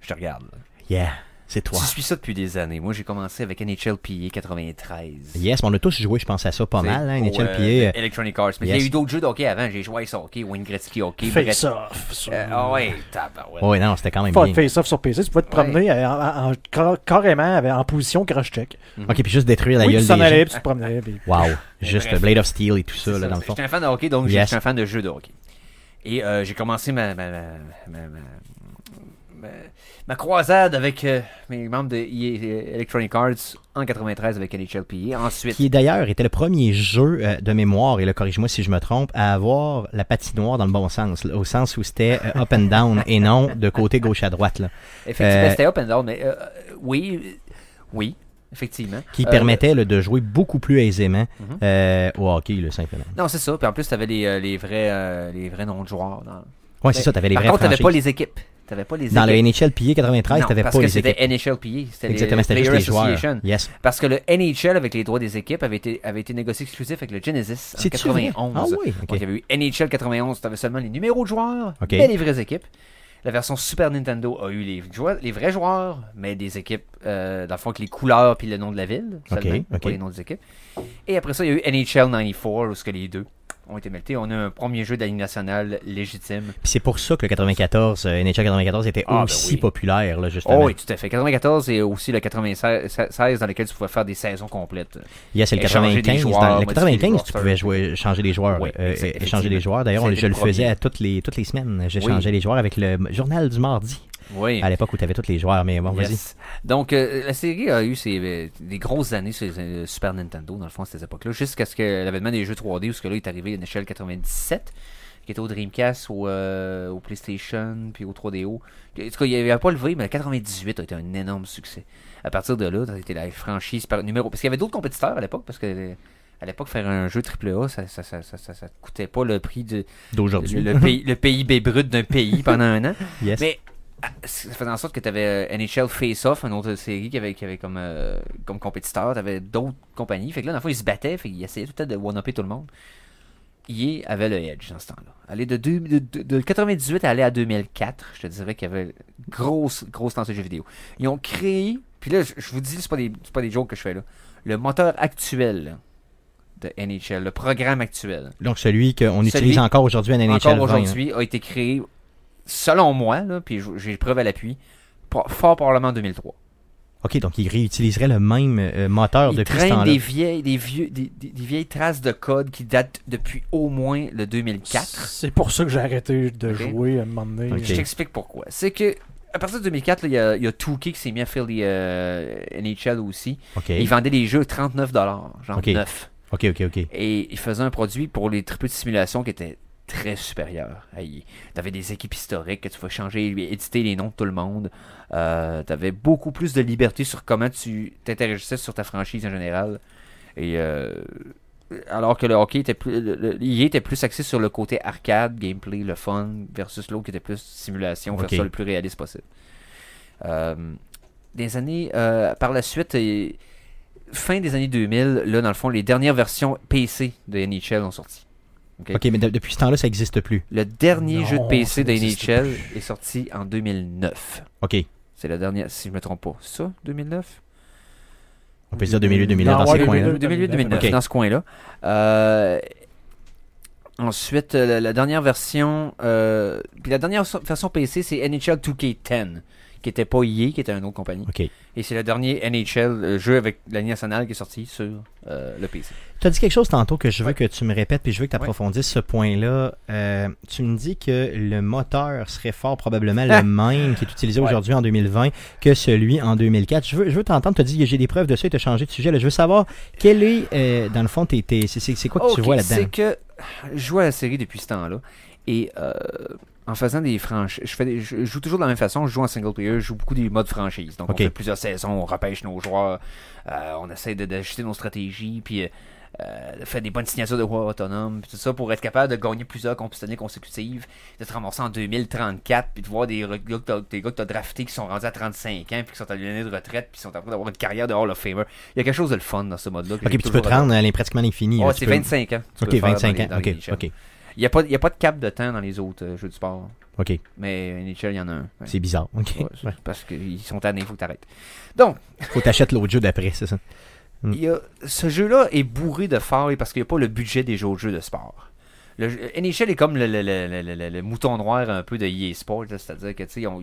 Speaker 4: je te regarde. là.
Speaker 1: Yeah, c'est toi.
Speaker 4: Tu suis ça depuis des années. Moi, j'ai commencé avec NHLPA 93.
Speaker 1: Yes, mais on a tous joué, je pense, à ça pas mal, hein,
Speaker 4: Au, euh,
Speaker 1: NHLPA.
Speaker 4: Electronic Arts. Mais il y
Speaker 1: Yes.
Speaker 4: a eu d'autres jeux de hockey avant. J'ai joué à Ice Hockey, Wayne Gretzky Hockey. Brett-
Speaker 2: Face off. sur-
Speaker 4: Euh, Ah ouais, tabarouette.
Speaker 1: Oui, non, c'était quand même
Speaker 2: Fuck,
Speaker 1: bien.
Speaker 2: face off sur PC, tu pouvais te promener euh, en- en- car- carrément avec- en position crash-check.
Speaker 1: Ok, puis juste détruire la
Speaker 2: Oui, tu
Speaker 1: gueule
Speaker 2: t'en
Speaker 1: des
Speaker 2: allais,
Speaker 1: gens.
Speaker 2: puis tu te promenais. puis-
Speaker 1: Wow, juste
Speaker 4: Bref.
Speaker 1: Blade of Steel et tout
Speaker 4: C'est
Speaker 1: ça, là, dans le fond.
Speaker 4: J'étais un fan de hockey, donc
Speaker 1: Yes.
Speaker 4: j'étais un fan de jeux de hockey. Et euh, j'ai commencé ma, ma, ma, ma- ma- ma- ma croisade avec euh, mes membres de EA Electronic Arts en 93 avec NHLPA. Ensuite,
Speaker 1: Qui d'ailleurs était le premier jeu euh, de mémoire, et le corrige-moi si je me trompe, à avoir la patinoire dans le bon sens, là, au sens où c'était euh, up and down et non de côté gauche à droite, là,
Speaker 4: effectivement,
Speaker 1: Euh,
Speaker 4: c'était up and down, mais euh, euh, oui, euh, oui, effectivement.
Speaker 1: qui
Speaker 4: Euh, Mhm.
Speaker 1: permettait là, de jouer beaucoup plus aisément euh, au hockey, là, simplement.
Speaker 4: Non, c'est ça. Puis en plus, t'avais les, euh, les vrais, euh, les vrais noms de joueurs. Dans...
Speaker 1: Ouais, c'est
Speaker 4: Mais-
Speaker 1: ça, t'avais les
Speaker 4: Ben, Par
Speaker 1: vraies
Speaker 4: contre, t'avais
Speaker 1: franchises.
Speaker 4: pas les équipes. T'avais pas les
Speaker 1: Dans le
Speaker 4: équipes.
Speaker 1: NHL PA 93,
Speaker 4: Non,
Speaker 1: t'avais
Speaker 4: parce
Speaker 1: pas
Speaker 4: que
Speaker 1: les équipes.
Speaker 4: c'était NHLPA. C'était les-
Speaker 1: Exactement, c'était
Speaker 4: les
Speaker 1: juste
Speaker 4: Player
Speaker 1: les joueurs.
Speaker 4: Association.
Speaker 1: Yes.
Speaker 4: Parce que le NHL, avec les droits des équipes, avait été, avait été négocié exclusif avec le Genesis en
Speaker 1: C'est-tu vrai?
Speaker 4: 91.
Speaker 1: Ah oui, ok.
Speaker 4: Donc, il y avait eu NHL 91, tu avais seulement les numéros de joueurs,
Speaker 1: Ok.
Speaker 4: mais les vraies équipes. La version Super Nintendo a eu les, joie- les vrais joueurs, mais des équipes, euh, dans le fond, avec les couleurs puis le nom de la ville, seulement,
Speaker 1: ok.
Speaker 4: pas les noms des équipes. Et après ça, il y a eu NHL 94, où ce que les deux ont été meltés. On a un premier jeu de la Ligue nationale légitime.
Speaker 1: Puis c'est pour ça que le 94, euh, NHL 94 était
Speaker 4: Ah, ben
Speaker 1: aussi
Speaker 4: oui.
Speaker 1: populaire, là, justement.
Speaker 4: Oh oui, tout à fait. 94 et aussi le 96 dans lequel tu pouvais faire des saisons complètes.
Speaker 1: Yes, c'est le
Speaker 4: Échanger
Speaker 1: 95.
Speaker 4: des joueurs,
Speaker 1: dans le
Speaker 4: modifier les
Speaker 1: 95, tu
Speaker 4: rosters.
Speaker 1: pouvais jouer, changer les joueurs,
Speaker 4: hein. Oui,
Speaker 1: euh,
Speaker 4: exact-
Speaker 1: euh, échanger
Speaker 4: effectivement.
Speaker 1: les joueurs. D'ailleurs, on-
Speaker 4: C'était
Speaker 1: je le
Speaker 4: le
Speaker 1: faisais
Speaker 4: premier.
Speaker 1: à toutes les, toutes les semaines. J'échangeais les joueurs avec le journal du mardi,
Speaker 4: Oui.
Speaker 1: à l'époque où tu avais tous les joueurs. Mais bon, vas-y.
Speaker 4: Yes. Donc, euh, la série a eu ses, euh, des grosses années sur euh, Super Nintendo, dans le fond, à cette époque-là, jusqu'à ce que l'avènement des jeux 3D, où ce que là est arrivé à une échelle 97, qui était au Dreamcast, au, euh, au PlayStation, puis au 3DO. En tout cas, il n'y avait pas levé, mais le 98 a été un énorme succès. À partir de là, ça a été la franchise par numéro. Parce qu'il y avait d'autres compétiteurs à l'époque, parce que. euh, À l'époque, faire un jeu AAA, ça ça, ça, ça, ça- ça coûtait pas le prix de
Speaker 1: D'aujourd'hui.
Speaker 4: le, le pays- le PIB brut d'un pays pendant un an.
Speaker 1: Yes.
Speaker 4: Mais ah, ça faisait en sorte que euh, tu avais NHL Face Off, une autre série qui avait, qui avait comme, euh, comme compétiteur. Tu avais d'autres compagnies. Fait que là, dans le fond, ils se battaient. Fait qu'ils essayaient tout le temps de one-upper tout le monde. EA avait le edge dans ce temps-là. Aller de, deux- de, de- de 98 à aller à 2004, je te dirais qu'il y avait grosse, grosse lancée de jeux vidéo. Ils ont créé, puis là, je, je vous dis, c'est pas, des- c'est pas des jokes que je fais là, le moteur actuel de NHL, le programme actuel
Speaker 1: Donc, celui qu'on
Speaker 4: Celui-
Speaker 1: utilise encore aujourd'hui à NHL. 20,
Speaker 4: encore
Speaker 1: hein.
Speaker 4: aujourd'hui, a été créé, selon moi, là, puis j- j'ai preuve à l'appui, pro- fort probablement en 2003.
Speaker 1: OK, donc il réutiliserait le même euh, moteur
Speaker 4: Il
Speaker 1: depuis ce temps-là.
Speaker 4: traîne des vieilles, des, vieux, des, des- des vieilles traces de code qui datent depuis au moins le 2004.
Speaker 2: C'est pour ça que j'ai arrêté de
Speaker 4: Ok.
Speaker 2: jouer à un moment donné.
Speaker 1: Ok.
Speaker 4: Je t'explique pourquoi. C'est que à partir de 2004, là, il y a- il y a 2K qui s'est mis à faire les euh, NHL aussi.
Speaker 1: OK,
Speaker 4: Ils vendaient les jeux 39$, genre
Speaker 1: Ok.
Speaker 4: 9.
Speaker 1: OK, OK, OK.
Speaker 4: Et il faisait un produit pour les triples de simulation qui était très supérieur à EA. T'avais des équipes historiques que tu pouvais changer, lui éditer les noms de tout le monde. Euh, T'avais beaucoup plus de liberté sur comment tu t'interagissais sur ta franchise en général. Et euh, alors que le hockey était plus, le- le- EA était plus axé sur le côté arcade, gameplay, le fun, versus l'autre qui était plus simulation,
Speaker 1: Ok.
Speaker 4: faire ça le plus réaliste possible. Euh, des années euh, par la suite. et- fin des années 2000, là, dans le fond, les dernières versions PC de NHL ont sorti. Ok.
Speaker 1: OK, mais de- depuis ce temps-là, ça n'existe plus.
Speaker 4: Le dernier
Speaker 2: Non,
Speaker 4: jeu de PC
Speaker 2: ça
Speaker 4: de
Speaker 2: n'existe
Speaker 4: NHL est sorti en 2009.
Speaker 1: OK.
Speaker 4: C'est la dernière, si je me trompe pas. C'est ça, 2009
Speaker 1: On
Speaker 4: Euh,
Speaker 1: peut dire 2008-2009 dans
Speaker 2: Non,
Speaker 1: ces
Speaker 2: ouais,
Speaker 1: coins-là.
Speaker 2: 2008.
Speaker 4: 2008-2009,
Speaker 1: Ok.
Speaker 4: dans ce coin-là. Euh, ensuite, euh, la, la dernière version. euh, puis la dernière so- version PC, c'est NHL 2K10, qui était pas EA, qui était une autre compagnie.
Speaker 1: OK.
Speaker 4: Et c'est le dernier NHL, euh, jeu avec la Ligue nationale, qui est sorti sur euh, le PC.
Speaker 1: Tu as dit quelque chose tantôt que je veux
Speaker 4: Ouais.
Speaker 1: que tu me répètes, puis je veux que tu approfondisses ce point-là. Euh, tu me dis que le moteur serait fort probablement le même qui est utilisé
Speaker 2: Ouais.
Speaker 1: aujourd'hui en 2020 que celui en 2004. Je veux, je veux t'entendre, tu as dit que j'ai des preuves de ça et tu as changé de sujet. là. Je veux savoir, quel est, euh, dans le fond, tes- tes- c'est- c'est c'est quoi que tu
Speaker 4: Ok,
Speaker 1: vois là-dedans?
Speaker 4: C'est que je joue à la série depuis ce temps-là. Et euh, en faisant des franchises, je, fais des- je joue toujours de la même façon. Je joue en single player, je joue beaucoup des modes franchise. Donc,
Speaker 1: Ok.
Speaker 4: on fait plusieurs saisons, on repêche nos joueurs, euh, on essaie de- d'ajuster nos stratégies, puis euh, euh, de faire des bonnes signatures de joueurs autonomes, puis tout ça pour être capable de gagner plusieurs compétitions consécutives, de te ramasser en 2034, puis de voir des re- gars que t'as- des gars que tu as draftés qui sont rendus à 35 ans, puis qui sont à l'année de retraite, puis qui sont en train d'avoir une carrière de Hall of Famer. Il y a quelque chose de le fun dans ce mode-là. que
Speaker 1: OK, puis
Speaker 4: j'ai
Speaker 1: tu peux
Speaker 4: toujours
Speaker 1: te rendre à l'in- pratiquement l'infini.
Speaker 4: Ouais,
Speaker 1: là, tu
Speaker 4: c'est
Speaker 1: peux-
Speaker 4: 25 ans. tu peux
Speaker 1: OK,
Speaker 4: le faire dans
Speaker 1: 25
Speaker 4: les-
Speaker 1: ans.
Speaker 4: dans
Speaker 1: OK,
Speaker 4: les NHL.
Speaker 1: OK,
Speaker 4: Il n'y a, pas- il y a pas de cap de temps dans les autres euh, jeux du sport.
Speaker 1: OK.
Speaker 4: Mais NHL, il y en a un. Ouais.
Speaker 1: C'est bizarre. OK.
Speaker 4: Ouais, c'est Parce qu'ils sont tannés, il faut que tu arrêtes. Donc,
Speaker 1: Faut t'achètes l'autre jeu d'après, c'est ça? Mm.
Speaker 4: il y a- ce jeu-là est bourré de failles parce qu'il n'y a pas le budget des autres jeux de sport. Le, jeu- NHL est comme le, le- le- le- le- le- le mouton noir un peu de EA Sports. là, C'est-à-dire que, tu sais, on-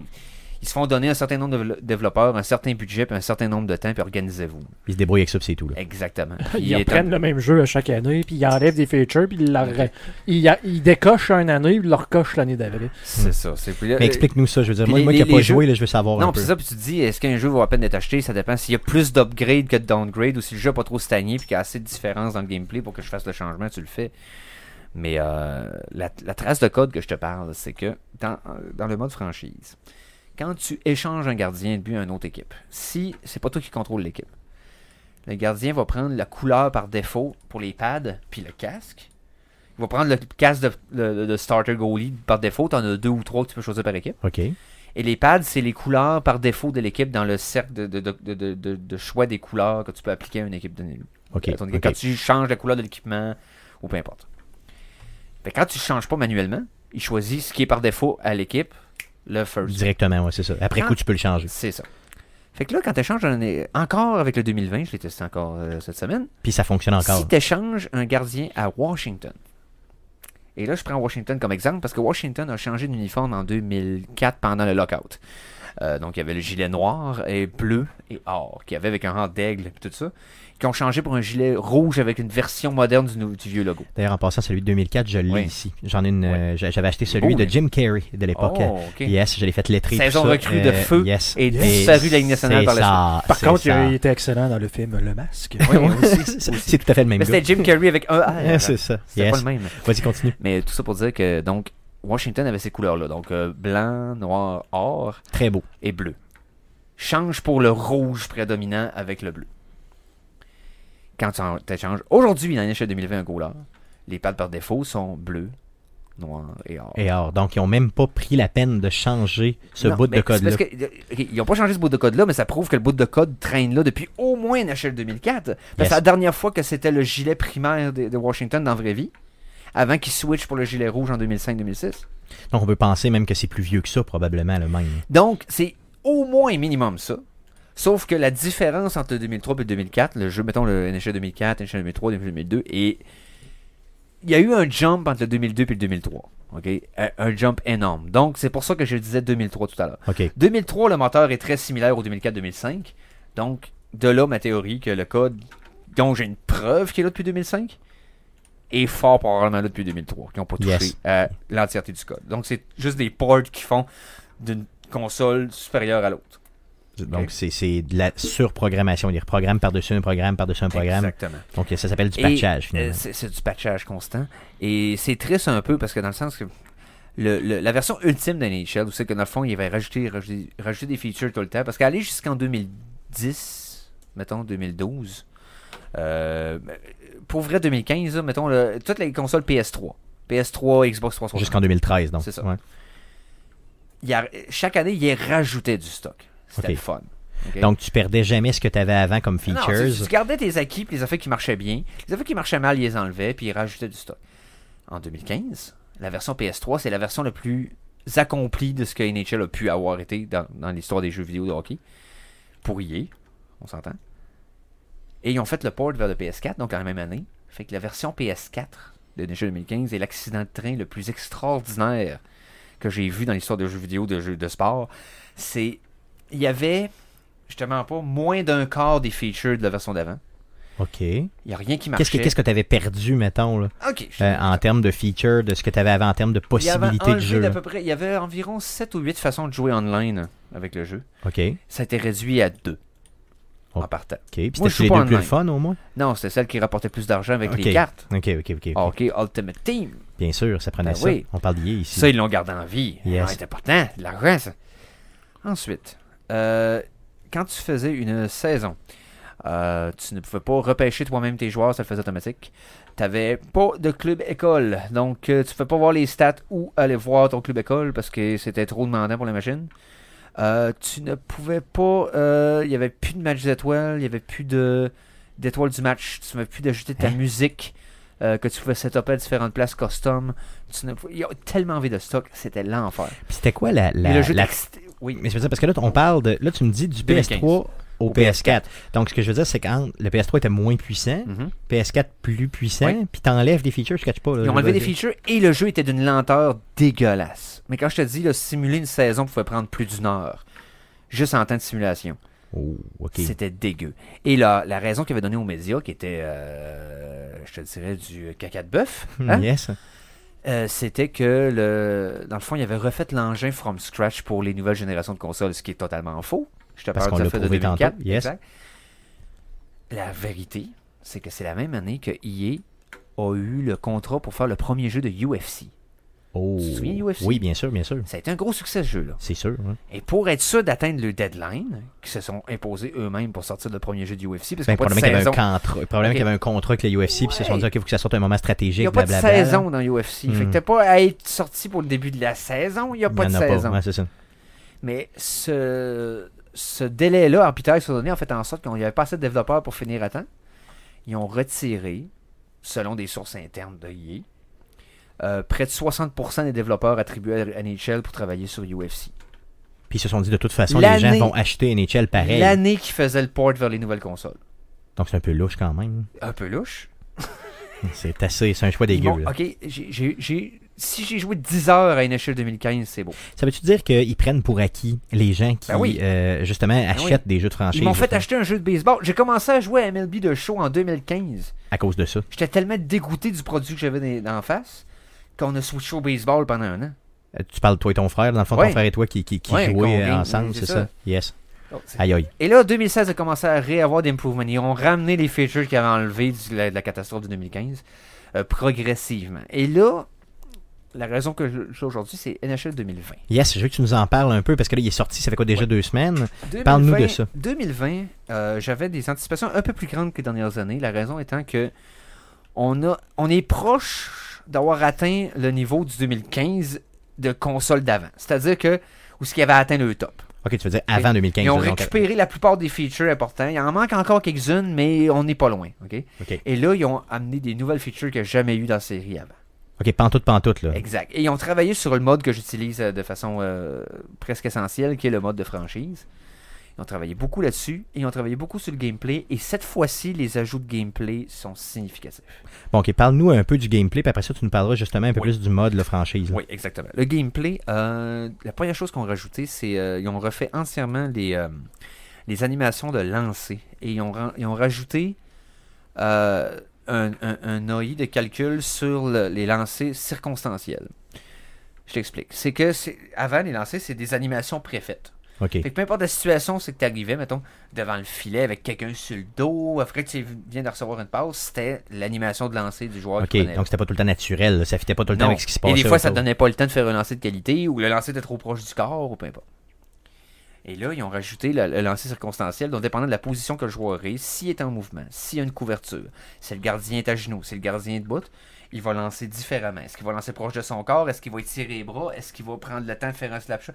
Speaker 4: Ils se font donner un certain nombre de velo- développeurs, un certain budget, puis un certain nombre de temps, puis organisez-vous.
Speaker 1: Ils se débrouillent avec ça, puis c'est tout.
Speaker 4: Euh,
Speaker 1: Là.
Speaker 4: Exactement.
Speaker 2: Ils
Speaker 4: Il est
Speaker 2: reprennent le même jeu à chaque année, puis ils enlèvent des features, puis ils, la re- ils, a- ils décochent une année, puis ils le recochent l'année d'après.
Speaker 4: C'est ça. c'est- puis là, euh,
Speaker 1: Mais explique-nous ça, je veux dire.
Speaker 4: puis
Speaker 1: Moi,
Speaker 4: les-
Speaker 1: moi qui n'ai
Speaker 4: les-
Speaker 1: pas
Speaker 4: les
Speaker 1: joué, là, je veux savoir un
Speaker 4: Non,
Speaker 1: peu.
Speaker 4: puis ça, puis tu te dis, est-ce qu'un jeu vaut la peine d'être acheté Ça dépend s'il y a plus d'upgrade que de downgrade ou si le jeu n'a pas trop stagné puis qu'il y a assez de différence dans le gameplay pour que je fasse le changement, tu le fais. Mais euh, la, la trace de code que je te parle, c'est que dans, dans le mode franchise, quand tu échanges un gardien de but à une autre équipe, si c'est pas toi qui contrôle l'équipe, le gardien va prendre la couleur par défaut pour les pads puis le casque. Il va prendre le casque de, de- de starter goalie par défaut. Tu en as deux ou trois que tu peux choisir par équipe.
Speaker 1: OK.
Speaker 4: Et les pads, c'est les couleurs par défaut de l'équipe dans le cercle de, de, de- de- de- de- de choix des couleurs que tu peux appliquer à une équipe donnée.
Speaker 1: OK.
Speaker 4: À ton équipe.
Speaker 1: OK.
Speaker 4: Quand tu changes la couleur de l'équipement, ou peu importe. Fait que quand tu ne changes pas manuellement, il choisit ce qui est par défaut à l'équipe, le first.
Speaker 1: Directement, ouais, c'est ça. Après
Speaker 4: Quand-
Speaker 1: coup, tu peux le changer.
Speaker 4: C'est ça. Fait que là, quand tu échanges un- encore avec le 2020, je l'ai testé encore euh, cette semaine,
Speaker 1: Puis ça fonctionne encore.
Speaker 4: si tu échanges un gardien à Washington, et là je prends Washington comme exemple parce que Washington a changé d'uniforme en 2004 pendant le lockout. Euh, donc il y avait le gilet noir et bleu et or qu'il y avait avec un rang d'aigle et tout ça, qui ont changé pour un gilet rouge avec une version moderne du, nou- du vieux logo.
Speaker 1: D'ailleurs, en passant, celui de 2004, je l'ai
Speaker 4: Oui.
Speaker 1: ici. J'en ai une.
Speaker 4: Oui.
Speaker 1: euh, j'a- J'avais acheté celui
Speaker 4: Beau,
Speaker 1: de
Speaker 4: hein?
Speaker 1: Jim Carrey de l'époque. euh,
Speaker 4: Oh, ok.
Speaker 1: Yes, je l'ai fait lettrer. tout
Speaker 4: Saison
Speaker 1: ça. Euh,
Speaker 4: recrue de feu
Speaker 1: yes.
Speaker 4: et disparu de la Ligue nationale
Speaker 1: c'est
Speaker 4: par la
Speaker 1: ça,
Speaker 2: Par
Speaker 1: c'est
Speaker 2: contre, il,
Speaker 1: ça.
Speaker 2: a- il était excellent dans le film Le Masque.
Speaker 4: Oui, aussi.
Speaker 1: C'est- c'est tout à fait le même
Speaker 4: Mais
Speaker 1: gars.
Speaker 4: c'était Jim Carrey avec un
Speaker 1: Ouais,
Speaker 4: R. hein.
Speaker 1: c'est ça.
Speaker 4: C'était
Speaker 1: Yes.
Speaker 4: pas le même.
Speaker 1: Vas-y, continue.
Speaker 4: Mais tout ça pour dire que donc Washington avait ces couleurs-là. Donc euh, blanc, noir, or.
Speaker 1: Très beau.
Speaker 4: et bleu. Change pour le rouge prédominant avec le bleu. Quand tu en- t'échanges, aujourd'hui, dans l'échelle 2020, un goaler, les pattes par défaut sont bleu, noir et or.
Speaker 1: Et alors, donc, ils ont même pas pris la peine de changer ce
Speaker 4: Non,
Speaker 1: bout de
Speaker 4: mais c'est
Speaker 1: code-là.
Speaker 4: parce que, euh, ok, ils n'ont pas changé ce bout de code-là, mais ça prouve que le bout de code traîne là depuis au moins NHL 2004. Parce que
Speaker 1: Yes.
Speaker 4: c'est la dernière fois que c'était le gilet primaire de, de Washington dans la vraie vie, avant qu'ils switchent pour le gilet rouge en 2005-2006.
Speaker 1: Donc, on peut penser même que c'est plus vieux que ça, probablement, le même.
Speaker 4: Donc, c'est au moins minimum ça. Sauf que la différence entre le 2003 et le 2004, le jeu, mettons le NHL 2004, NHL 2003, NHL 2002, et il y a eu un jump entre le 2002 et le 2003. ok? Un, un jump énorme. Donc, c'est pour ça que je disais 2003 tout à l'heure.
Speaker 1: OK.
Speaker 4: 2003, le moteur est très similaire au 2004-2005. Donc, de là ma théorie que le code dont j'ai une preuve qui est là depuis 2005 est fort probablement là depuis 2003, qui n'ont pas touché
Speaker 1: Yes.
Speaker 4: à l'entièreté du code. Donc, c'est juste des ports qui font d'une console supérieure à l'autre.
Speaker 1: Donc, c'est- c'est de la surprogrammation. Ils reprogramment par-dessus un programme, par-dessus un programme.
Speaker 4: Exactement.
Speaker 1: Donc, ça s'appelle du
Speaker 4: Et,
Speaker 1: patchage,
Speaker 4: euh,
Speaker 1: finalement.
Speaker 4: c'est c'est du patchage constant. Et c'est triste un peu parce que dans le sens que le- le- la version ultime de NHL, où c'est que dans le fond, il va rajouter, rajouter, rajouter des features tout le temps. Parce qu'aller jusqu'en 2010, mettons 2012, euh, pour vrai 2015, là, mettons le- toutes les consoles PS3, PS3, Xbox 360,
Speaker 1: Jusqu'en 2013, donc.
Speaker 4: C'est ça.
Speaker 1: Ouais.
Speaker 4: il y a- chaque année, il y rajoutait du stock. C'était
Speaker 1: Ok.
Speaker 4: le fun. Ok?
Speaker 1: Donc, tu perdais jamais ce que tu avais avant comme
Speaker 4: Non,
Speaker 1: features.
Speaker 4: tu, tu gardais tes acquis, puis les affaires qui marchaient bien. Les affaires qui marchaient mal, ils les enlevaient, puis ils rajoutaient du stock. En 2015, la version PS3, c'est la version la plus accomplis de ce que NHL a pu avoir été dans, dans l'histoire des jeux vidéo de hockey. Pour y est, on s'entend. Et ils ont fait le port vers le PS4, donc en la même année. Fait que la version PS4 de NHL 2015 est l'accident de train le plus extraordinaire que j'ai vu dans l'histoire de jeux vidéo, de jeux de sport. C'est. Il y avait, justement pas, moins d'un quart des features de la version d'avant.
Speaker 1: OK.
Speaker 4: Il n'y a rien qui marchait.
Speaker 1: Qu'est-ce que tu avais perdu, mettons, là,
Speaker 4: Ok, je te
Speaker 1: euh,
Speaker 4: dis
Speaker 1: en termes de features, de ce que tu avais en termes de
Speaker 4: Il y avait
Speaker 1: possibilités de
Speaker 4: enlevé
Speaker 1: jeu?
Speaker 4: d'à
Speaker 1: là?
Speaker 4: peu près- il y avait environ 7 ou 8 façons de jouer online avec le jeu.
Speaker 1: OK.
Speaker 4: Ça a été réduit à 2
Speaker 1: Oh.
Speaker 4: en partant.
Speaker 1: OK. Puis
Speaker 4: Moi, je
Speaker 1: c'était
Speaker 4: joue
Speaker 1: les
Speaker 4: pas
Speaker 1: deux plus le
Speaker 4: online.
Speaker 1: fun, au moins?
Speaker 4: Non, c'est celle qui rapportait plus d'argent avec
Speaker 1: Ok.
Speaker 4: les cartes.
Speaker 1: OK, OK, OK.
Speaker 4: Hockey Ultimate Team.
Speaker 1: Bien sûr, ça prenait
Speaker 4: Ah. Ben
Speaker 1: ça.
Speaker 4: oui.
Speaker 1: On parle d'hier ici.
Speaker 4: Ça, ils l'ont gardé en vie.
Speaker 1: Yes.
Speaker 4: Ah, C'est important, de l'argent, ça. Ensuite, euh, quand tu faisais une saison, euh, tu ne pouvais pas repêcher toi-même tes joueurs, ça le faisait automatique. Tu n'avais pas de club-école, donc euh, tu ne pouvais pas voir les stats ou aller voir ton club-école parce que c'était trop demandant pour la machine. Euh, tu ne pouvais pas. euh, Il n'y avait plus de match d'étoiles, il n'y avait plus de d'étoiles du match, tu ne pouvais plus d'ajouter ta
Speaker 1: Hein?
Speaker 4: musique euh, que tu pouvais setuper à différentes places custom. Tu ne pouvais- Il y a tellement envie de stock, c'était l'enfer.
Speaker 1: Puis c'était quoi la... la,
Speaker 4: Mais le jeu
Speaker 1: la-
Speaker 4: t'excitait- Oui,
Speaker 1: Mais je veux dire, parce que là, on parle de... Là, tu me dis du
Speaker 4: 2015.
Speaker 1: PS3 au
Speaker 4: Au
Speaker 1: PS4. Donc, ce que je veux dire, c'est quand le PS3 était moins puissant,
Speaker 4: Mhm.
Speaker 1: PS4 plus puissant,
Speaker 4: Oui.
Speaker 1: puis t'enlèves des features, je catch pas. là,
Speaker 4: Ils ont
Speaker 1: je
Speaker 4: enlevé
Speaker 1: veux
Speaker 4: des
Speaker 1: dire.
Speaker 4: features et le jeu était d'une lenteur dégueulasse. Mais quand je te dis, là, simuler une saison pouvait prendre plus d'une heure. Juste en temps de simulation.
Speaker 1: Oh, OK.
Speaker 4: C'était dégueu. Et la, la raison qu'il avait donnée aux médias, qui était, euh, je te dirais, du caca de bœuf,
Speaker 1: Hmm,
Speaker 4: hein,
Speaker 1: Yes.
Speaker 4: euh, c'était que, le, dans le fond, il avait refait l'engin from scratch pour les nouvelles générations de consoles, ce qui est totalement faux. Je te
Speaker 1: Parce
Speaker 4: parle
Speaker 1: qu'on
Speaker 4: de
Speaker 1: l'a
Speaker 4: ça de
Speaker 1: prouvé
Speaker 4: 2004.
Speaker 1: tantôt, yes.
Speaker 4: exact. La vérité, c'est que c'est la même année que EA a eu le contrat pour faire le premier jeu de UFC.
Speaker 1: Oh.
Speaker 4: te souviens du UFC?
Speaker 1: Oui, bien sûr, bien sûr.
Speaker 4: Ça a été un gros succès, ce jeu-là.
Speaker 1: C'est sûr. hein.
Speaker 4: Et pour être sûr d'atteindre le deadline, qui se sont imposés eux-mêmes pour sortir le premier jeu du UFC, parce
Speaker 1: Ben, le
Speaker 4: qu'il n'y a pas
Speaker 1: problème est qu'il y
Speaker 4: de
Speaker 1: avait un
Speaker 4: saison.
Speaker 1: contrat, le problème est
Speaker 4: Ok.
Speaker 1: qu'il y avait un contrat avec les UFC, puis ils se sont
Speaker 4: Ouais.
Speaker 1: dit, OK, il faut que ça sorte à un moment
Speaker 4: Il n'y
Speaker 1: stratégique,
Speaker 4: a pas de
Speaker 1: blablabla.
Speaker 4: saison dans UFC. Fait
Speaker 1: Hmm.
Speaker 4: que t'as pas à être sorti pour le début de la saison, il n'y a pas
Speaker 1: Il y
Speaker 4: de
Speaker 1: en a
Speaker 4: saison.
Speaker 1: Ouais, c'est ça.
Speaker 4: Mais ce, ce délai-là arbitraire qu'ils se sont donné a fait en sorte qu'on n'y avait pas assez de développeurs pour finir à temps. Ils ont retiré, selon des sources internes de EA, euh, près de 60% des développeurs attribués à NHL pour travailler sur UFC.
Speaker 1: Puis ils se sont dit, de toute façon, les gens
Speaker 4: L'année-
Speaker 1: vont acheter NHL pareil.
Speaker 4: L'année qui faisait le port vers les nouvelles consoles.
Speaker 1: Donc c'est un peu louche quand même.
Speaker 4: Un peu louche.
Speaker 1: C'est assez, c'est un choix dégueu.
Speaker 4: Bon,
Speaker 1: là.
Speaker 4: ok, j'ai- j'ai- j'ai- si j'ai joué 10 heures à NHL 2015, c'est beau.
Speaker 1: Ça veut-tu dire qu'ils prennent pour acquis les gens qui,
Speaker 4: Ben oui. Ben
Speaker 1: euh, justement, achètent des jeux de franchise
Speaker 4: Ils m'ont fait
Speaker 1: justement,
Speaker 4: acheter un jeu de baseball. J'ai commencé à jouer à MLB de show en 2015.
Speaker 1: à cause de ça?
Speaker 4: J'étais tellement dégoûté du produit que j'avais dans- en face qu'on a switché au baseball pendant un an.
Speaker 1: Euh, Tu parles de toi et ton frère, dans le fond,
Speaker 4: Ouais.
Speaker 1: ton frère et toi qui, qui, qui
Speaker 4: Ouais, qu'on
Speaker 1: jouaient
Speaker 4: gagne,
Speaker 1: ensemble,
Speaker 4: oui,
Speaker 1: c'est
Speaker 4: c'est
Speaker 1: ça?
Speaker 4: ça.
Speaker 1: Yes.
Speaker 4: Oh, c'est-
Speaker 1: Aïe aïe.
Speaker 4: Et là, 2016 a commencé à réavoir des improvements. Ils ont ramené les features qu'ils avaient enlevées du- la- de la catastrophe de 2015 euh, progressivement. Et là, la raison que je je suis aujourd'hui, c'est NHL 2020.
Speaker 1: Yes, je veux que tu nous en parles un peu parce que là, il est sorti, ça fait quoi déjà
Speaker 4: Ouais.
Speaker 1: deux semaines? Parle-nous de
Speaker 4: 2020,
Speaker 1: ça.
Speaker 4: 2020, euh, j'avais des anticipations un peu plus grandes que les dernières années. La raison étant que on, a, on est proche d'avoir atteint le niveau du 2015 de console d'avant. C'est-à-dire que où ce qui avait atteint le top.
Speaker 1: Ok, tu veux dire avant 2015.
Speaker 4: Ils ont
Speaker 1: là, donc,
Speaker 4: récupéré la plupart des features importantes. Il en manque encore quelques-unes, mais on n'est pas loin. ok?
Speaker 1: Ok.
Speaker 4: Et là, ils ont amené des nouvelles features qu'il n'y a jamais eu dans la série avant.
Speaker 1: Ok, pantoute, pantoute, là.
Speaker 4: Exact. Et ils ont travaillé sur le mode que j'utilise euh, de façon euh, presque essentielle, qui est le mode de franchise. Ils ont travaillé beaucoup là-dessus, et ils ont travaillé beaucoup sur le gameplay, et cette fois-ci, les ajouts de gameplay sont significatifs.
Speaker 1: Bon, ok, parle-nous un peu du gameplay, puis après ça, tu nous parleras justement un peu
Speaker 4: Oui.
Speaker 1: plus du mode, la franchise. là.
Speaker 4: Oui, exactement. Le gameplay, euh, la première chose qu'on a rajouté, c'est euh, ils ont refait entièrement les, euh, les animations de lancer, et ils ont, ran- ils ont rajouté euh, un, un- un OI de calcul sur le- les lancers circonstanciels. Je t'explique. C'est que c'est- avant les lancers, c'est des animations préfaites.
Speaker 1: Ok.
Speaker 4: Fait que peu importe la situation, c'est que tu arrivais, mettons, devant le filet avec quelqu'un sur le dos, après que tu viens de recevoir une passe, c'était l'animation de lancer du joueur qui
Speaker 1: Ok,
Speaker 4: prenait.
Speaker 1: donc c'était pas tout le temps naturel, là, ça fitait pas tout le temps
Speaker 4: Non.
Speaker 1: avec ce qui se
Speaker 4: Et
Speaker 1: passait.
Speaker 4: des fois, ça te
Speaker 1: autour.
Speaker 4: donnait pas le temps de faire un lancer de qualité ou le lancer était trop proche du corps ou peu importe. Et là, ils ont rajouté le, le lancer circonstanciel, donc dépendant de la position que le joueur est, s'il est en mouvement, s'il y a une couverture, si le gardien est à genoux, si le gardien est de bout, il va lancer différemment. Est-ce qu'il va lancer proche de son corps? Est-ce qu'il va étirer les bras? Est-ce qu'il va prendre le temps de faire un slap shot?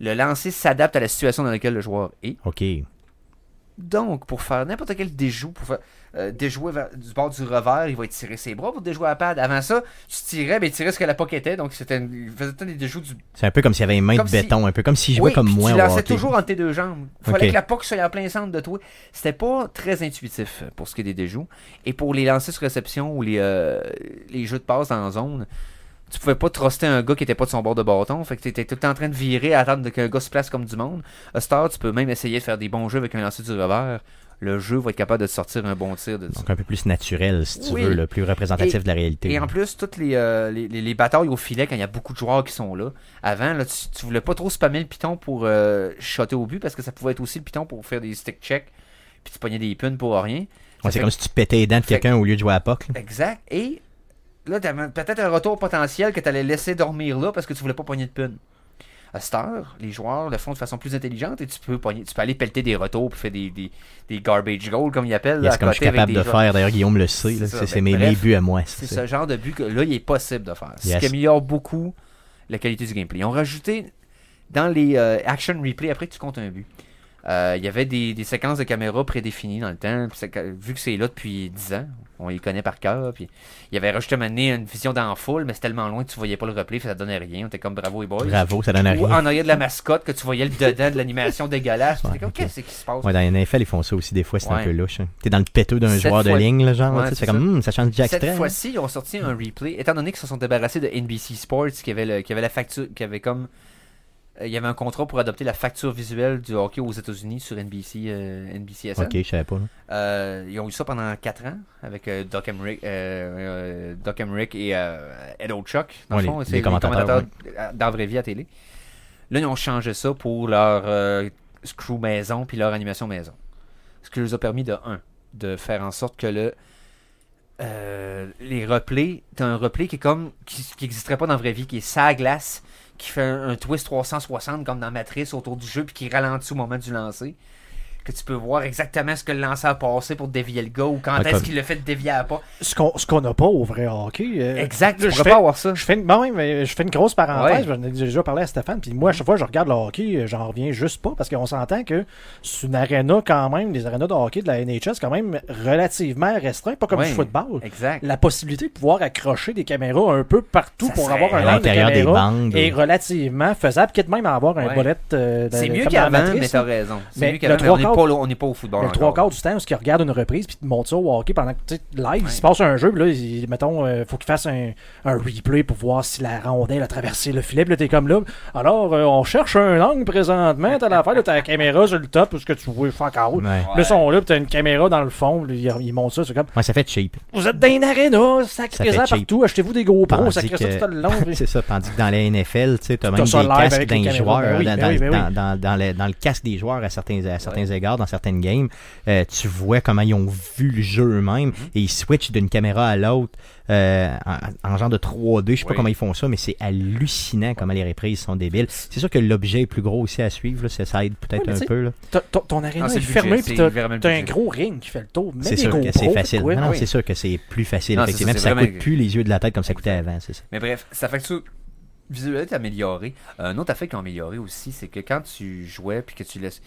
Speaker 4: Le lancer s'adapte à la situation dans laquelle le joueur est.
Speaker 1: Ok.
Speaker 4: Donc, pour faire n'importe quel déjou, pour faire, euh, déjouer vers- du bord du revers, il va étirer ses bras pour déjouer à la pad. Avant ça, tu tirais, mais il tirais ce que la poque était. Donc, c'était une- il faisait tout le temps des déjoues du
Speaker 1: C'est un peu comme s'il y avait une main
Speaker 4: Comme
Speaker 1: de
Speaker 4: si-
Speaker 1: béton, un peu comme si je jouais
Speaker 4: oui,
Speaker 1: comme
Speaker 4: puis
Speaker 1: moi
Speaker 4: Tu
Speaker 1: au
Speaker 4: lançais
Speaker 1: hockey.
Speaker 4: toujours entre tes deux jambes. Il fallait
Speaker 1: Ok.
Speaker 4: que la puck soit en plein centre de toi. C'était pas très intuitif euh, pour ce qui est des déjoues. Et pour les lancers sur réception ou les, euh, les jeux de passe dans la zone, tu pouvais pas truster un gars qui était pas de son bord de bâton. Fait que t'étais tout le temps en train de virer, à attendre qu'un gars se place comme du monde. À cette heure, tu peux même essayer de faire des bons jeux avec un lancer du revers. Le jeu va être capable de te sortir un bon tir de ça.
Speaker 1: Donc un peu plus naturel, si tu
Speaker 4: Oui.
Speaker 1: veux, le plus représentatif
Speaker 4: Et-
Speaker 1: de la réalité.
Speaker 4: Et en plus, toutes les, euh, les, les- les batailles au filet, quand il y a beaucoup de joueurs qui sont là, avant, là, tu, tu voulais pas trop spammer le piton pour euh, shotter au but parce que ça pouvait être aussi le piton pour faire des stick checks, puis tu pognais des punes pour rien.
Speaker 1: Ouais, c'est comme si tu pétais les dents de
Speaker 4: Fait-
Speaker 1: quelqu'un au lieu de jouer à POC.
Speaker 4: Exact. Et là, t'avais peut-être un retour potentiel que t'allais laisser dormir là parce que tu voulais pas pogner de punes. À cette heure, les joueurs le font de façon plus intelligente et tu peux pogner- tu peux aller pelleter des retours puis faire des, des, des garbage goals comme ils appellent. là, à
Speaker 1: C'est comme je
Speaker 4: côté
Speaker 1: suis
Speaker 4: avec
Speaker 1: capable
Speaker 4: des
Speaker 1: de
Speaker 4: joueurs-
Speaker 1: faire. D'ailleurs, Guillaume le sait.
Speaker 4: C'est
Speaker 1: là.
Speaker 4: ça,
Speaker 1: C'est c'est
Speaker 4: ben,
Speaker 1: mes, mes
Speaker 4: bref,
Speaker 1: buts à moi.
Speaker 4: C'est
Speaker 1: c'est ça.
Speaker 4: ce genre de but que là, il est possible de faire. Ce
Speaker 1: Yes.
Speaker 4: qui améliore beaucoup la qualité du gameplay. Ils ont rajouté dans les euh, action replay, après que tu comptes un but, euh, il y avait des, des séquences de caméra prédéfinies dans le temps. Puis c'est que- vu que c'est là depuis 10 ans, on les connaît par cœur. Puis il avait rajouté à un moment donné, une vision d'en foule, mais c'est tellement loin que tu voyais pas le replay, fait que ça donnait rien. On était comme bravo et boys.
Speaker 1: Bravo, ça donne
Speaker 4: Ou
Speaker 1: rien.
Speaker 4: en arrière de la mascotte, que tu voyais le dedans de l'animation dégueulasse. Puis t'es comme,
Speaker 1: ok.
Speaker 4: qu'est-ce qui se passe?
Speaker 1: Ouais, dans les NFL, ils font ça aussi des fois, c'est un
Speaker 4: Ouais.
Speaker 1: peu louche. hein. T'es dans le péteux d'un
Speaker 4: Cette
Speaker 1: joueur de
Speaker 4: fois-
Speaker 1: ligne, là, genre.
Speaker 4: Ouais,
Speaker 1: tu sais,
Speaker 4: c'est
Speaker 1: c'est comme,
Speaker 4: ça.
Speaker 1: Hum, ça change Jack
Speaker 4: Cette
Speaker 1: Strait, hein.
Speaker 4: fois-ci, ils ont sorti un replay. Étant donné qu'ils se sont débarrassés de NBC Sports, qui avait, le- qui avait la facture, qui avait comme, euh, il y avait un contrat pour adopter la facture visuelle du hockey aux États-Unis sur NBC, euh, NBCSN.
Speaker 1: Ok, je savais pas. là.
Speaker 4: Euh, ils ont eu ça pendant 4 ans avec euh, Doc Emrick, euh, euh, Doc Emrick et euh, Ed O'Chuck. Dans
Speaker 1: Ouais,
Speaker 4: le fond,
Speaker 1: les-
Speaker 4: c'est
Speaker 1: les
Speaker 4: les commentateurs,
Speaker 1: commentateurs,
Speaker 4: euh, dans la vraie vie à télé. Là, ils ont changé ça pour leur euh, screw maison puis leur animation maison. Ce qui leur a permis de un, de faire en sorte que le euh, les replays, t'as un replay qui est comme qui, qui existerait pas dans la vraie vie, qui est sa glace, qui fait un, un twist 360 comme dans Matrice autour du jeu puis qui ralentit au moment du lancer que tu peux voir exactement ce que le lanceur a passé pour dévier le gars ou quand
Speaker 1: Ouais,
Speaker 2: Ah,
Speaker 4: est-ce
Speaker 1: comme-
Speaker 4: qu'il le fait dévier à pas.
Speaker 2: Ce qu'on ce qu'on n'a pas au vrai hockey. euh,
Speaker 4: Exact, tu
Speaker 2: je
Speaker 4: pourrais
Speaker 2: fais-
Speaker 4: pas avoir ça.
Speaker 2: Je fais, une, bon, oui, mais je fais une grosse parenthèse, j'en ai déjà parlé à Stéphane, puis moi, à chaque fois que je regarde le hockey, euh, j'en reviens juste pas, parce qu'on s'entend que c'est une arena quand même, les arénas de hockey de la NHS, quand même relativement restreint, pas comme
Speaker 4: Ouais,
Speaker 2: du football.
Speaker 4: Exact.
Speaker 2: La possibilité de pouvoir accrocher des caméras un peu partout
Speaker 4: Ça
Speaker 2: pour
Speaker 4: serait-
Speaker 2: avoir un
Speaker 1: À
Speaker 2: nombre de
Speaker 1: l'intérieur des
Speaker 2: caméras
Speaker 1: bandes.
Speaker 2: est relativement faisable, peut-être même avoir un
Speaker 4: Ouais.
Speaker 2: bolet euh, de-
Speaker 4: C'est mieux
Speaker 2: comme dans la
Speaker 4: qu'avant,
Speaker 2: matrice,
Speaker 4: mais t'as raison.
Speaker 2: Mais
Speaker 4: C'est mieux qu'avant,
Speaker 2: le
Speaker 4: mais on
Speaker 2: trois
Speaker 4: n'est
Speaker 2: quarts-
Speaker 4: pas, là- on n'est pas au football.
Speaker 2: le trois
Speaker 4: encore.
Speaker 2: quarts du temps, ce qui regarde une reprise puis te montre ça au hockey pendant que tu sais, live, il
Speaker 4: Ouais.
Speaker 2: se passe un jeu, puis là, il, mettons, euh, faut qu'il fasse un, un replay pour voir si la rondelle a traversé le filet, puis là, t'es comme là. Alors, euh, on cherche un angle présentement, t'as l'affaire, là, t'as la caméra sur le top, parce que tu veux, fuck out.
Speaker 1: Ouais.
Speaker 2: Là, ils sont là, puis t'as une caméra dans le fond, puis ils, ils montent ça, c'est comme,
Speaker 1: Ouais, ça fait cheap.
Speaker 2: vous êtes dans une arena,
Speaker 1: Ça fait
Speaker 2: sacrez
Speaker 1: cheap.
Speaker 2: partout, achetez-vous des GoPros,
Speaker 1: Tandis
Speaker 2: sacrez ça
Speaker 1: que-
Speaker 2: tout le long. puis-
Speaker 1: C'est ça, tandis que dans la NFL, tu sais, t'as
Speaker 2: Tout
Speaker 1: même des
Speaker 2: ça live
Speaker 1: casques
Speaker 2: avec
Speaker 1: dans
Speaker 2: les
Speaker 1: les
Speaker 2: caméras,
Speaker 1: joueurs,
Speaker 2: ben oui,
Speaker 1: dans,
Speaker 2: ben
Speaker 1: dans-
Speaker 2: oui, ben
Speaker 1: dans-
Speaker 2: oui.
Speaker 1: dans- dans le, dans le casque des joueurs à certains, à certains égards, dans certaines games, euh, tu vois comment ils ont vu le jeu eux-mêmes
Speaker 2: Mm-hmm.
Speaker 1: et ils switchent d'une caméra à l'autre euh, en, en genre de 3D. Je sais pas
Speaker 3: Oui.
Speaker 1: comment ils font ça, mais c'est hallucinant comment les reprises sont débiles. C'est sûr que l'objet est plus gros aussi à suivre, là, ça ça aide peut-être
Speaker 2: Oui, mais
Speaker 1: un
Speaker 2: tu
Speaker 1: peu. là.
Speaker 2: T'as- t'as- Ton aréna
Speaker 4: Non,
Speaker 2: est
Speaker 4: c'est le
Speaker 2: fermée,
Speaker 4: budget,
Speaker 2: puis
Speaker 4: c'est
Speaker 2: t'as
Speaker 4: vraiment le
Speaker 2: t'as un
Speaker 4: budget.
Speaker 2: gros ring qui fait le tour. Mets
Speaker 1: C'est
Speaker 2: des
Speaker 1: sûr que
Speaker 2: GoPros,
Speaker 1: c'est facile.
Speaker 2: ouais.
Speaker 1: Non, non,
Speaker 4: oui.
Speaker 1: c'est sûr que c'est plus facile,
Speaker 4: Non, c'est-
Speaker 1: effectivement.
Speaker 4: c'est
Speaker 1: puis ça
Speaker 4: vraiment-
Speaker 1: coûte plus les yeux de la tête comme ça coûtait avant, c'est ça.
Speaker 4: Mais bref, sa facture visuelle est améliorée. Euh, un autre affaire qui a amélioré aussi, c'est que quand tu jouais puis que tu laisses.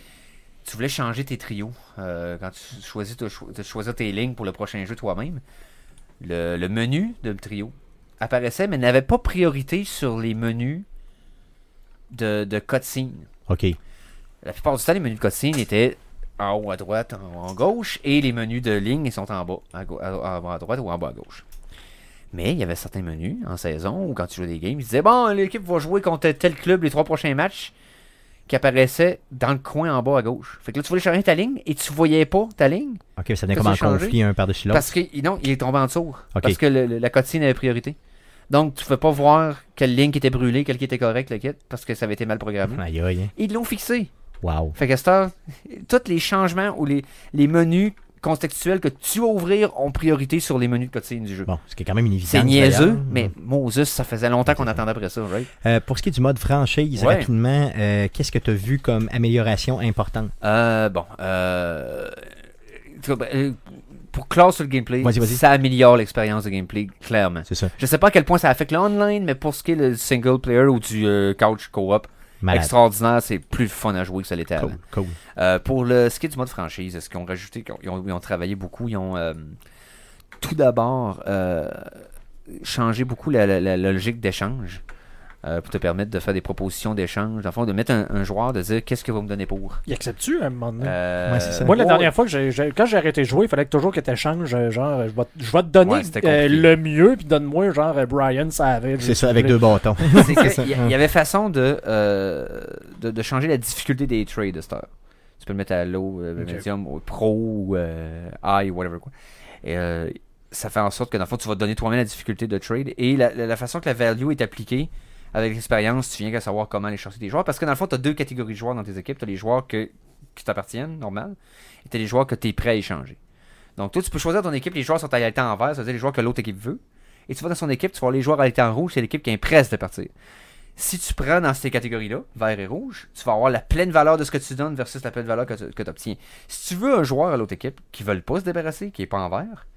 Speaker 4: Tu voulais changer tes trios. euh, quand tu choisis de, cho- de choisir tes lignes pour le prochain jeu toi-même, le, le menu de trio apparaissait, mais n'avait pas priorité sur les menus de, de cutscene.
Speaker 1: OK.
Speaker 4: La plupart du temps, les menus de cutscene étaient en haut à droite, en haut à gauche, et les menus de ligne ils sont en bas, à, gau- à- en bas à droite ou en bas à gauche. Mais il y avait certains menus en saison ou quand tu jouais des games, ils disaient Bon, l'équipe va jouer contre tel club les trois prochains matchs qui apparaissaient dans le coin en bas à gauche. Fait que là, tu voulais changer ta ligne et tu voyais pas ta ligne
Speaker 1: OK, ça venait
Speaker 4: Qu'est-ce
Speaker 1: comme en
Speaker 4: qui a changé?
Speaker 1: conflit un par-dessus l'autre.
Speaker 4: parce que non, il est tombé en dessous.
Speaker 1: Ok.
Speaker 4: Parce que le- le- la cotine avait priorité. Donc, tu ne pouvais pas voir quelle ligne qui était brûlée, quelle qui était correcte, le kit, parce que ça avait été mal programmé.
Speaker 1: Aïe, aïe, hein.
Speaker 4: Ils l'ont fixé.
Speaker 1: Wow.
Speaker 4: Fait que cette heure, tous les changements ou les, les menus contextuels que tu vas ouvrir ont priorité sur les menus de quotidien du jeu.
Speaker 1: Bon, ce qui est quand même une évidence.
Speaker 4: C'est niaiseux,
Speaker 1: d'ailleurs.
Speaker 4: mais Moses, ça faisait longtemps qu'on attendait après ça, right?
Speaker 1: Euh, pour ce qui est du mode franchise,
Speaker 4: Ouais.
Speaker 1: rapidement, euh, qu'est-ce que tu as vu comme amélioration importante
Speaker 4: Euh, bon, euh, euh, pour clore sur le gameplay,
Speaker 1: Vas-y, vas-y.
Speaker 4: ça améliore l'expérience de gameplay, clairement.
Speaker 1: C'est ça.
Speaker 4: Je sais pas à quel point ça affecte l'online, mais pour ce qui est le single player ou du euh, couch co-op,
Speaker 1: Malade.
Speaker 4: extraordinaire. C'est plus fun à jouer que ça l'était avant.
Speaker 1: Cool, cool.
Speaker 4: Euh, pour le ce qui est du mode franchise, est-ce qu'ils ont rajouté, qu'ils ont- ils ont, ils ont travaillé beaucoup, ils ont euh, tout d'abord euh, changé beaucoup la, la- la- la logique d'échange euh, pour te permettre de faire des propositions d'échange, dans le fond, de mettre un, un joueur, de dire qu'est-ce que vous me donnez pour.
Speaker 2: Il accepte-tu à un moment donné?
Speaker 4: Euh,
Speaker 1: Ouais, c'est hein. ça.
Speaker 2: Moi, la
Speaker 4: ouais,
Speaker 2: dernière fois, que j'ai- j'ai- quand j'ai arrêté de jouer, il fallait que toujours que tu échanges, euh, genre, je vais, te- je vais te donner
Speaker 4: Ouais, c'était
Speaker 2: euh,
Speaker 4: compliqué.
Speaker 2: le mieux, puis donne-moi, genre, euh, Brian Savage.
Speaker 1: C'est ça, avec deux bâtons.
Speaker 4: c'est que il y, a- il y avait façon de, euh, de, de changer la difficulté des trades de cette heure. Tu peux le mettre à low, euh,
Speaker 2: Ok.
Speaker 4: medium, ou pro, ou euh, high, ou whatever. Quoi. Et, euh, ça fait en sorte que dans le fond, tu vas te donner toi-même la difficulté de trade. Et la, la- la façon que la value est appliquée, avec l'expérience, tu viens qu'à savoir comment aller chercher des joueurs. Parce que dans le fond, tu as deux catégories de joueurs dans tes équipes. Tu as les joueurs que, qui t'appartiennent, normal, et tu as les joueurs que tu es prêt à échanger. Donc, toi, tu peux choisir ton équipe, les joueurs sont à l'état en vert, c'est-à-dire les joueurs que l'autre équipe veut. Et tu vas dans son équipe, tu vas voir les joueurs à l'état en rouge, c'est l'équipe qui est presse de partir. Si tu prends dans ces catégories-là, vert et rouge, tu vas avoir la pleine valeur de ce que tu donnes versus la pleine valeur que tu obtiens. Si tu veux un joueur à l'autre équipe qui ne veut pas se débarrasser, qui n'est pas en vert,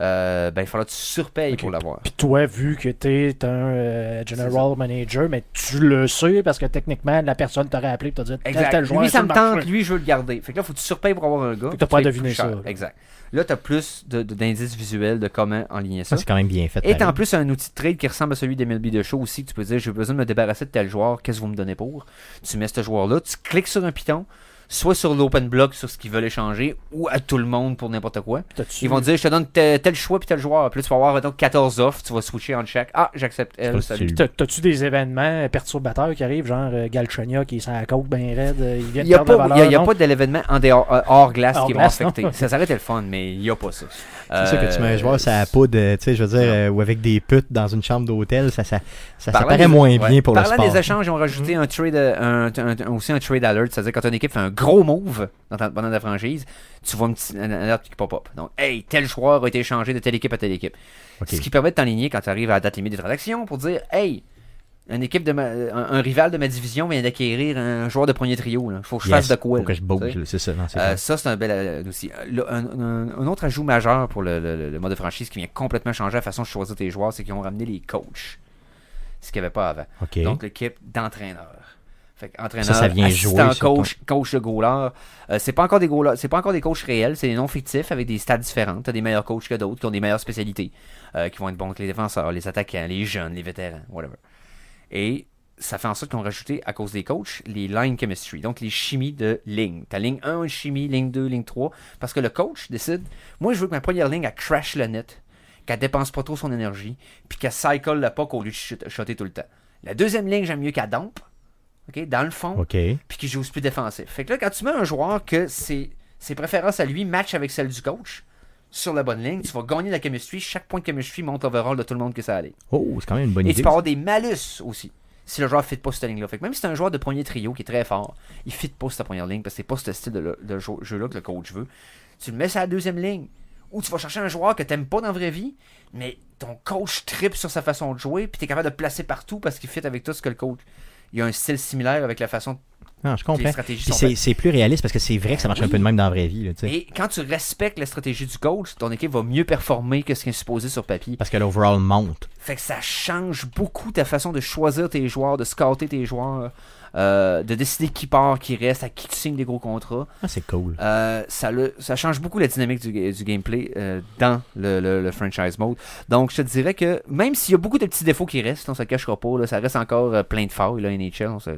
Speaker 4: euh, ben, il faudra que tu surpayes
Speaker 2: Ok.
Speaker 4: pour l'avoir.
Speaker 2: Puis toi, vu que t'es un euh, general manager, mais tu le sais parce que techniquement, la personne t'aurait appelé et t'as dit tel,
Speaker 4: Exact.
Speaker 2: tel joueur.
Speaker 4: lui, ça
Speaker 2: sur
Speaker 4: me
Speaker 2: le marché.
Speaker 4: tente, lui, je veux le garder. Fait que là, faut que tu surpayes pour avoir un gars.
Speaker 2: Fait que t'as pas à
Speaker 4: Fait que
Speaker 2: deviner
Speaker 4: plus cher.
Speaker 2: ça, là.
Speaker 4: Exact. Là, t'as plus de- de- d'indices visuels de comment enligner ça.
Speaker 1: Ça, c'est quand même bien fait.
Speaker 4: Et
Speaker 1: pareil.
Speaker 4: en plus, un outil de trade qui ressemble à celui des MLB de show aussi, que tu peux dire j'ai besoin de me débarrasser de tel joueur, qu'est-ce que vous me donnez pour Tu mets ce joueur-là, tu cliques sur un piton, soit sur l'open block, sur ce qu'ils veulent échanger, ou à tout le monde pour n'importe quoi.
Speaker 2: T'as-tu-
Speaker 4: Ils vont dire je te donne tel, tel choix puis tel joueur. Puis là, tu vas avoir mettons, 14 offres, tu vas switcher entre chaque. Ah, j'accepte elle,
Speaker 1: Parce
Speaker 4: salut.
Speaker 1: que tu-
Speaker 2: T'as- T'as-tu des événements perturbateurs qui arrivent, genre euh, Galchenyuk qui est sur la côte bien raide, euh, il vient
Speaker 4: Il
Speaker 2: de
Speaker 4: n'y a,
Speaker 2: perdre la
Speaker 4: pas,
Speaker 2: valeur?
Speaker 4: il y a- il y a
Speaker 2: non?
Speaker 4: pas de l'événement en dehors, euh, hors glace
Speaker 2: Hors
Speaker 4: qui va
Speaker 2: glace, non.
Speaker 4: affecter. Ça, ça aurait été le fun, mais il n'y a pas ça. C'est
Speaker 1: C'est sûr que tu mets un joueur sur la poudre, euh, tu sais, je veux dire,
Speaker 4: non.
Speaker 1: euh, ou avec des putes dans une chambre d'hôtel, ça, ça, ça, ça paraît moins bien pour le
Speaker 4: Parlant
Speaker 1: sport.
Speaker 4: des échanges, ils ont rajouté un trade, euh, un- un- un- aussi un trade alert, c'est-à-dire quand une équipe fait un gros move dans ta- pendant la franchise, tu vois une petite une alerte qui pop-up. Donc, hey, tel joueur a été échangé de telle équipe à telle équipe.
Speaker 1: Ok.
Speaker 4: Ce qui permet de t'enligner quand tu arrives à la date limite des transactions pour dire, hey, une équipe de ma- un, un rival de ma division vient d'acquérir un joueur de premier trio. Il Faut que je
Speaker 1: Yes,
Speaker 4: fasse de quoi.
Speaker 1: Faut
Speaker 4: là.
Speaker 1: que je
Speaker 4: Tu
Speaker 1: bouge,
Speaker 4: sais?
Speaker 1: là, c'est ça. non, c'est
Speaker 4: Euh,
Speaker 1: vrai.
Speaker 4: ça, c'est un bel euh, aussi. Euh, le- un, un- un autre ajout majeur pour le, le- le mode de franchise qui vient complètement changer la façon de choisir tes joueurs, c'est qu'ils ont ramené les coachs. Ce qu'il n'y avait pas avant.
Speaker 1: OK.
Speaker 4: Donc, l'équipe d'entraîneurs. Fait que entraîneur,
Speaker 1: Ça, ça vient
Speaker 4: assistant
Speaker 1: jouer sur ton-
Speaker 4: coach, coach de goaler. Euh, c'est pas encore des goalers- c'est pas encore des coachs réels, c'est des noms fictifs avec des stats différentes. T'as des meilleurs coachs que d'autres qui ont des meilleures spécialités, euh, qui vont être bons que les défenseurs, les attaquants, les jeunes, les vétérans, whatever. Et ça fait en sorte qu'on rajouté, à cause des coachs, les line chemistry, donc les chimies de ligne. T'as ligne 1, une chimie, ligne 2, ligne 3, parce que le coach décide, moi je veux que ma première ligne, elle crash le net, qu'elle dépense pas trop son énergie, puis qu'elle cycle le puck au lieu de shot- shotter tout le temps. La deuxième ligne, j'aime mieux qu'elle dump, ok, dans le fond,
Speaker 1: OK.
Speaker 4: puis qu'il joue aussi plus défensif. Fait que là, quand tu mets un joueur que ses, ses préférences à lui matchent avec celles du coach, sur la bonne ligne, tu vas gagner la chemistry, chaque point de chemistry monte l'overall de tout le monde que ça allait.
Speaker 1: Oh, c'est quand même une bonne
Speaker 4: Et
Speaker 1: idée.
Speaker 4: tu peux avoir des malus aussi. Si le joueur ne fit pas cette ligne-là. Fait que même si c'est un joueur de premier trio qui est très fort, il ne fit pas cette première ligne parce que c'est pas ce style de, de jeu- jeu-là que le coach veut. Tu le mets sur la deuxième ligne. Ou tu vas chercher un joueur que tu n'aimes pas dans la vraie vie, mais ton coach tripe sur sa façon de jouer, puis tu es capable de le placer partout parce qu'il fit avec tout ce que le coach. Il y a un style similaire avec la façon.
Speaker 1: Non, je
Speaker 4: les
Speaker 1: comprends.
Speaker 4: stratégies
Speaker 1: Puis
Speaker 4: sont
Speaker 1: c'est,
Speaker 4: faites.
Speaker 1: c'est plus réaliste parce que c'est vrai que ça marche un peu de même dans la vraie vie, là, tu sais.
Speaker 4: Et quand tu respectes la stratégie du coach, ton équipe va mieux performer que ce qui est supposé sur papier.
Speaker 1: Parce que l'overall monte.
Speaker 4: Fait que ça change beaucoup ta façon de choisir tes joueurs, de scouter tes joueurs, euh, de décider qui part, qui reste, à qui tu signes des gros contrats.
Speaker 1: Ah, c'est cool.
Speaker 4: Euh, ça, le- ça change beaucoup la dynamique du, ga- du gameplay euh, dans le, le- le franchise mode. Donc, je te dirais que même s'il y a beaucoup de petits défauts qui restent, on se le cachera pas, là, ça reste encore euh, plein de failles, là, NHL. on se-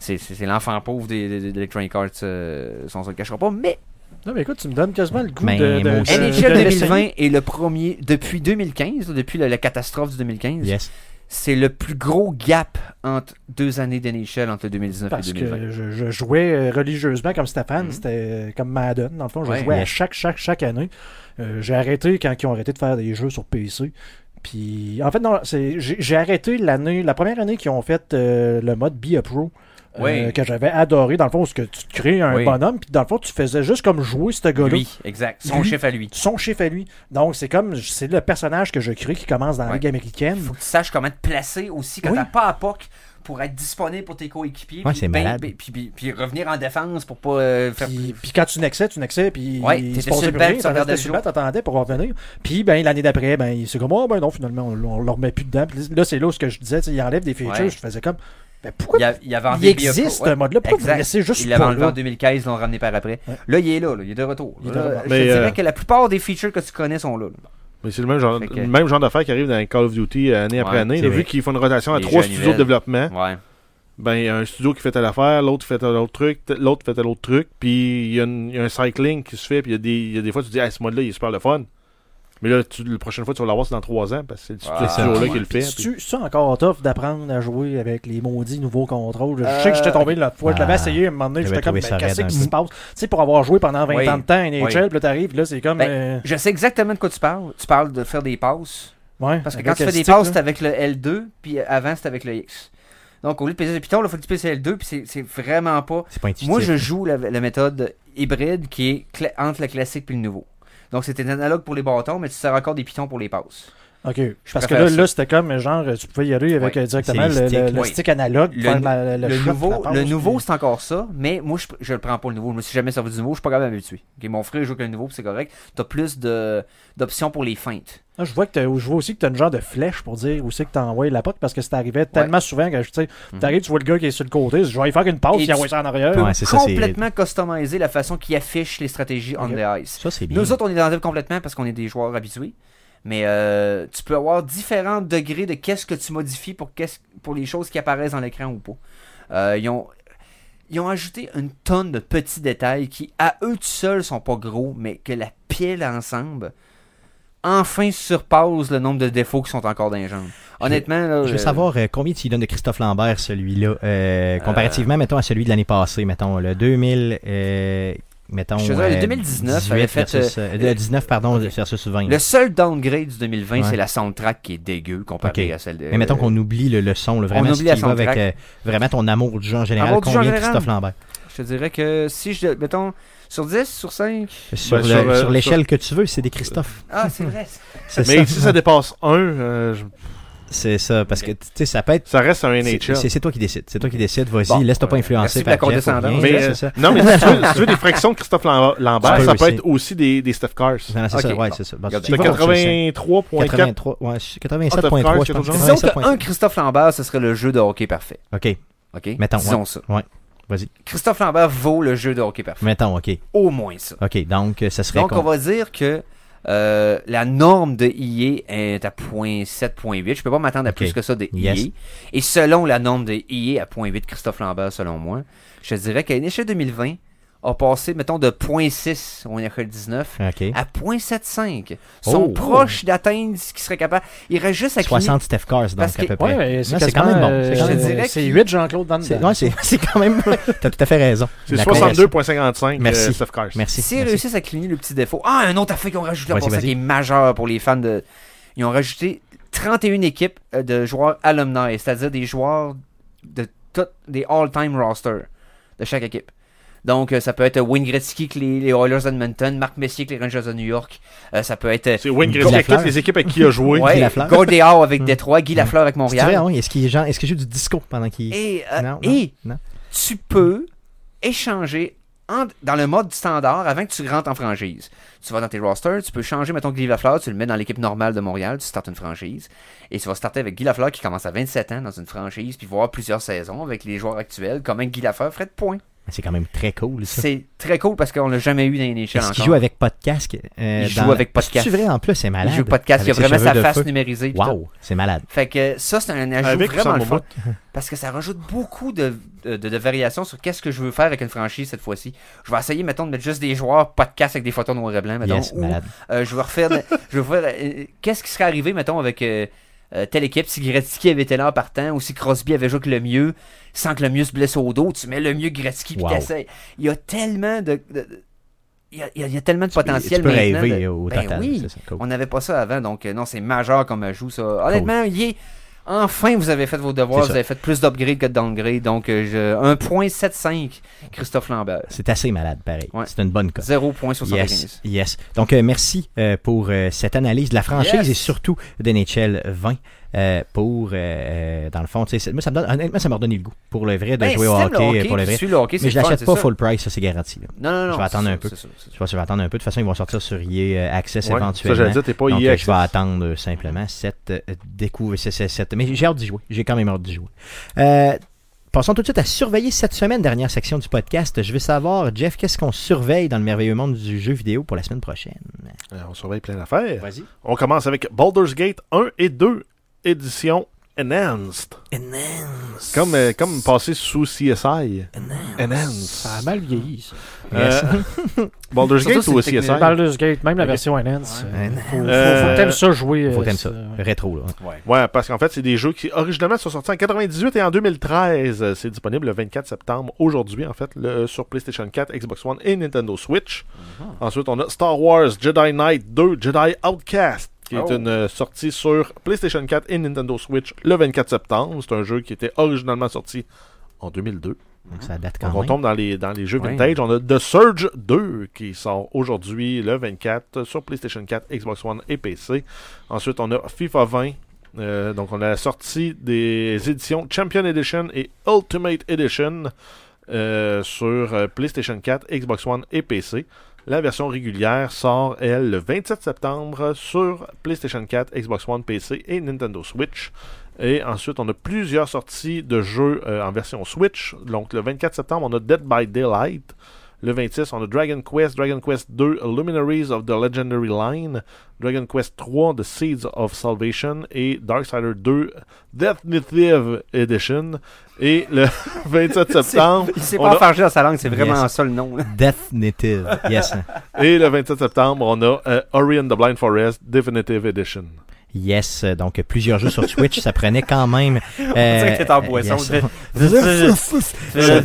Speaker 4: C'est c'est- c'est l'enfant pauvre des, des, des Electronic Arts, euh, ça, on se le cachera pas. Mais
Speaker 2: Non, mais écoute, tu me donnes quasiment le goût
Speaker 1: Mais
Speaker 2: de, de,
Speaker 1: Ben, moi aussi.
Speaker 2: de-
Speaker 4: NHL
Speaker 2: de
Speaker 4: 2020
Speaker 2: l'essayer.
Speaker 4: est le premier, depuis 2015, là, depuis la, la catastrophe du 2015,
Speaker 1: Yes.
Speaker 4: c'est le plus gros gap entre deux années d'NHL entre le 2019
Speaker 2: Parce
Speaker 4: et 2020.
Speaker 2: que je, je jouais euh, religieusement comme Stéphane, c'était euh, comme Madden. Dans le fond, je
Speaker 4: Mm-hmm. Ouais.
Speaker 2: jouais à
Speaker 1: Ouais.
Speaker 2: chaque, chaque, chaque année. Euh, j'ai arrêté quand ils ont arrêté de faire des jeux sur PC. Puis, en fait, non, c'est, j'ai, j'ai arrêté l'année, la première année qu'ils ont fait euh, le mode Be a Pro. euh,
Speaker 4: Ouais.
Speaker 2: que j'avais adoré dans le fond, ce que tu te crées un
Speaker 4: Oui.
Speaker 2: bonhomme, puis dans le fond, tu faisais juste comme jouer ce gars-là.
Speaker 4: Lui, exact. Son
Speaker 2: Lui.
Speaker 4: chef à lui.
Speaker 2: Son chiffre à lui. Donc, c'est comme, c'est le personnage que je crée qui commence dans la
Speaker 4: Ouais.
Speaker 2: Ligue américaine.
Speaker 4: Faut que tu saches comment te placer aussi quand
Speaker 2: Oui.
Speaker 4: t'as pas à POC pour être disponible pour tes coéquipiers.
Speaker 1: Ouais,
Speaker 4: puis
Speaker 1: c'est
Speaker 4: ben-
Speaker 1: malade.
Speaker 4: ben- Puis, puis- puis revenir en défense pour pas euh, faire.
Speaker 2: Puis, puis quand tu nexais, tu nexais, puis
Speaker 4: Ouais,
Speaker 2: il
Speaker 4: t'étais
Speaker 2: se passait
Speaker 4: sur le
Speaker 2: plus
Speaker 4: banc,
Speaker 2: rien,
Speaker 4: tu
Speaker 2: t'en restais
Speaker 4: regardais le
Speaker 2: sur
Speaker 4: show.
Speaker 2: le banc, t'attendais pour revenir. Puis ben, l'année d'après, ben, il- c'est comme, oh ben non, finalement, on, on le remet plus dedans. Puis là, c'est là où ce que je disais, tu sais, il enlève des features,
Speaker 4: Ouais.
Speaker 2: je faisais comme, Ben, pourquoi
Speaker 4: Il, a- il avait
Speaker 2: il
Speaker 4: enlevé
Speaker 2: existe
Speaker 4: Bioko. Ouais,
Speaker 2: un mode-là? Pourquoi vous
Speaker 4: exact.
Speaker 2: le laissez juste
Speaker 4: Il
Speaker 2: pas
Speaker 4: l'avait enlevé
Speaker 2: là?
Speaker 4: en 2015, ils l'ont ramené par après.
Speaker 2: Ouais.
Speaker 4: Là, il est là, là, il est de retour.
Speaker 2: Il est de
Speaker 4: Là,
Speaker 2: retour.
Speaker 4: Je
Speaker 3: Mais,
Speaker 4: te dirais
Speaker 3: euh,
Speaker 4: que la plupart des features que tu connais sont là. là.
Speaker 3: Mais c'est le même genre,
Speaker 4: Fait que-
Speaker 3: le même genre d'affaires qui arrive dans Call of Duty euh, année après
Speaker 4: Ouais,
Speaker 3: année.
Speaker 1: c'est
Speaker 3: là,
Speaker 1: vrai.
Speaker 3: vu qu'ils font une rotation à
Speaker 4: Les
Speaker 3: trois
Speaker 4: jeunes, ils
Speaker 3: studios de
Speaker 4: veulent.
Speaker 3: développement,
Speaker 1: Hein?
Speaker 4: Ouais.
Speaker 3: ben il y a un studio qui fait telle affaire, l'autre fait tel autre truc, t- l'autre fait tel autre truc, puis il y, a une- il y a un cycling qui se fait, puis il y, a des- il y a des fois tu te dis, ah, ce mode-là, il est super le fun. Mais là, tu, la prochaine fois, tu vas l'avoir, c'est dans trois ans, parce que c'est
Speaker 1: Ah,
Speaker 4: Ouais.
Speaker 3: ce studio-là qui
Speaker 2: Ouais,
Speaker 3: le
Speaker 2: puis
Speaker 3: fait. puis-
Speaker 2: C'est-tu c'est-tu encore tough d'apprendre à jouer avec les maudits nouveaux contrôles? Je sais que j'étais tombé l'autre fois, je l'avais
Speaker 1: Ah.
Speaker 2: essayé à un moment donné,
Speaker 1: J'avais
Speaker 2: j'étais comme,
Speaker 1: trouvé
Speaker 2: mais
Speaker 1: ça
Speaker 2: qu'est-ce
Speaker 1: raide
Speaker 2: qui
Speaker 1: un
Speaker 2: se passe? Tu sais, pour avoir joué pendant 20
Speaker 4: Oui.
Speaker 2: ans de temps à NHL,
Speaker 4: Oui.
Speaker 2: puis là t'arrives, là c'est comme... euh,
Speaker 4: Ben, Je sais exactement de quoi tu parles. Tu parles de faire des passes.
Speaker 2: ouais,
Speaker 4: Parce que
Speaker 2: avec
Speaker 4: quand tu
Speaker 2: le
Speaker 4: fais des
Speaker 2: stick,
Speaker 4: passes,
Speaker 2: là.
Speaker 4: c'est avec le L2, puis avant, c'est avec le X. Donc, au lieu de peser le piton, il faut que tu pèses le L2, puis c'est- c'est vraiment pas.
Speaker 1: C'est pas intuitif.
Speaker 4: Moi, je joue la, la méthode hybride qui est cla- entre le classique puis le nouveau. Donc, c'était analogue pour les bâtons, mais tu sers encore des pitons pour les passes.
Speaker 2: Ok, parce que
Speaker 4: préfère
Speaker 2: là,
Speaker 4: ça.
Speaker 2: là c'était comme, genre, tu pouvais y aller avec
Speaker 4: Ouais.
Speaker 2: euh, directement
Speaker 1: C'est
Speaker 2: le,
Speaker 1: les
Speaker 2: le-
Speaker 1: sticks.
Speaker 2: le
Speaker 4: Oui.
Speaker 2: stick analogue,
Speaker 4: Le-
Speaker 2: faire la-
Speaker 4: Le,
Speaker 2: le shot, la
Speaker 4: nouveau,
Speaker 2: passe,
Speaker 4: le
Speaker 2: puis-
Speaker 4: nouveau c'est encore ça, mais moi, je, je le prends pas le nouveau. Je me suis jamais servi du nouveau, je suis pas capable de m'habituer. Ok, mon frère joue avec le nouveau, puis c'est correct. T'as plus de- d'options pour les feintes.
Speaker 2: Ah, je vois que t'as- je vois aussi que tu as une genre de flèche pour dire où c'est que tu envoies la pote parce que ça arrivait tellement souvent que tu sais, t'arrives, tu vois le gars qui est sur le côté, je vais y faire une passe,
Speaker 4: Et
Speaker 2: il
Speaker 4: tu
Speaker 2: envoie ça en arrière.
Speaker 1: Mhm. Ouais, c'est ça, c'est-
Speaker 4: complètement customiser la façon qui affiche les stratégies on
Speaker 2: Ok.
Speaker 4: the ice.
Speaker 1: Ça, c'est bien.
Speaker 4: Nous autres, on est dans le complètement parce qu'on est des joueurs habitués. Mais euh, tu peux avoir différents degrés de qu'est-ce que tu modifies pour, qu'est-ce- pour les choses qui apparaissent dans l'écran ou pas. Euh, ils, ont, ils ont ajouté une tonne de petits détails qui, à eux tout seuls, sont pas gros, mais que la pile ensemble, enfin, surpasse le nombre de défauts qui sont encore dans les jambes. Honnêtement, là,
Speaker 1: Je
Speaker 4: euh,
Speaker 1: veux savoir euh, combien tu lui donnes de Christophe Lambert, celui-là, euh, comparativement, mettons, à celui de l'année passée, mettons, le 2000, euh, mettons...
Speaker 4: Je te dirais, le
Speaker 1: euh,
Speaker 4: 2019 avait
Speaker 1: 18
Speaker 4: fait,
Speaker 1: versus,
Speaker 4: euh,
Speaker 1: euh, le 19, pardon, versus 20.
Speaker 4: le seul downgrade du 2020,
Speaker 1: Ouais.
Speaker 4: c'est la soundtrack qui est dégueu comparée
Speaker 1: Ok.
Speaker 4: à celle de.
Speaker 1: Mais mettons qu'on oublie le, le son, là, vraiment,
Speaker 4: euh, on
Speaker 1: ce
Speaker 4: oublie la
Speaker 1: qui va avec
Speaker 4: soundtrack.
Speaker 1: euh, vraiment ton amour du jeu en général,
Speaker 4: Amour du jeu en
Speaker 1: combien de
Speaker 4: général.
Speaker 1: Christophe Lambert
Speaker 4: Je te dirais que si je. Mettons, sur 10, sur 5.
Speaker 1: Sur
Speaker 3: Ben,
Speaker 1: le-
Speaker 3: sur, euh,
Speaker 1: sur l'échelle que tu veux, c'est des Christophe.
Speaker 4: Ah, c'est vrai.
Speaker 1: C'est
Speaker 3: Mais
Speaker 1: ça.
Speaker 3: si ça dépasse un, euh, je-
Speaker 1: C'est ça, parce que, tu sais, ça peut être...
Speaker 3: ça reste un
Speaker 1: c'est-
Speaker 3: NHL.
Speaker 1: C'est c'est toi qui décides. C'est toi qui décides. Vas-y,
Speaker 4: Bon,
Speaker 1: laisse-toi pas
Speaker 4: euh,
Speaker 1: influencer
Speaker 4: merci pour
Speaker 1: par
Speaker 4: la
Speaker 1: Jeff ou rien,
Speaker 4: condescendance.
Speaker 3: Mais, euh,
Speaker 1: c'est ça.
Speaker 3: non, mais si tu, veux, si tu veux des fractions de Christophe Lam- Lambert,
Speaker 1: Tu peux
Speaker 3: ça peut
Speaker 1: aussi.
Speaker 3: être aussi des, des Steph Cars.
Speaker 1: Non, non, c'est
Speaker 4: Ok,
Speaker 1: ça, ouais,
Speaker 4: bon.
Speaker 1: c'est ça. Bon,
Speaker 4: Regarde,
Speaker 1: tu
Speaker 3: C'est
Speaker 1: y vas, tu le sais.
Speaker 3: 83.4.
Speaker 1: 83, ouais, je-
Speaker 3: Autocar,
Speaker 1: 87.3, je
Speaker 3: quelque
Speaker 1: pense.
Speaker 3: chose
Speaker 4: Disons
Speaker 1: 87.3.
Speaker 4: qu'un Christophe Lambert, ce serait le jeu de hockey parfait.
Speaker 1: OK,
Speaker 4: OK?
Speaker 1: Mettons,
Speaker 4: Disons
Speaker 1: ouais.
Speaker 4: ça.
Speaker 1: Ouais. Vas-y.
Speaker 4: Christophe Lambert vaut le jeu de hockey parfait.
Speaker 1: mettons, OK.
Speaker 4: Au moins ça.
Speaker 1: OK, donc euh, ça serait...
Speaker 4: Donc,
Speaker 1: con-
Speaker 4: on va dire que euh, la norme de IE est à 0.7.8. Je peux pas m'attendre à
Speaker 1: Ok.
Speaker 4: plus que ça de IE.
Speaker 1: Yes.
Speaker 4: Et selon la norme de IE à 0.8 Christophe Lambert, selon moi, je dirais qu'à l'échelle 2020, a passé, mettons, de 0.6 au NHL 19
Speaker 1: OK.
Speaker 4: à 0.75. Sont
Speaker 1: Oh.
Speaker 4: proches d'atteindre ce qui serait capable. Il reste juste à cligner-
Speaker 1: 60 Steph Cars, donc,
Speaker 4: Parce
Speaker 1: à
Speaker 4: que-
Speaker 1: peu près.
Speaker 2: Ouais, mais
Speaker 1: Non,
Speaker 2: c'est euh,
Speaker 1: c'est quand même bon. C'est quand
Speaker 2: C'est
Speaker 1: même-
Speaker 4: c'est
Speaker 2: 8 Jean-Claude Van
Speaker 1: C'est ouais, c'est- c'est quand même... T'as tout à fait raison.
Speaker 3: C'est
Speaker 1: La
Speaker 3: 62.55
Speaker 1: Merci.
Speaker 3: euh, Steph Cars.
Speaker 1: Merci.
Speaker 4: S'ils
Speaker 1: merci.
Speaker 4: réussissent à cligner le petit défaut. Ah, un autre affaire qu'ils ont rajouté là,
Speaker 1: Vas-y,
Speaker 4: pour ça
Speaker 1: vas-y.
Speaker 4: qui est majeur pour les fans de. Ils ont rajouté 31 équipes euh, de joueurs alumni, c'est-à-dire des joueurs de toutes des all-time rosters de chaque équipe. Donc, euh, ça peut être Wayne Gretzky que les, les Oilers d'Edmonton, Marc Messier que les Rangers de New York. Euh, ça peut être euh,
Speaker 3: C'est Wayne
Speaker 1: Guy
Speaker 3: Gretzky avec
Speaker 1: Lafleur.
Speaker 3: toutes les équipes avec qui il a joué.
Speaker 1: Guy
Speaker 4: ouais,
Speaker 1: Lafleur. Mm.
Speaker 4: Gordie Howe avec Détroit, Guy Lafleur avec
Speaker 1: C'est vrai,
Speaker 4: Montréal.
Speaker 1: hein, Est-ce qu'il genre- est-ce qu'il joue du disco pendant qu'il...
Speaker 4: Et, euh,
Speaker 1: Non, non,
Speaker 4: et
Speaker 1: non.
Speaker 4: tu peux échanger en- dans le mode standard avant que tu rentres en franchise. Tu vas dans tes rosters, tu peux changer, mettons, Guy Lafleur, tu le mets dans l'équipe normale de Montréal, tu startes une franchise. Et tu vas starter avec Guy Lafleur qui commence à 27 ans dans une franchise, puis voir plusieurs saisons avec les joueurs actuels, comment Guy Lafleur ferait de points.
Speaker 1: C'est quand même très cool, ça.
Speaker 4: C'est très cool parce qu'on l'a jamais eu dans les NHL
Speaker 1: Est-ce
Speaker 4: encore.
Speaker 1: qu'il joue avec pas de casque? euh,
Speaker 4: Il joue
Speaker 1: dans-
Speaker 4: avec pas de
Speaker 1: C'est-tu
Speaker 4: casque.
Speaker 1: vrai, en plus, c'est
Speaker 4: Il
Speaker 1: malade.
Speaker 4: joue podcast, il y
Speaker 1: Avec
Speaker 4: a
Speaker 1: ses
Speaker 4: vraiment sa
Speaker 1: cheveux de
Speaker 4: face
Speaker 1: feu.
Speaker 4: numérisée. puis tout.
Speaker 1: Wow, c'est malade.
Speaker 4: Fait que ça, c'est un ajout
Speaker 3: Avec ou sans
Speaker 4: vraiment le fun.
Speaker 3: moumoute?
Speaker 4: Parce que ça rajoute beaucoup de, de, de variations sur qu'est-ce que je veux faire avec une franchise cette fois-ci. Je vais essayer, mettons, de mettre juste des joueurs podcast avec des photos noir et blanc, mettons.
Speaker 1: Yes,
Speaker 4: Ou,
Speaker 1: malade.
Speaker 4: euh, je vais refaire. de- je vais faire. euh, qu'est-ce qui serait arrivé, mettons, avec euh, euh, telle équipe si Gretzky avait été là en partant ou si Crosby avait joué que le mieux sans que le mieux se blesse au dos. Tu mets le mieux Gretzky puis
Speaker 1: Wow.
Speaker 4: t'essayes. Il y a tellement de. de- il y, a, il y a- il y a tellement de potentiel
Speaker 1: Tu peux
Speaker 4: maintenant
Speaker 1: rêver
Speaker 4: de-
Speaker 1: euh, au
Speaker 4: Ben
Speaker 1: total.
Speaker 4: oui.
Speaker 1: c'est ça, cool.
Speaker 4: On n'avait pas ça avant, donc euh, non, c'est majeur comme ajout, ça. Honnêtement, il est- enfin, vous avez fait vos devoirs,
Speaker 1: C'est
Speaker 4: vous
Speaker 1: ça.
Speaker 4: avez fait plus d'upgrades que de downgrades, donc euh, je... 1.75, Christophe Lambert.
Speaker 1: C'est assez malade, pareil.
Speaker 4: Ouais.
Speaker 1: C'est une bonne cote.
Speaker 4: 0.75.
Speaker 1: Yes, yes. Donc, euh, merci euh, pour euh, cette analyse de la franchise
Speaker 4: Yes.
Speaker 1: et surtout d'NHL 20 euh, pour, euh, euh, dans le fond, tu sais, c'est- moi, ça me donne, honnêtement, ça m'a redonné le goût pour le vrai de
Speaker 4: Ben,
Speaker 1: jouer au
Speaker 4: si t'aimes
Speaker 1: hockey, euh, pour le
Speaker 4: tu
Speaker 1: vrai.
Speaker 4: suis le hockey,
Speaker 1: Mais
Speaker 4: c'est
Speaker 1: je
Speaker 4: le fun,
Speaker 1: l'achète
Speaker 4: c'est
Speaker 1: pas
Speaker 4: ça.
Speaker 1: full price, ça c'est garanti. là.
Speaker 4: Non, non, non.
Speaker 1: Je vais
Speaker 4: c'est
Speaker 1: attendre
Speaker 4: ça,
Speaker 1: un peu.
Speaker 4: c'est ça, c'est ça.
Speaker 1: Je pense que je vais attendre un peu. De toute façon, ils vont sortir sur EA Access
Speaker 3: Ouais, Ça,
Speaker 1: éventuellement.
Speaker 3: j'allais dire, t'es pas
Speaker 1: Donc,
Speaker 3: IE
Speaker 1: euh, je vais
Speaker 3: Access.
Speaker 1: attendre euh, simplement cette euh, découverte. c'est- c'est- cette- Mais j'ai hâte d'y jouer. J'ai quand même hâte d'y jouer. Euh, Passons tout de suite à surveiller cette semaine, dernière section du podcast. Je veux savoir, Jeff, qu'est-ce qu'on surveille dans le merveilleux monde du jeu vidéo pour la semaine prochaine?
Speaker 3: Euh, on surveille plein d'affaires.
Speaker 1: Vas-y.
Speaker 3: On commence avec Baldur's Gate 1 et 2, édition Enhanced. Enhanced. Comme, euh, comme passé sous CSI. Enhanced.
Speaker 2: Ça a mal vieilli, ça.
Speaker 1: Yes.
Speaker 3: Euh, Baldur's
Speaker 4: Ça,
Speaker 3: Gate
Speaker 4: ça,
Speaker 3: ou
Speaker 4: c'est
Speaker 3: CSI?
Speaker 4: technique.
Speaker 2: Baldur's Gate, même la version Enhance.
Speaker 1: Ouais.
Speaker 2: euh, Faut, faut,
Speaker 3: Euh,
Speaker 2: faut que t'aimes ça jouer.
Speaker 1: Faut
Speaker 2: euh,
Speaker 1: que t'aimes ça.
Speaker 2: ouais.
Speaker 1: Rétro, là.
Speaker 3: Ouais, parce qu'en fait, c'est des jeux qui originalement sont sortis en 98 et en 2013. Euh, C'est disponible le 24 septembre, aujourd'hui en fait, le- sur PlayStation 4, Xbox One et Nintendo Switch. Ensuite, on a Star Wars Jedi Knight 2 Jedi Outcast, qui
Speaker 4: Oh.
Speaker 3: est une euh, sortie sur PlayStation 4 et Nintendo Switch le 24 septembre. C'est un jeu qui était originalement sorti en 2002.
Speaker 1: Donc, ça date
Speaker 3: Donc,
Speaker 1: quand
Speaker 3: on
Speaker 1: même.
Speaker 3: tombe dans les, dans les jeux
Speaker 4: Ouais.
Speaker 3: vintage. On a The Surge 2 qui sort aujourd'hui le 24 sur PlayStation 4, Xbox One et PC. Ensuite, on a FIFA 20. Euh, donc, on a la sortie des éditions Champion Edition et Ultimate Edition euh, sur euh, PlayStation 4, Xbox One et PC. La version régulière sort, elle, le 27 septembre sur PlayStation 4, Xbox One, PC et Nintendo Switch. Et ensuite, on a plusieurs sorties de jeux euh, en version Switch. Donc, le 24 septembre, on a Dead by Daylight. Le 26, on a Dragon Quest, Dragon Quest 2, Luminaries of the Legendary Line, Dragon Quest 3, The Seeds of Salvation et Darksider 2, Definitive Edition. Et le 27 septembre,
Speaker 4: Il s'est
Speaker 3: on
Speaker 4: pas
Speaker 3: a-
Speaker 4: enfargé dans sa langue, c'est vraiment
Speaker 1: Yes.
Speaker 4: ça le nom. là.
Speaker 1: Death Native. Yes.
Speaker 3: Et le 27 septembre, on a euh, Ori and the Blind Forest Definitive Edition.
Speaker 1: Yes. Donc, plusieurs jeux sur Switch, ça prenait quand même.
Speaker 4: On dirait
Speaker 1: euh,
Speaker 4: que t'es en boisson.
Speaker 1: yes.
Speaker 4: C'est
Speaker 1: C'est ça.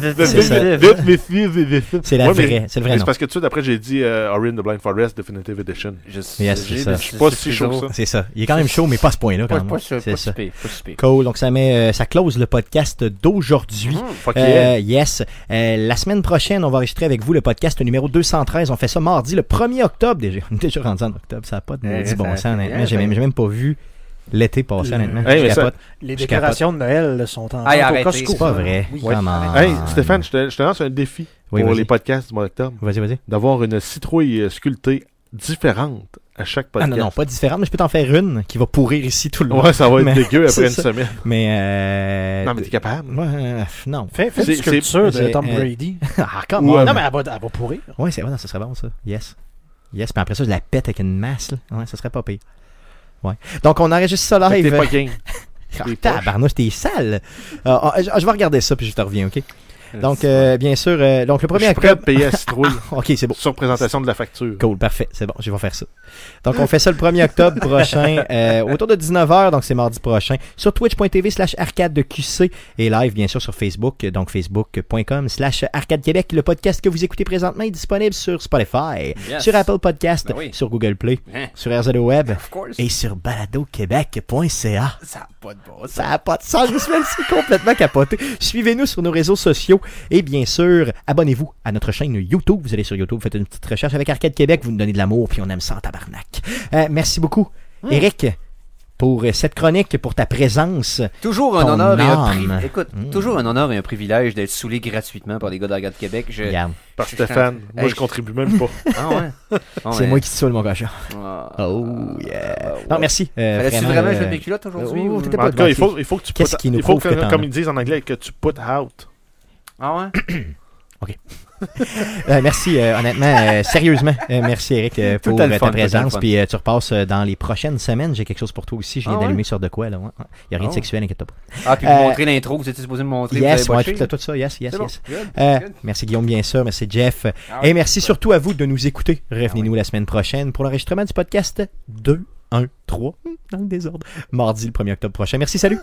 Speaker 3: Definitive Edition.
Speaker 1: C'est la
Speaker 3: Ouais, mais-
Speaker 1: vraie. C'est le
Speaker 3: mais
Speaker 1: vrai
Speaker 3: C'est
Speaker 1: nom.
Speaker 3: parce que tout de suite, après, j'ai dit euh, Ori and the Blind Forest Definitive Edition.
Speaker 4: Je
Speaker 1: Yes, c'est ça.
Speaker 3: Je suis pas si chaud que ça.
Speaker 1: C'est ça. Il est quand même chaud, mais pas à ce point-là, quand
Speaker 4: Pas,
Speaker 1: même.
Speaker 4: pas, sûr,
Speaker 1: C'est
Speaker 4: pas
Speaker 1: ça.
Speaker 4: si pire, pas si pire.
Speaker 1: Cool. Donc, ça, met, euh, ça close le podcast d'aujourd'hui.
Speaker 3: Fuck yeah.
Speaker 1: Euh, yes. Euh, la semaine prochaine, on va enregistrer avec vous le podcast numéro 213. On fait ça mardi, le 1er octobre. Déjà, on est déjà rendu en octobre. Ça n'a pas de
Speaker 4: Eh,
Speaker 1: maudit bon
Speaker 4: ça
Speaker 1: sens,
Speaker 4: fait
Speaker 1: honnêtement.
Speaker 4: bien,
Speaker 1: J'ai même,
Speaker 4: ben.
Speaker 1: j'ai même pas vu l'été passer, honnêtement. Je
Speaker 3: Hey, eh. Mm. mais ça-
Speaker 1: capote.
Speaker 2: Les
Speaker 1: Je
Speaker 2: déclarations de Noël sont en
Speaker 4: Aïe,
Speaker 2: vente au
Speaker 4: arrêtez,
Speaker 2: Costco.
Speaker 1: C'est pas vrai.
Speaker 4: Oui.
Speaker 1: Comment?
Speaker 3: Hey, Stéphane, je te, je te lance un défi
Speaker 1: Ah. Oui,
Speaker 3: pour
Speaker 1: vas-y.
Speaker 3: les podcasts du mois d'octobre
Speaker 1: Vas-y, vas-y.
Speaker 3: d'avoir une citrouille euh, sculptée différente à chaque
Speaker 1: Ah
Speaker 3: podcast.
Speaker 1: non, non, pas différente, mais je peux t'en faire une qui va pourrir ici tout le long.
Speaker 3: Ouais, ça va être
Speaker 1: Mais-
Speaker 3: dégueu
Speaker 1: c'est
Speaker 3: après une
Speaker 1: ça.
Speaker 3: semaine.
Speaker 1: Mais euh...
Speaker 3: Non, mais t'es capable.
Speaker 1: Ouais, euh, non.
Speaker 2: Fais, fais
Speaker 3: C'est-
Speaker 2: une sculpture
Speaker 1: c'est-
Speaker 2: de Tom
Speaker 1: euh,
Speaker 2: Brady.
Speaker 1: Ah, come
Speaker 3: Ou,
Speaker 1: on.
Speaker 3: euh,
Speaker 2: Non, mais elle va, elle va pourrir.
Speaker 1: Ouais, c'est vrai, non, ça serait bon ça. Yes. Yes, puis après ça, je la pète avec une masse. Là. Ouais, ça serait pas pire. Ouais. Donc, on enregistre ça
Speaker 3: Fait que
Speaker 1: live.
Speaker 3: T'es pas game.
Speaker 1: Ah,
Speaker 3: Des poches.
Speaker 1: Tabarnouche, t'es sale. Ah, ah, je, je vais regarder ça, puis je te reviens, OK? Donc, euh, bien sûr, euh, donc le
Speaker 3: Je
Speaker 1: premier
Speaker 3: suis prêt à
Speaker 1: octobre...
Speaker 3: te payer la citrouille
Speaker 1: OK, c'est beau.
Speaker 3: sur présentation de la facture.
Speaker 1: Cool, parfait, c'est bon, je vais faire ça. Donc, on fait ça le 1er octobre prochain, euh, autour de 19h, donc c'est mardi prochain, sur twitch.tv slash arcade de QC et live, bien sûr, sur Facebook, euh, donc facebook.com slash arcade Québec. Le podcast que vous écoutez présentement est disponible sur Spotify,
Speaker 4: Yes.
Speaker 1: sur Apple Podcast,
Speaker 4: Ben oui.
Speaker 1: sur Google Play,
Speaker 4: Hein?
Speaker 1: sur RZO Web
Speaker 4: Of course.
Speaker 1: et sur baladoquebec.ca.
Speaker 4: Ça n'a pas de bon sens.
Speaker 1: Ça n'a pas de sens, je suis même si complètement capoté. Suivez-nous sur nos réseaux sociaux et bien sûr, abonnez-vous à notre chaîne YouTube. Vous allez sur YouTube, vous faites une petite recherche avec Arcade Québec, vous nous donnez de l'amour, puis on aime ça en tabarnak. Euh, merci beaucoup, Eric, pour euh, cette chronique, pour ta présence.
Speaker 4: Toujours un
Speaker 1: Ton
Speaker 4: honneur et un
Speaker 1: âme. Hmm.
Speaker 4: privilège. Écoute, toujours un honneur et un privilège d'être saoulé gratuitement par les gars de la Garde Québec. Je...
Speaker 1: Regarde,
Speaker 3: Par
Speaker 4: Je-
Speaker 3: Stéphane.
Speaker 4: je-
Speaker 3: Moi,
Speaker 4: Hey,
Speaker 3: je
Speaker 4: je-
Speaker 3: contribue même pas.
Speaker 4: Ah ouais. Bon,
Speaker 1: c'est
Speaker 4: ben,
Speaker 1: moi qui te saoule, mon cochon.
Speaker 4: ah,
Speaker 1: Oh,
Speaker 4: ah,
Speaker 1: yeah.
Speaker 4: ouais.
Speaker 1: Non, merci. euh,
Speaker 4: Fallait-tu
Speaker 1: vraiment,
Speaker 4: vraiment
Speaker 1: euh,
Speaker 4: que je mette mes culottes aujourd'hui?
Speaker 1: oh,
Speaker 4: ou-
Speaker 1: t'étais
Speaker 3: Mais En
Speaker 1: pas
Speaker 3: tout cas,
Speaker 1: de
Speaker 3: il faut, il faut que tu
Speaker 1: Qu'est-ce
Speaker 3: put-
Speaker 1: qui nous
Speaker 3: il faut
Speaker 1: prouve que t'en
Speaker 3: que, comme
Speaker 1: as?
Speaker 3: ils disent en anglais, que tu put out.
Speaker 4: Ah ouais?
Speaker 1: Euh, merci, euh, honnêtement, euh, sérieusement. Euh, merci, Eric, euh,
Speaker 4: Tout
Speaker 1: pour
Speaker 4: à le
Speaker 1: euh,
Speaker 4: fun,
Speaker 1: ta
Speaker 4: tout à le
Speaker 1: présence.
Speaker 4: fun.
Speaker 1: Puis euh, tu repasses euh, dans les prochaines semaines. J'ai quelque chose pour toi aussi. Je viens
Speaker 4: Ah ouais?
Speaker 1: d'allumer sur de quoi, là. ouais. Il n'y a rien de
Speaker 4: Oh.
Speaker 1: sexuel, inquiète pas.
Speaker 4: Ah, puis vous
Speaker 1: Euh,
Speaker 4: montrez l'intro que vous étiez supposé me montrer.
Speaker 1: Yes,
Speaker 4: vous avez
Speaker 1: ouais,
Speaker 4: botché.
Speaker 1: tout, tout ça, yes, yes,
Speaker 4: C'est bon.
Speaker 1: yes.
Speaker 4: Good,
Speaker 1: Euh,
Speaker 4: good.
Speaker 1: merci Guillaume, bien sûr, merci Jeff.
Speaker 4: Ah
Speaker 1: Et
Speaker 4: ouais.
Speaker 1: merci surtout à vous de nous écouter. Revenez-nous
Speaker 4: Ah
Speaker 1: la semaine prochaine pour l'enregistrement du podcast 2, 1, 3, dans le désordre, mardi le 1er octobre prochain. Merci, salut!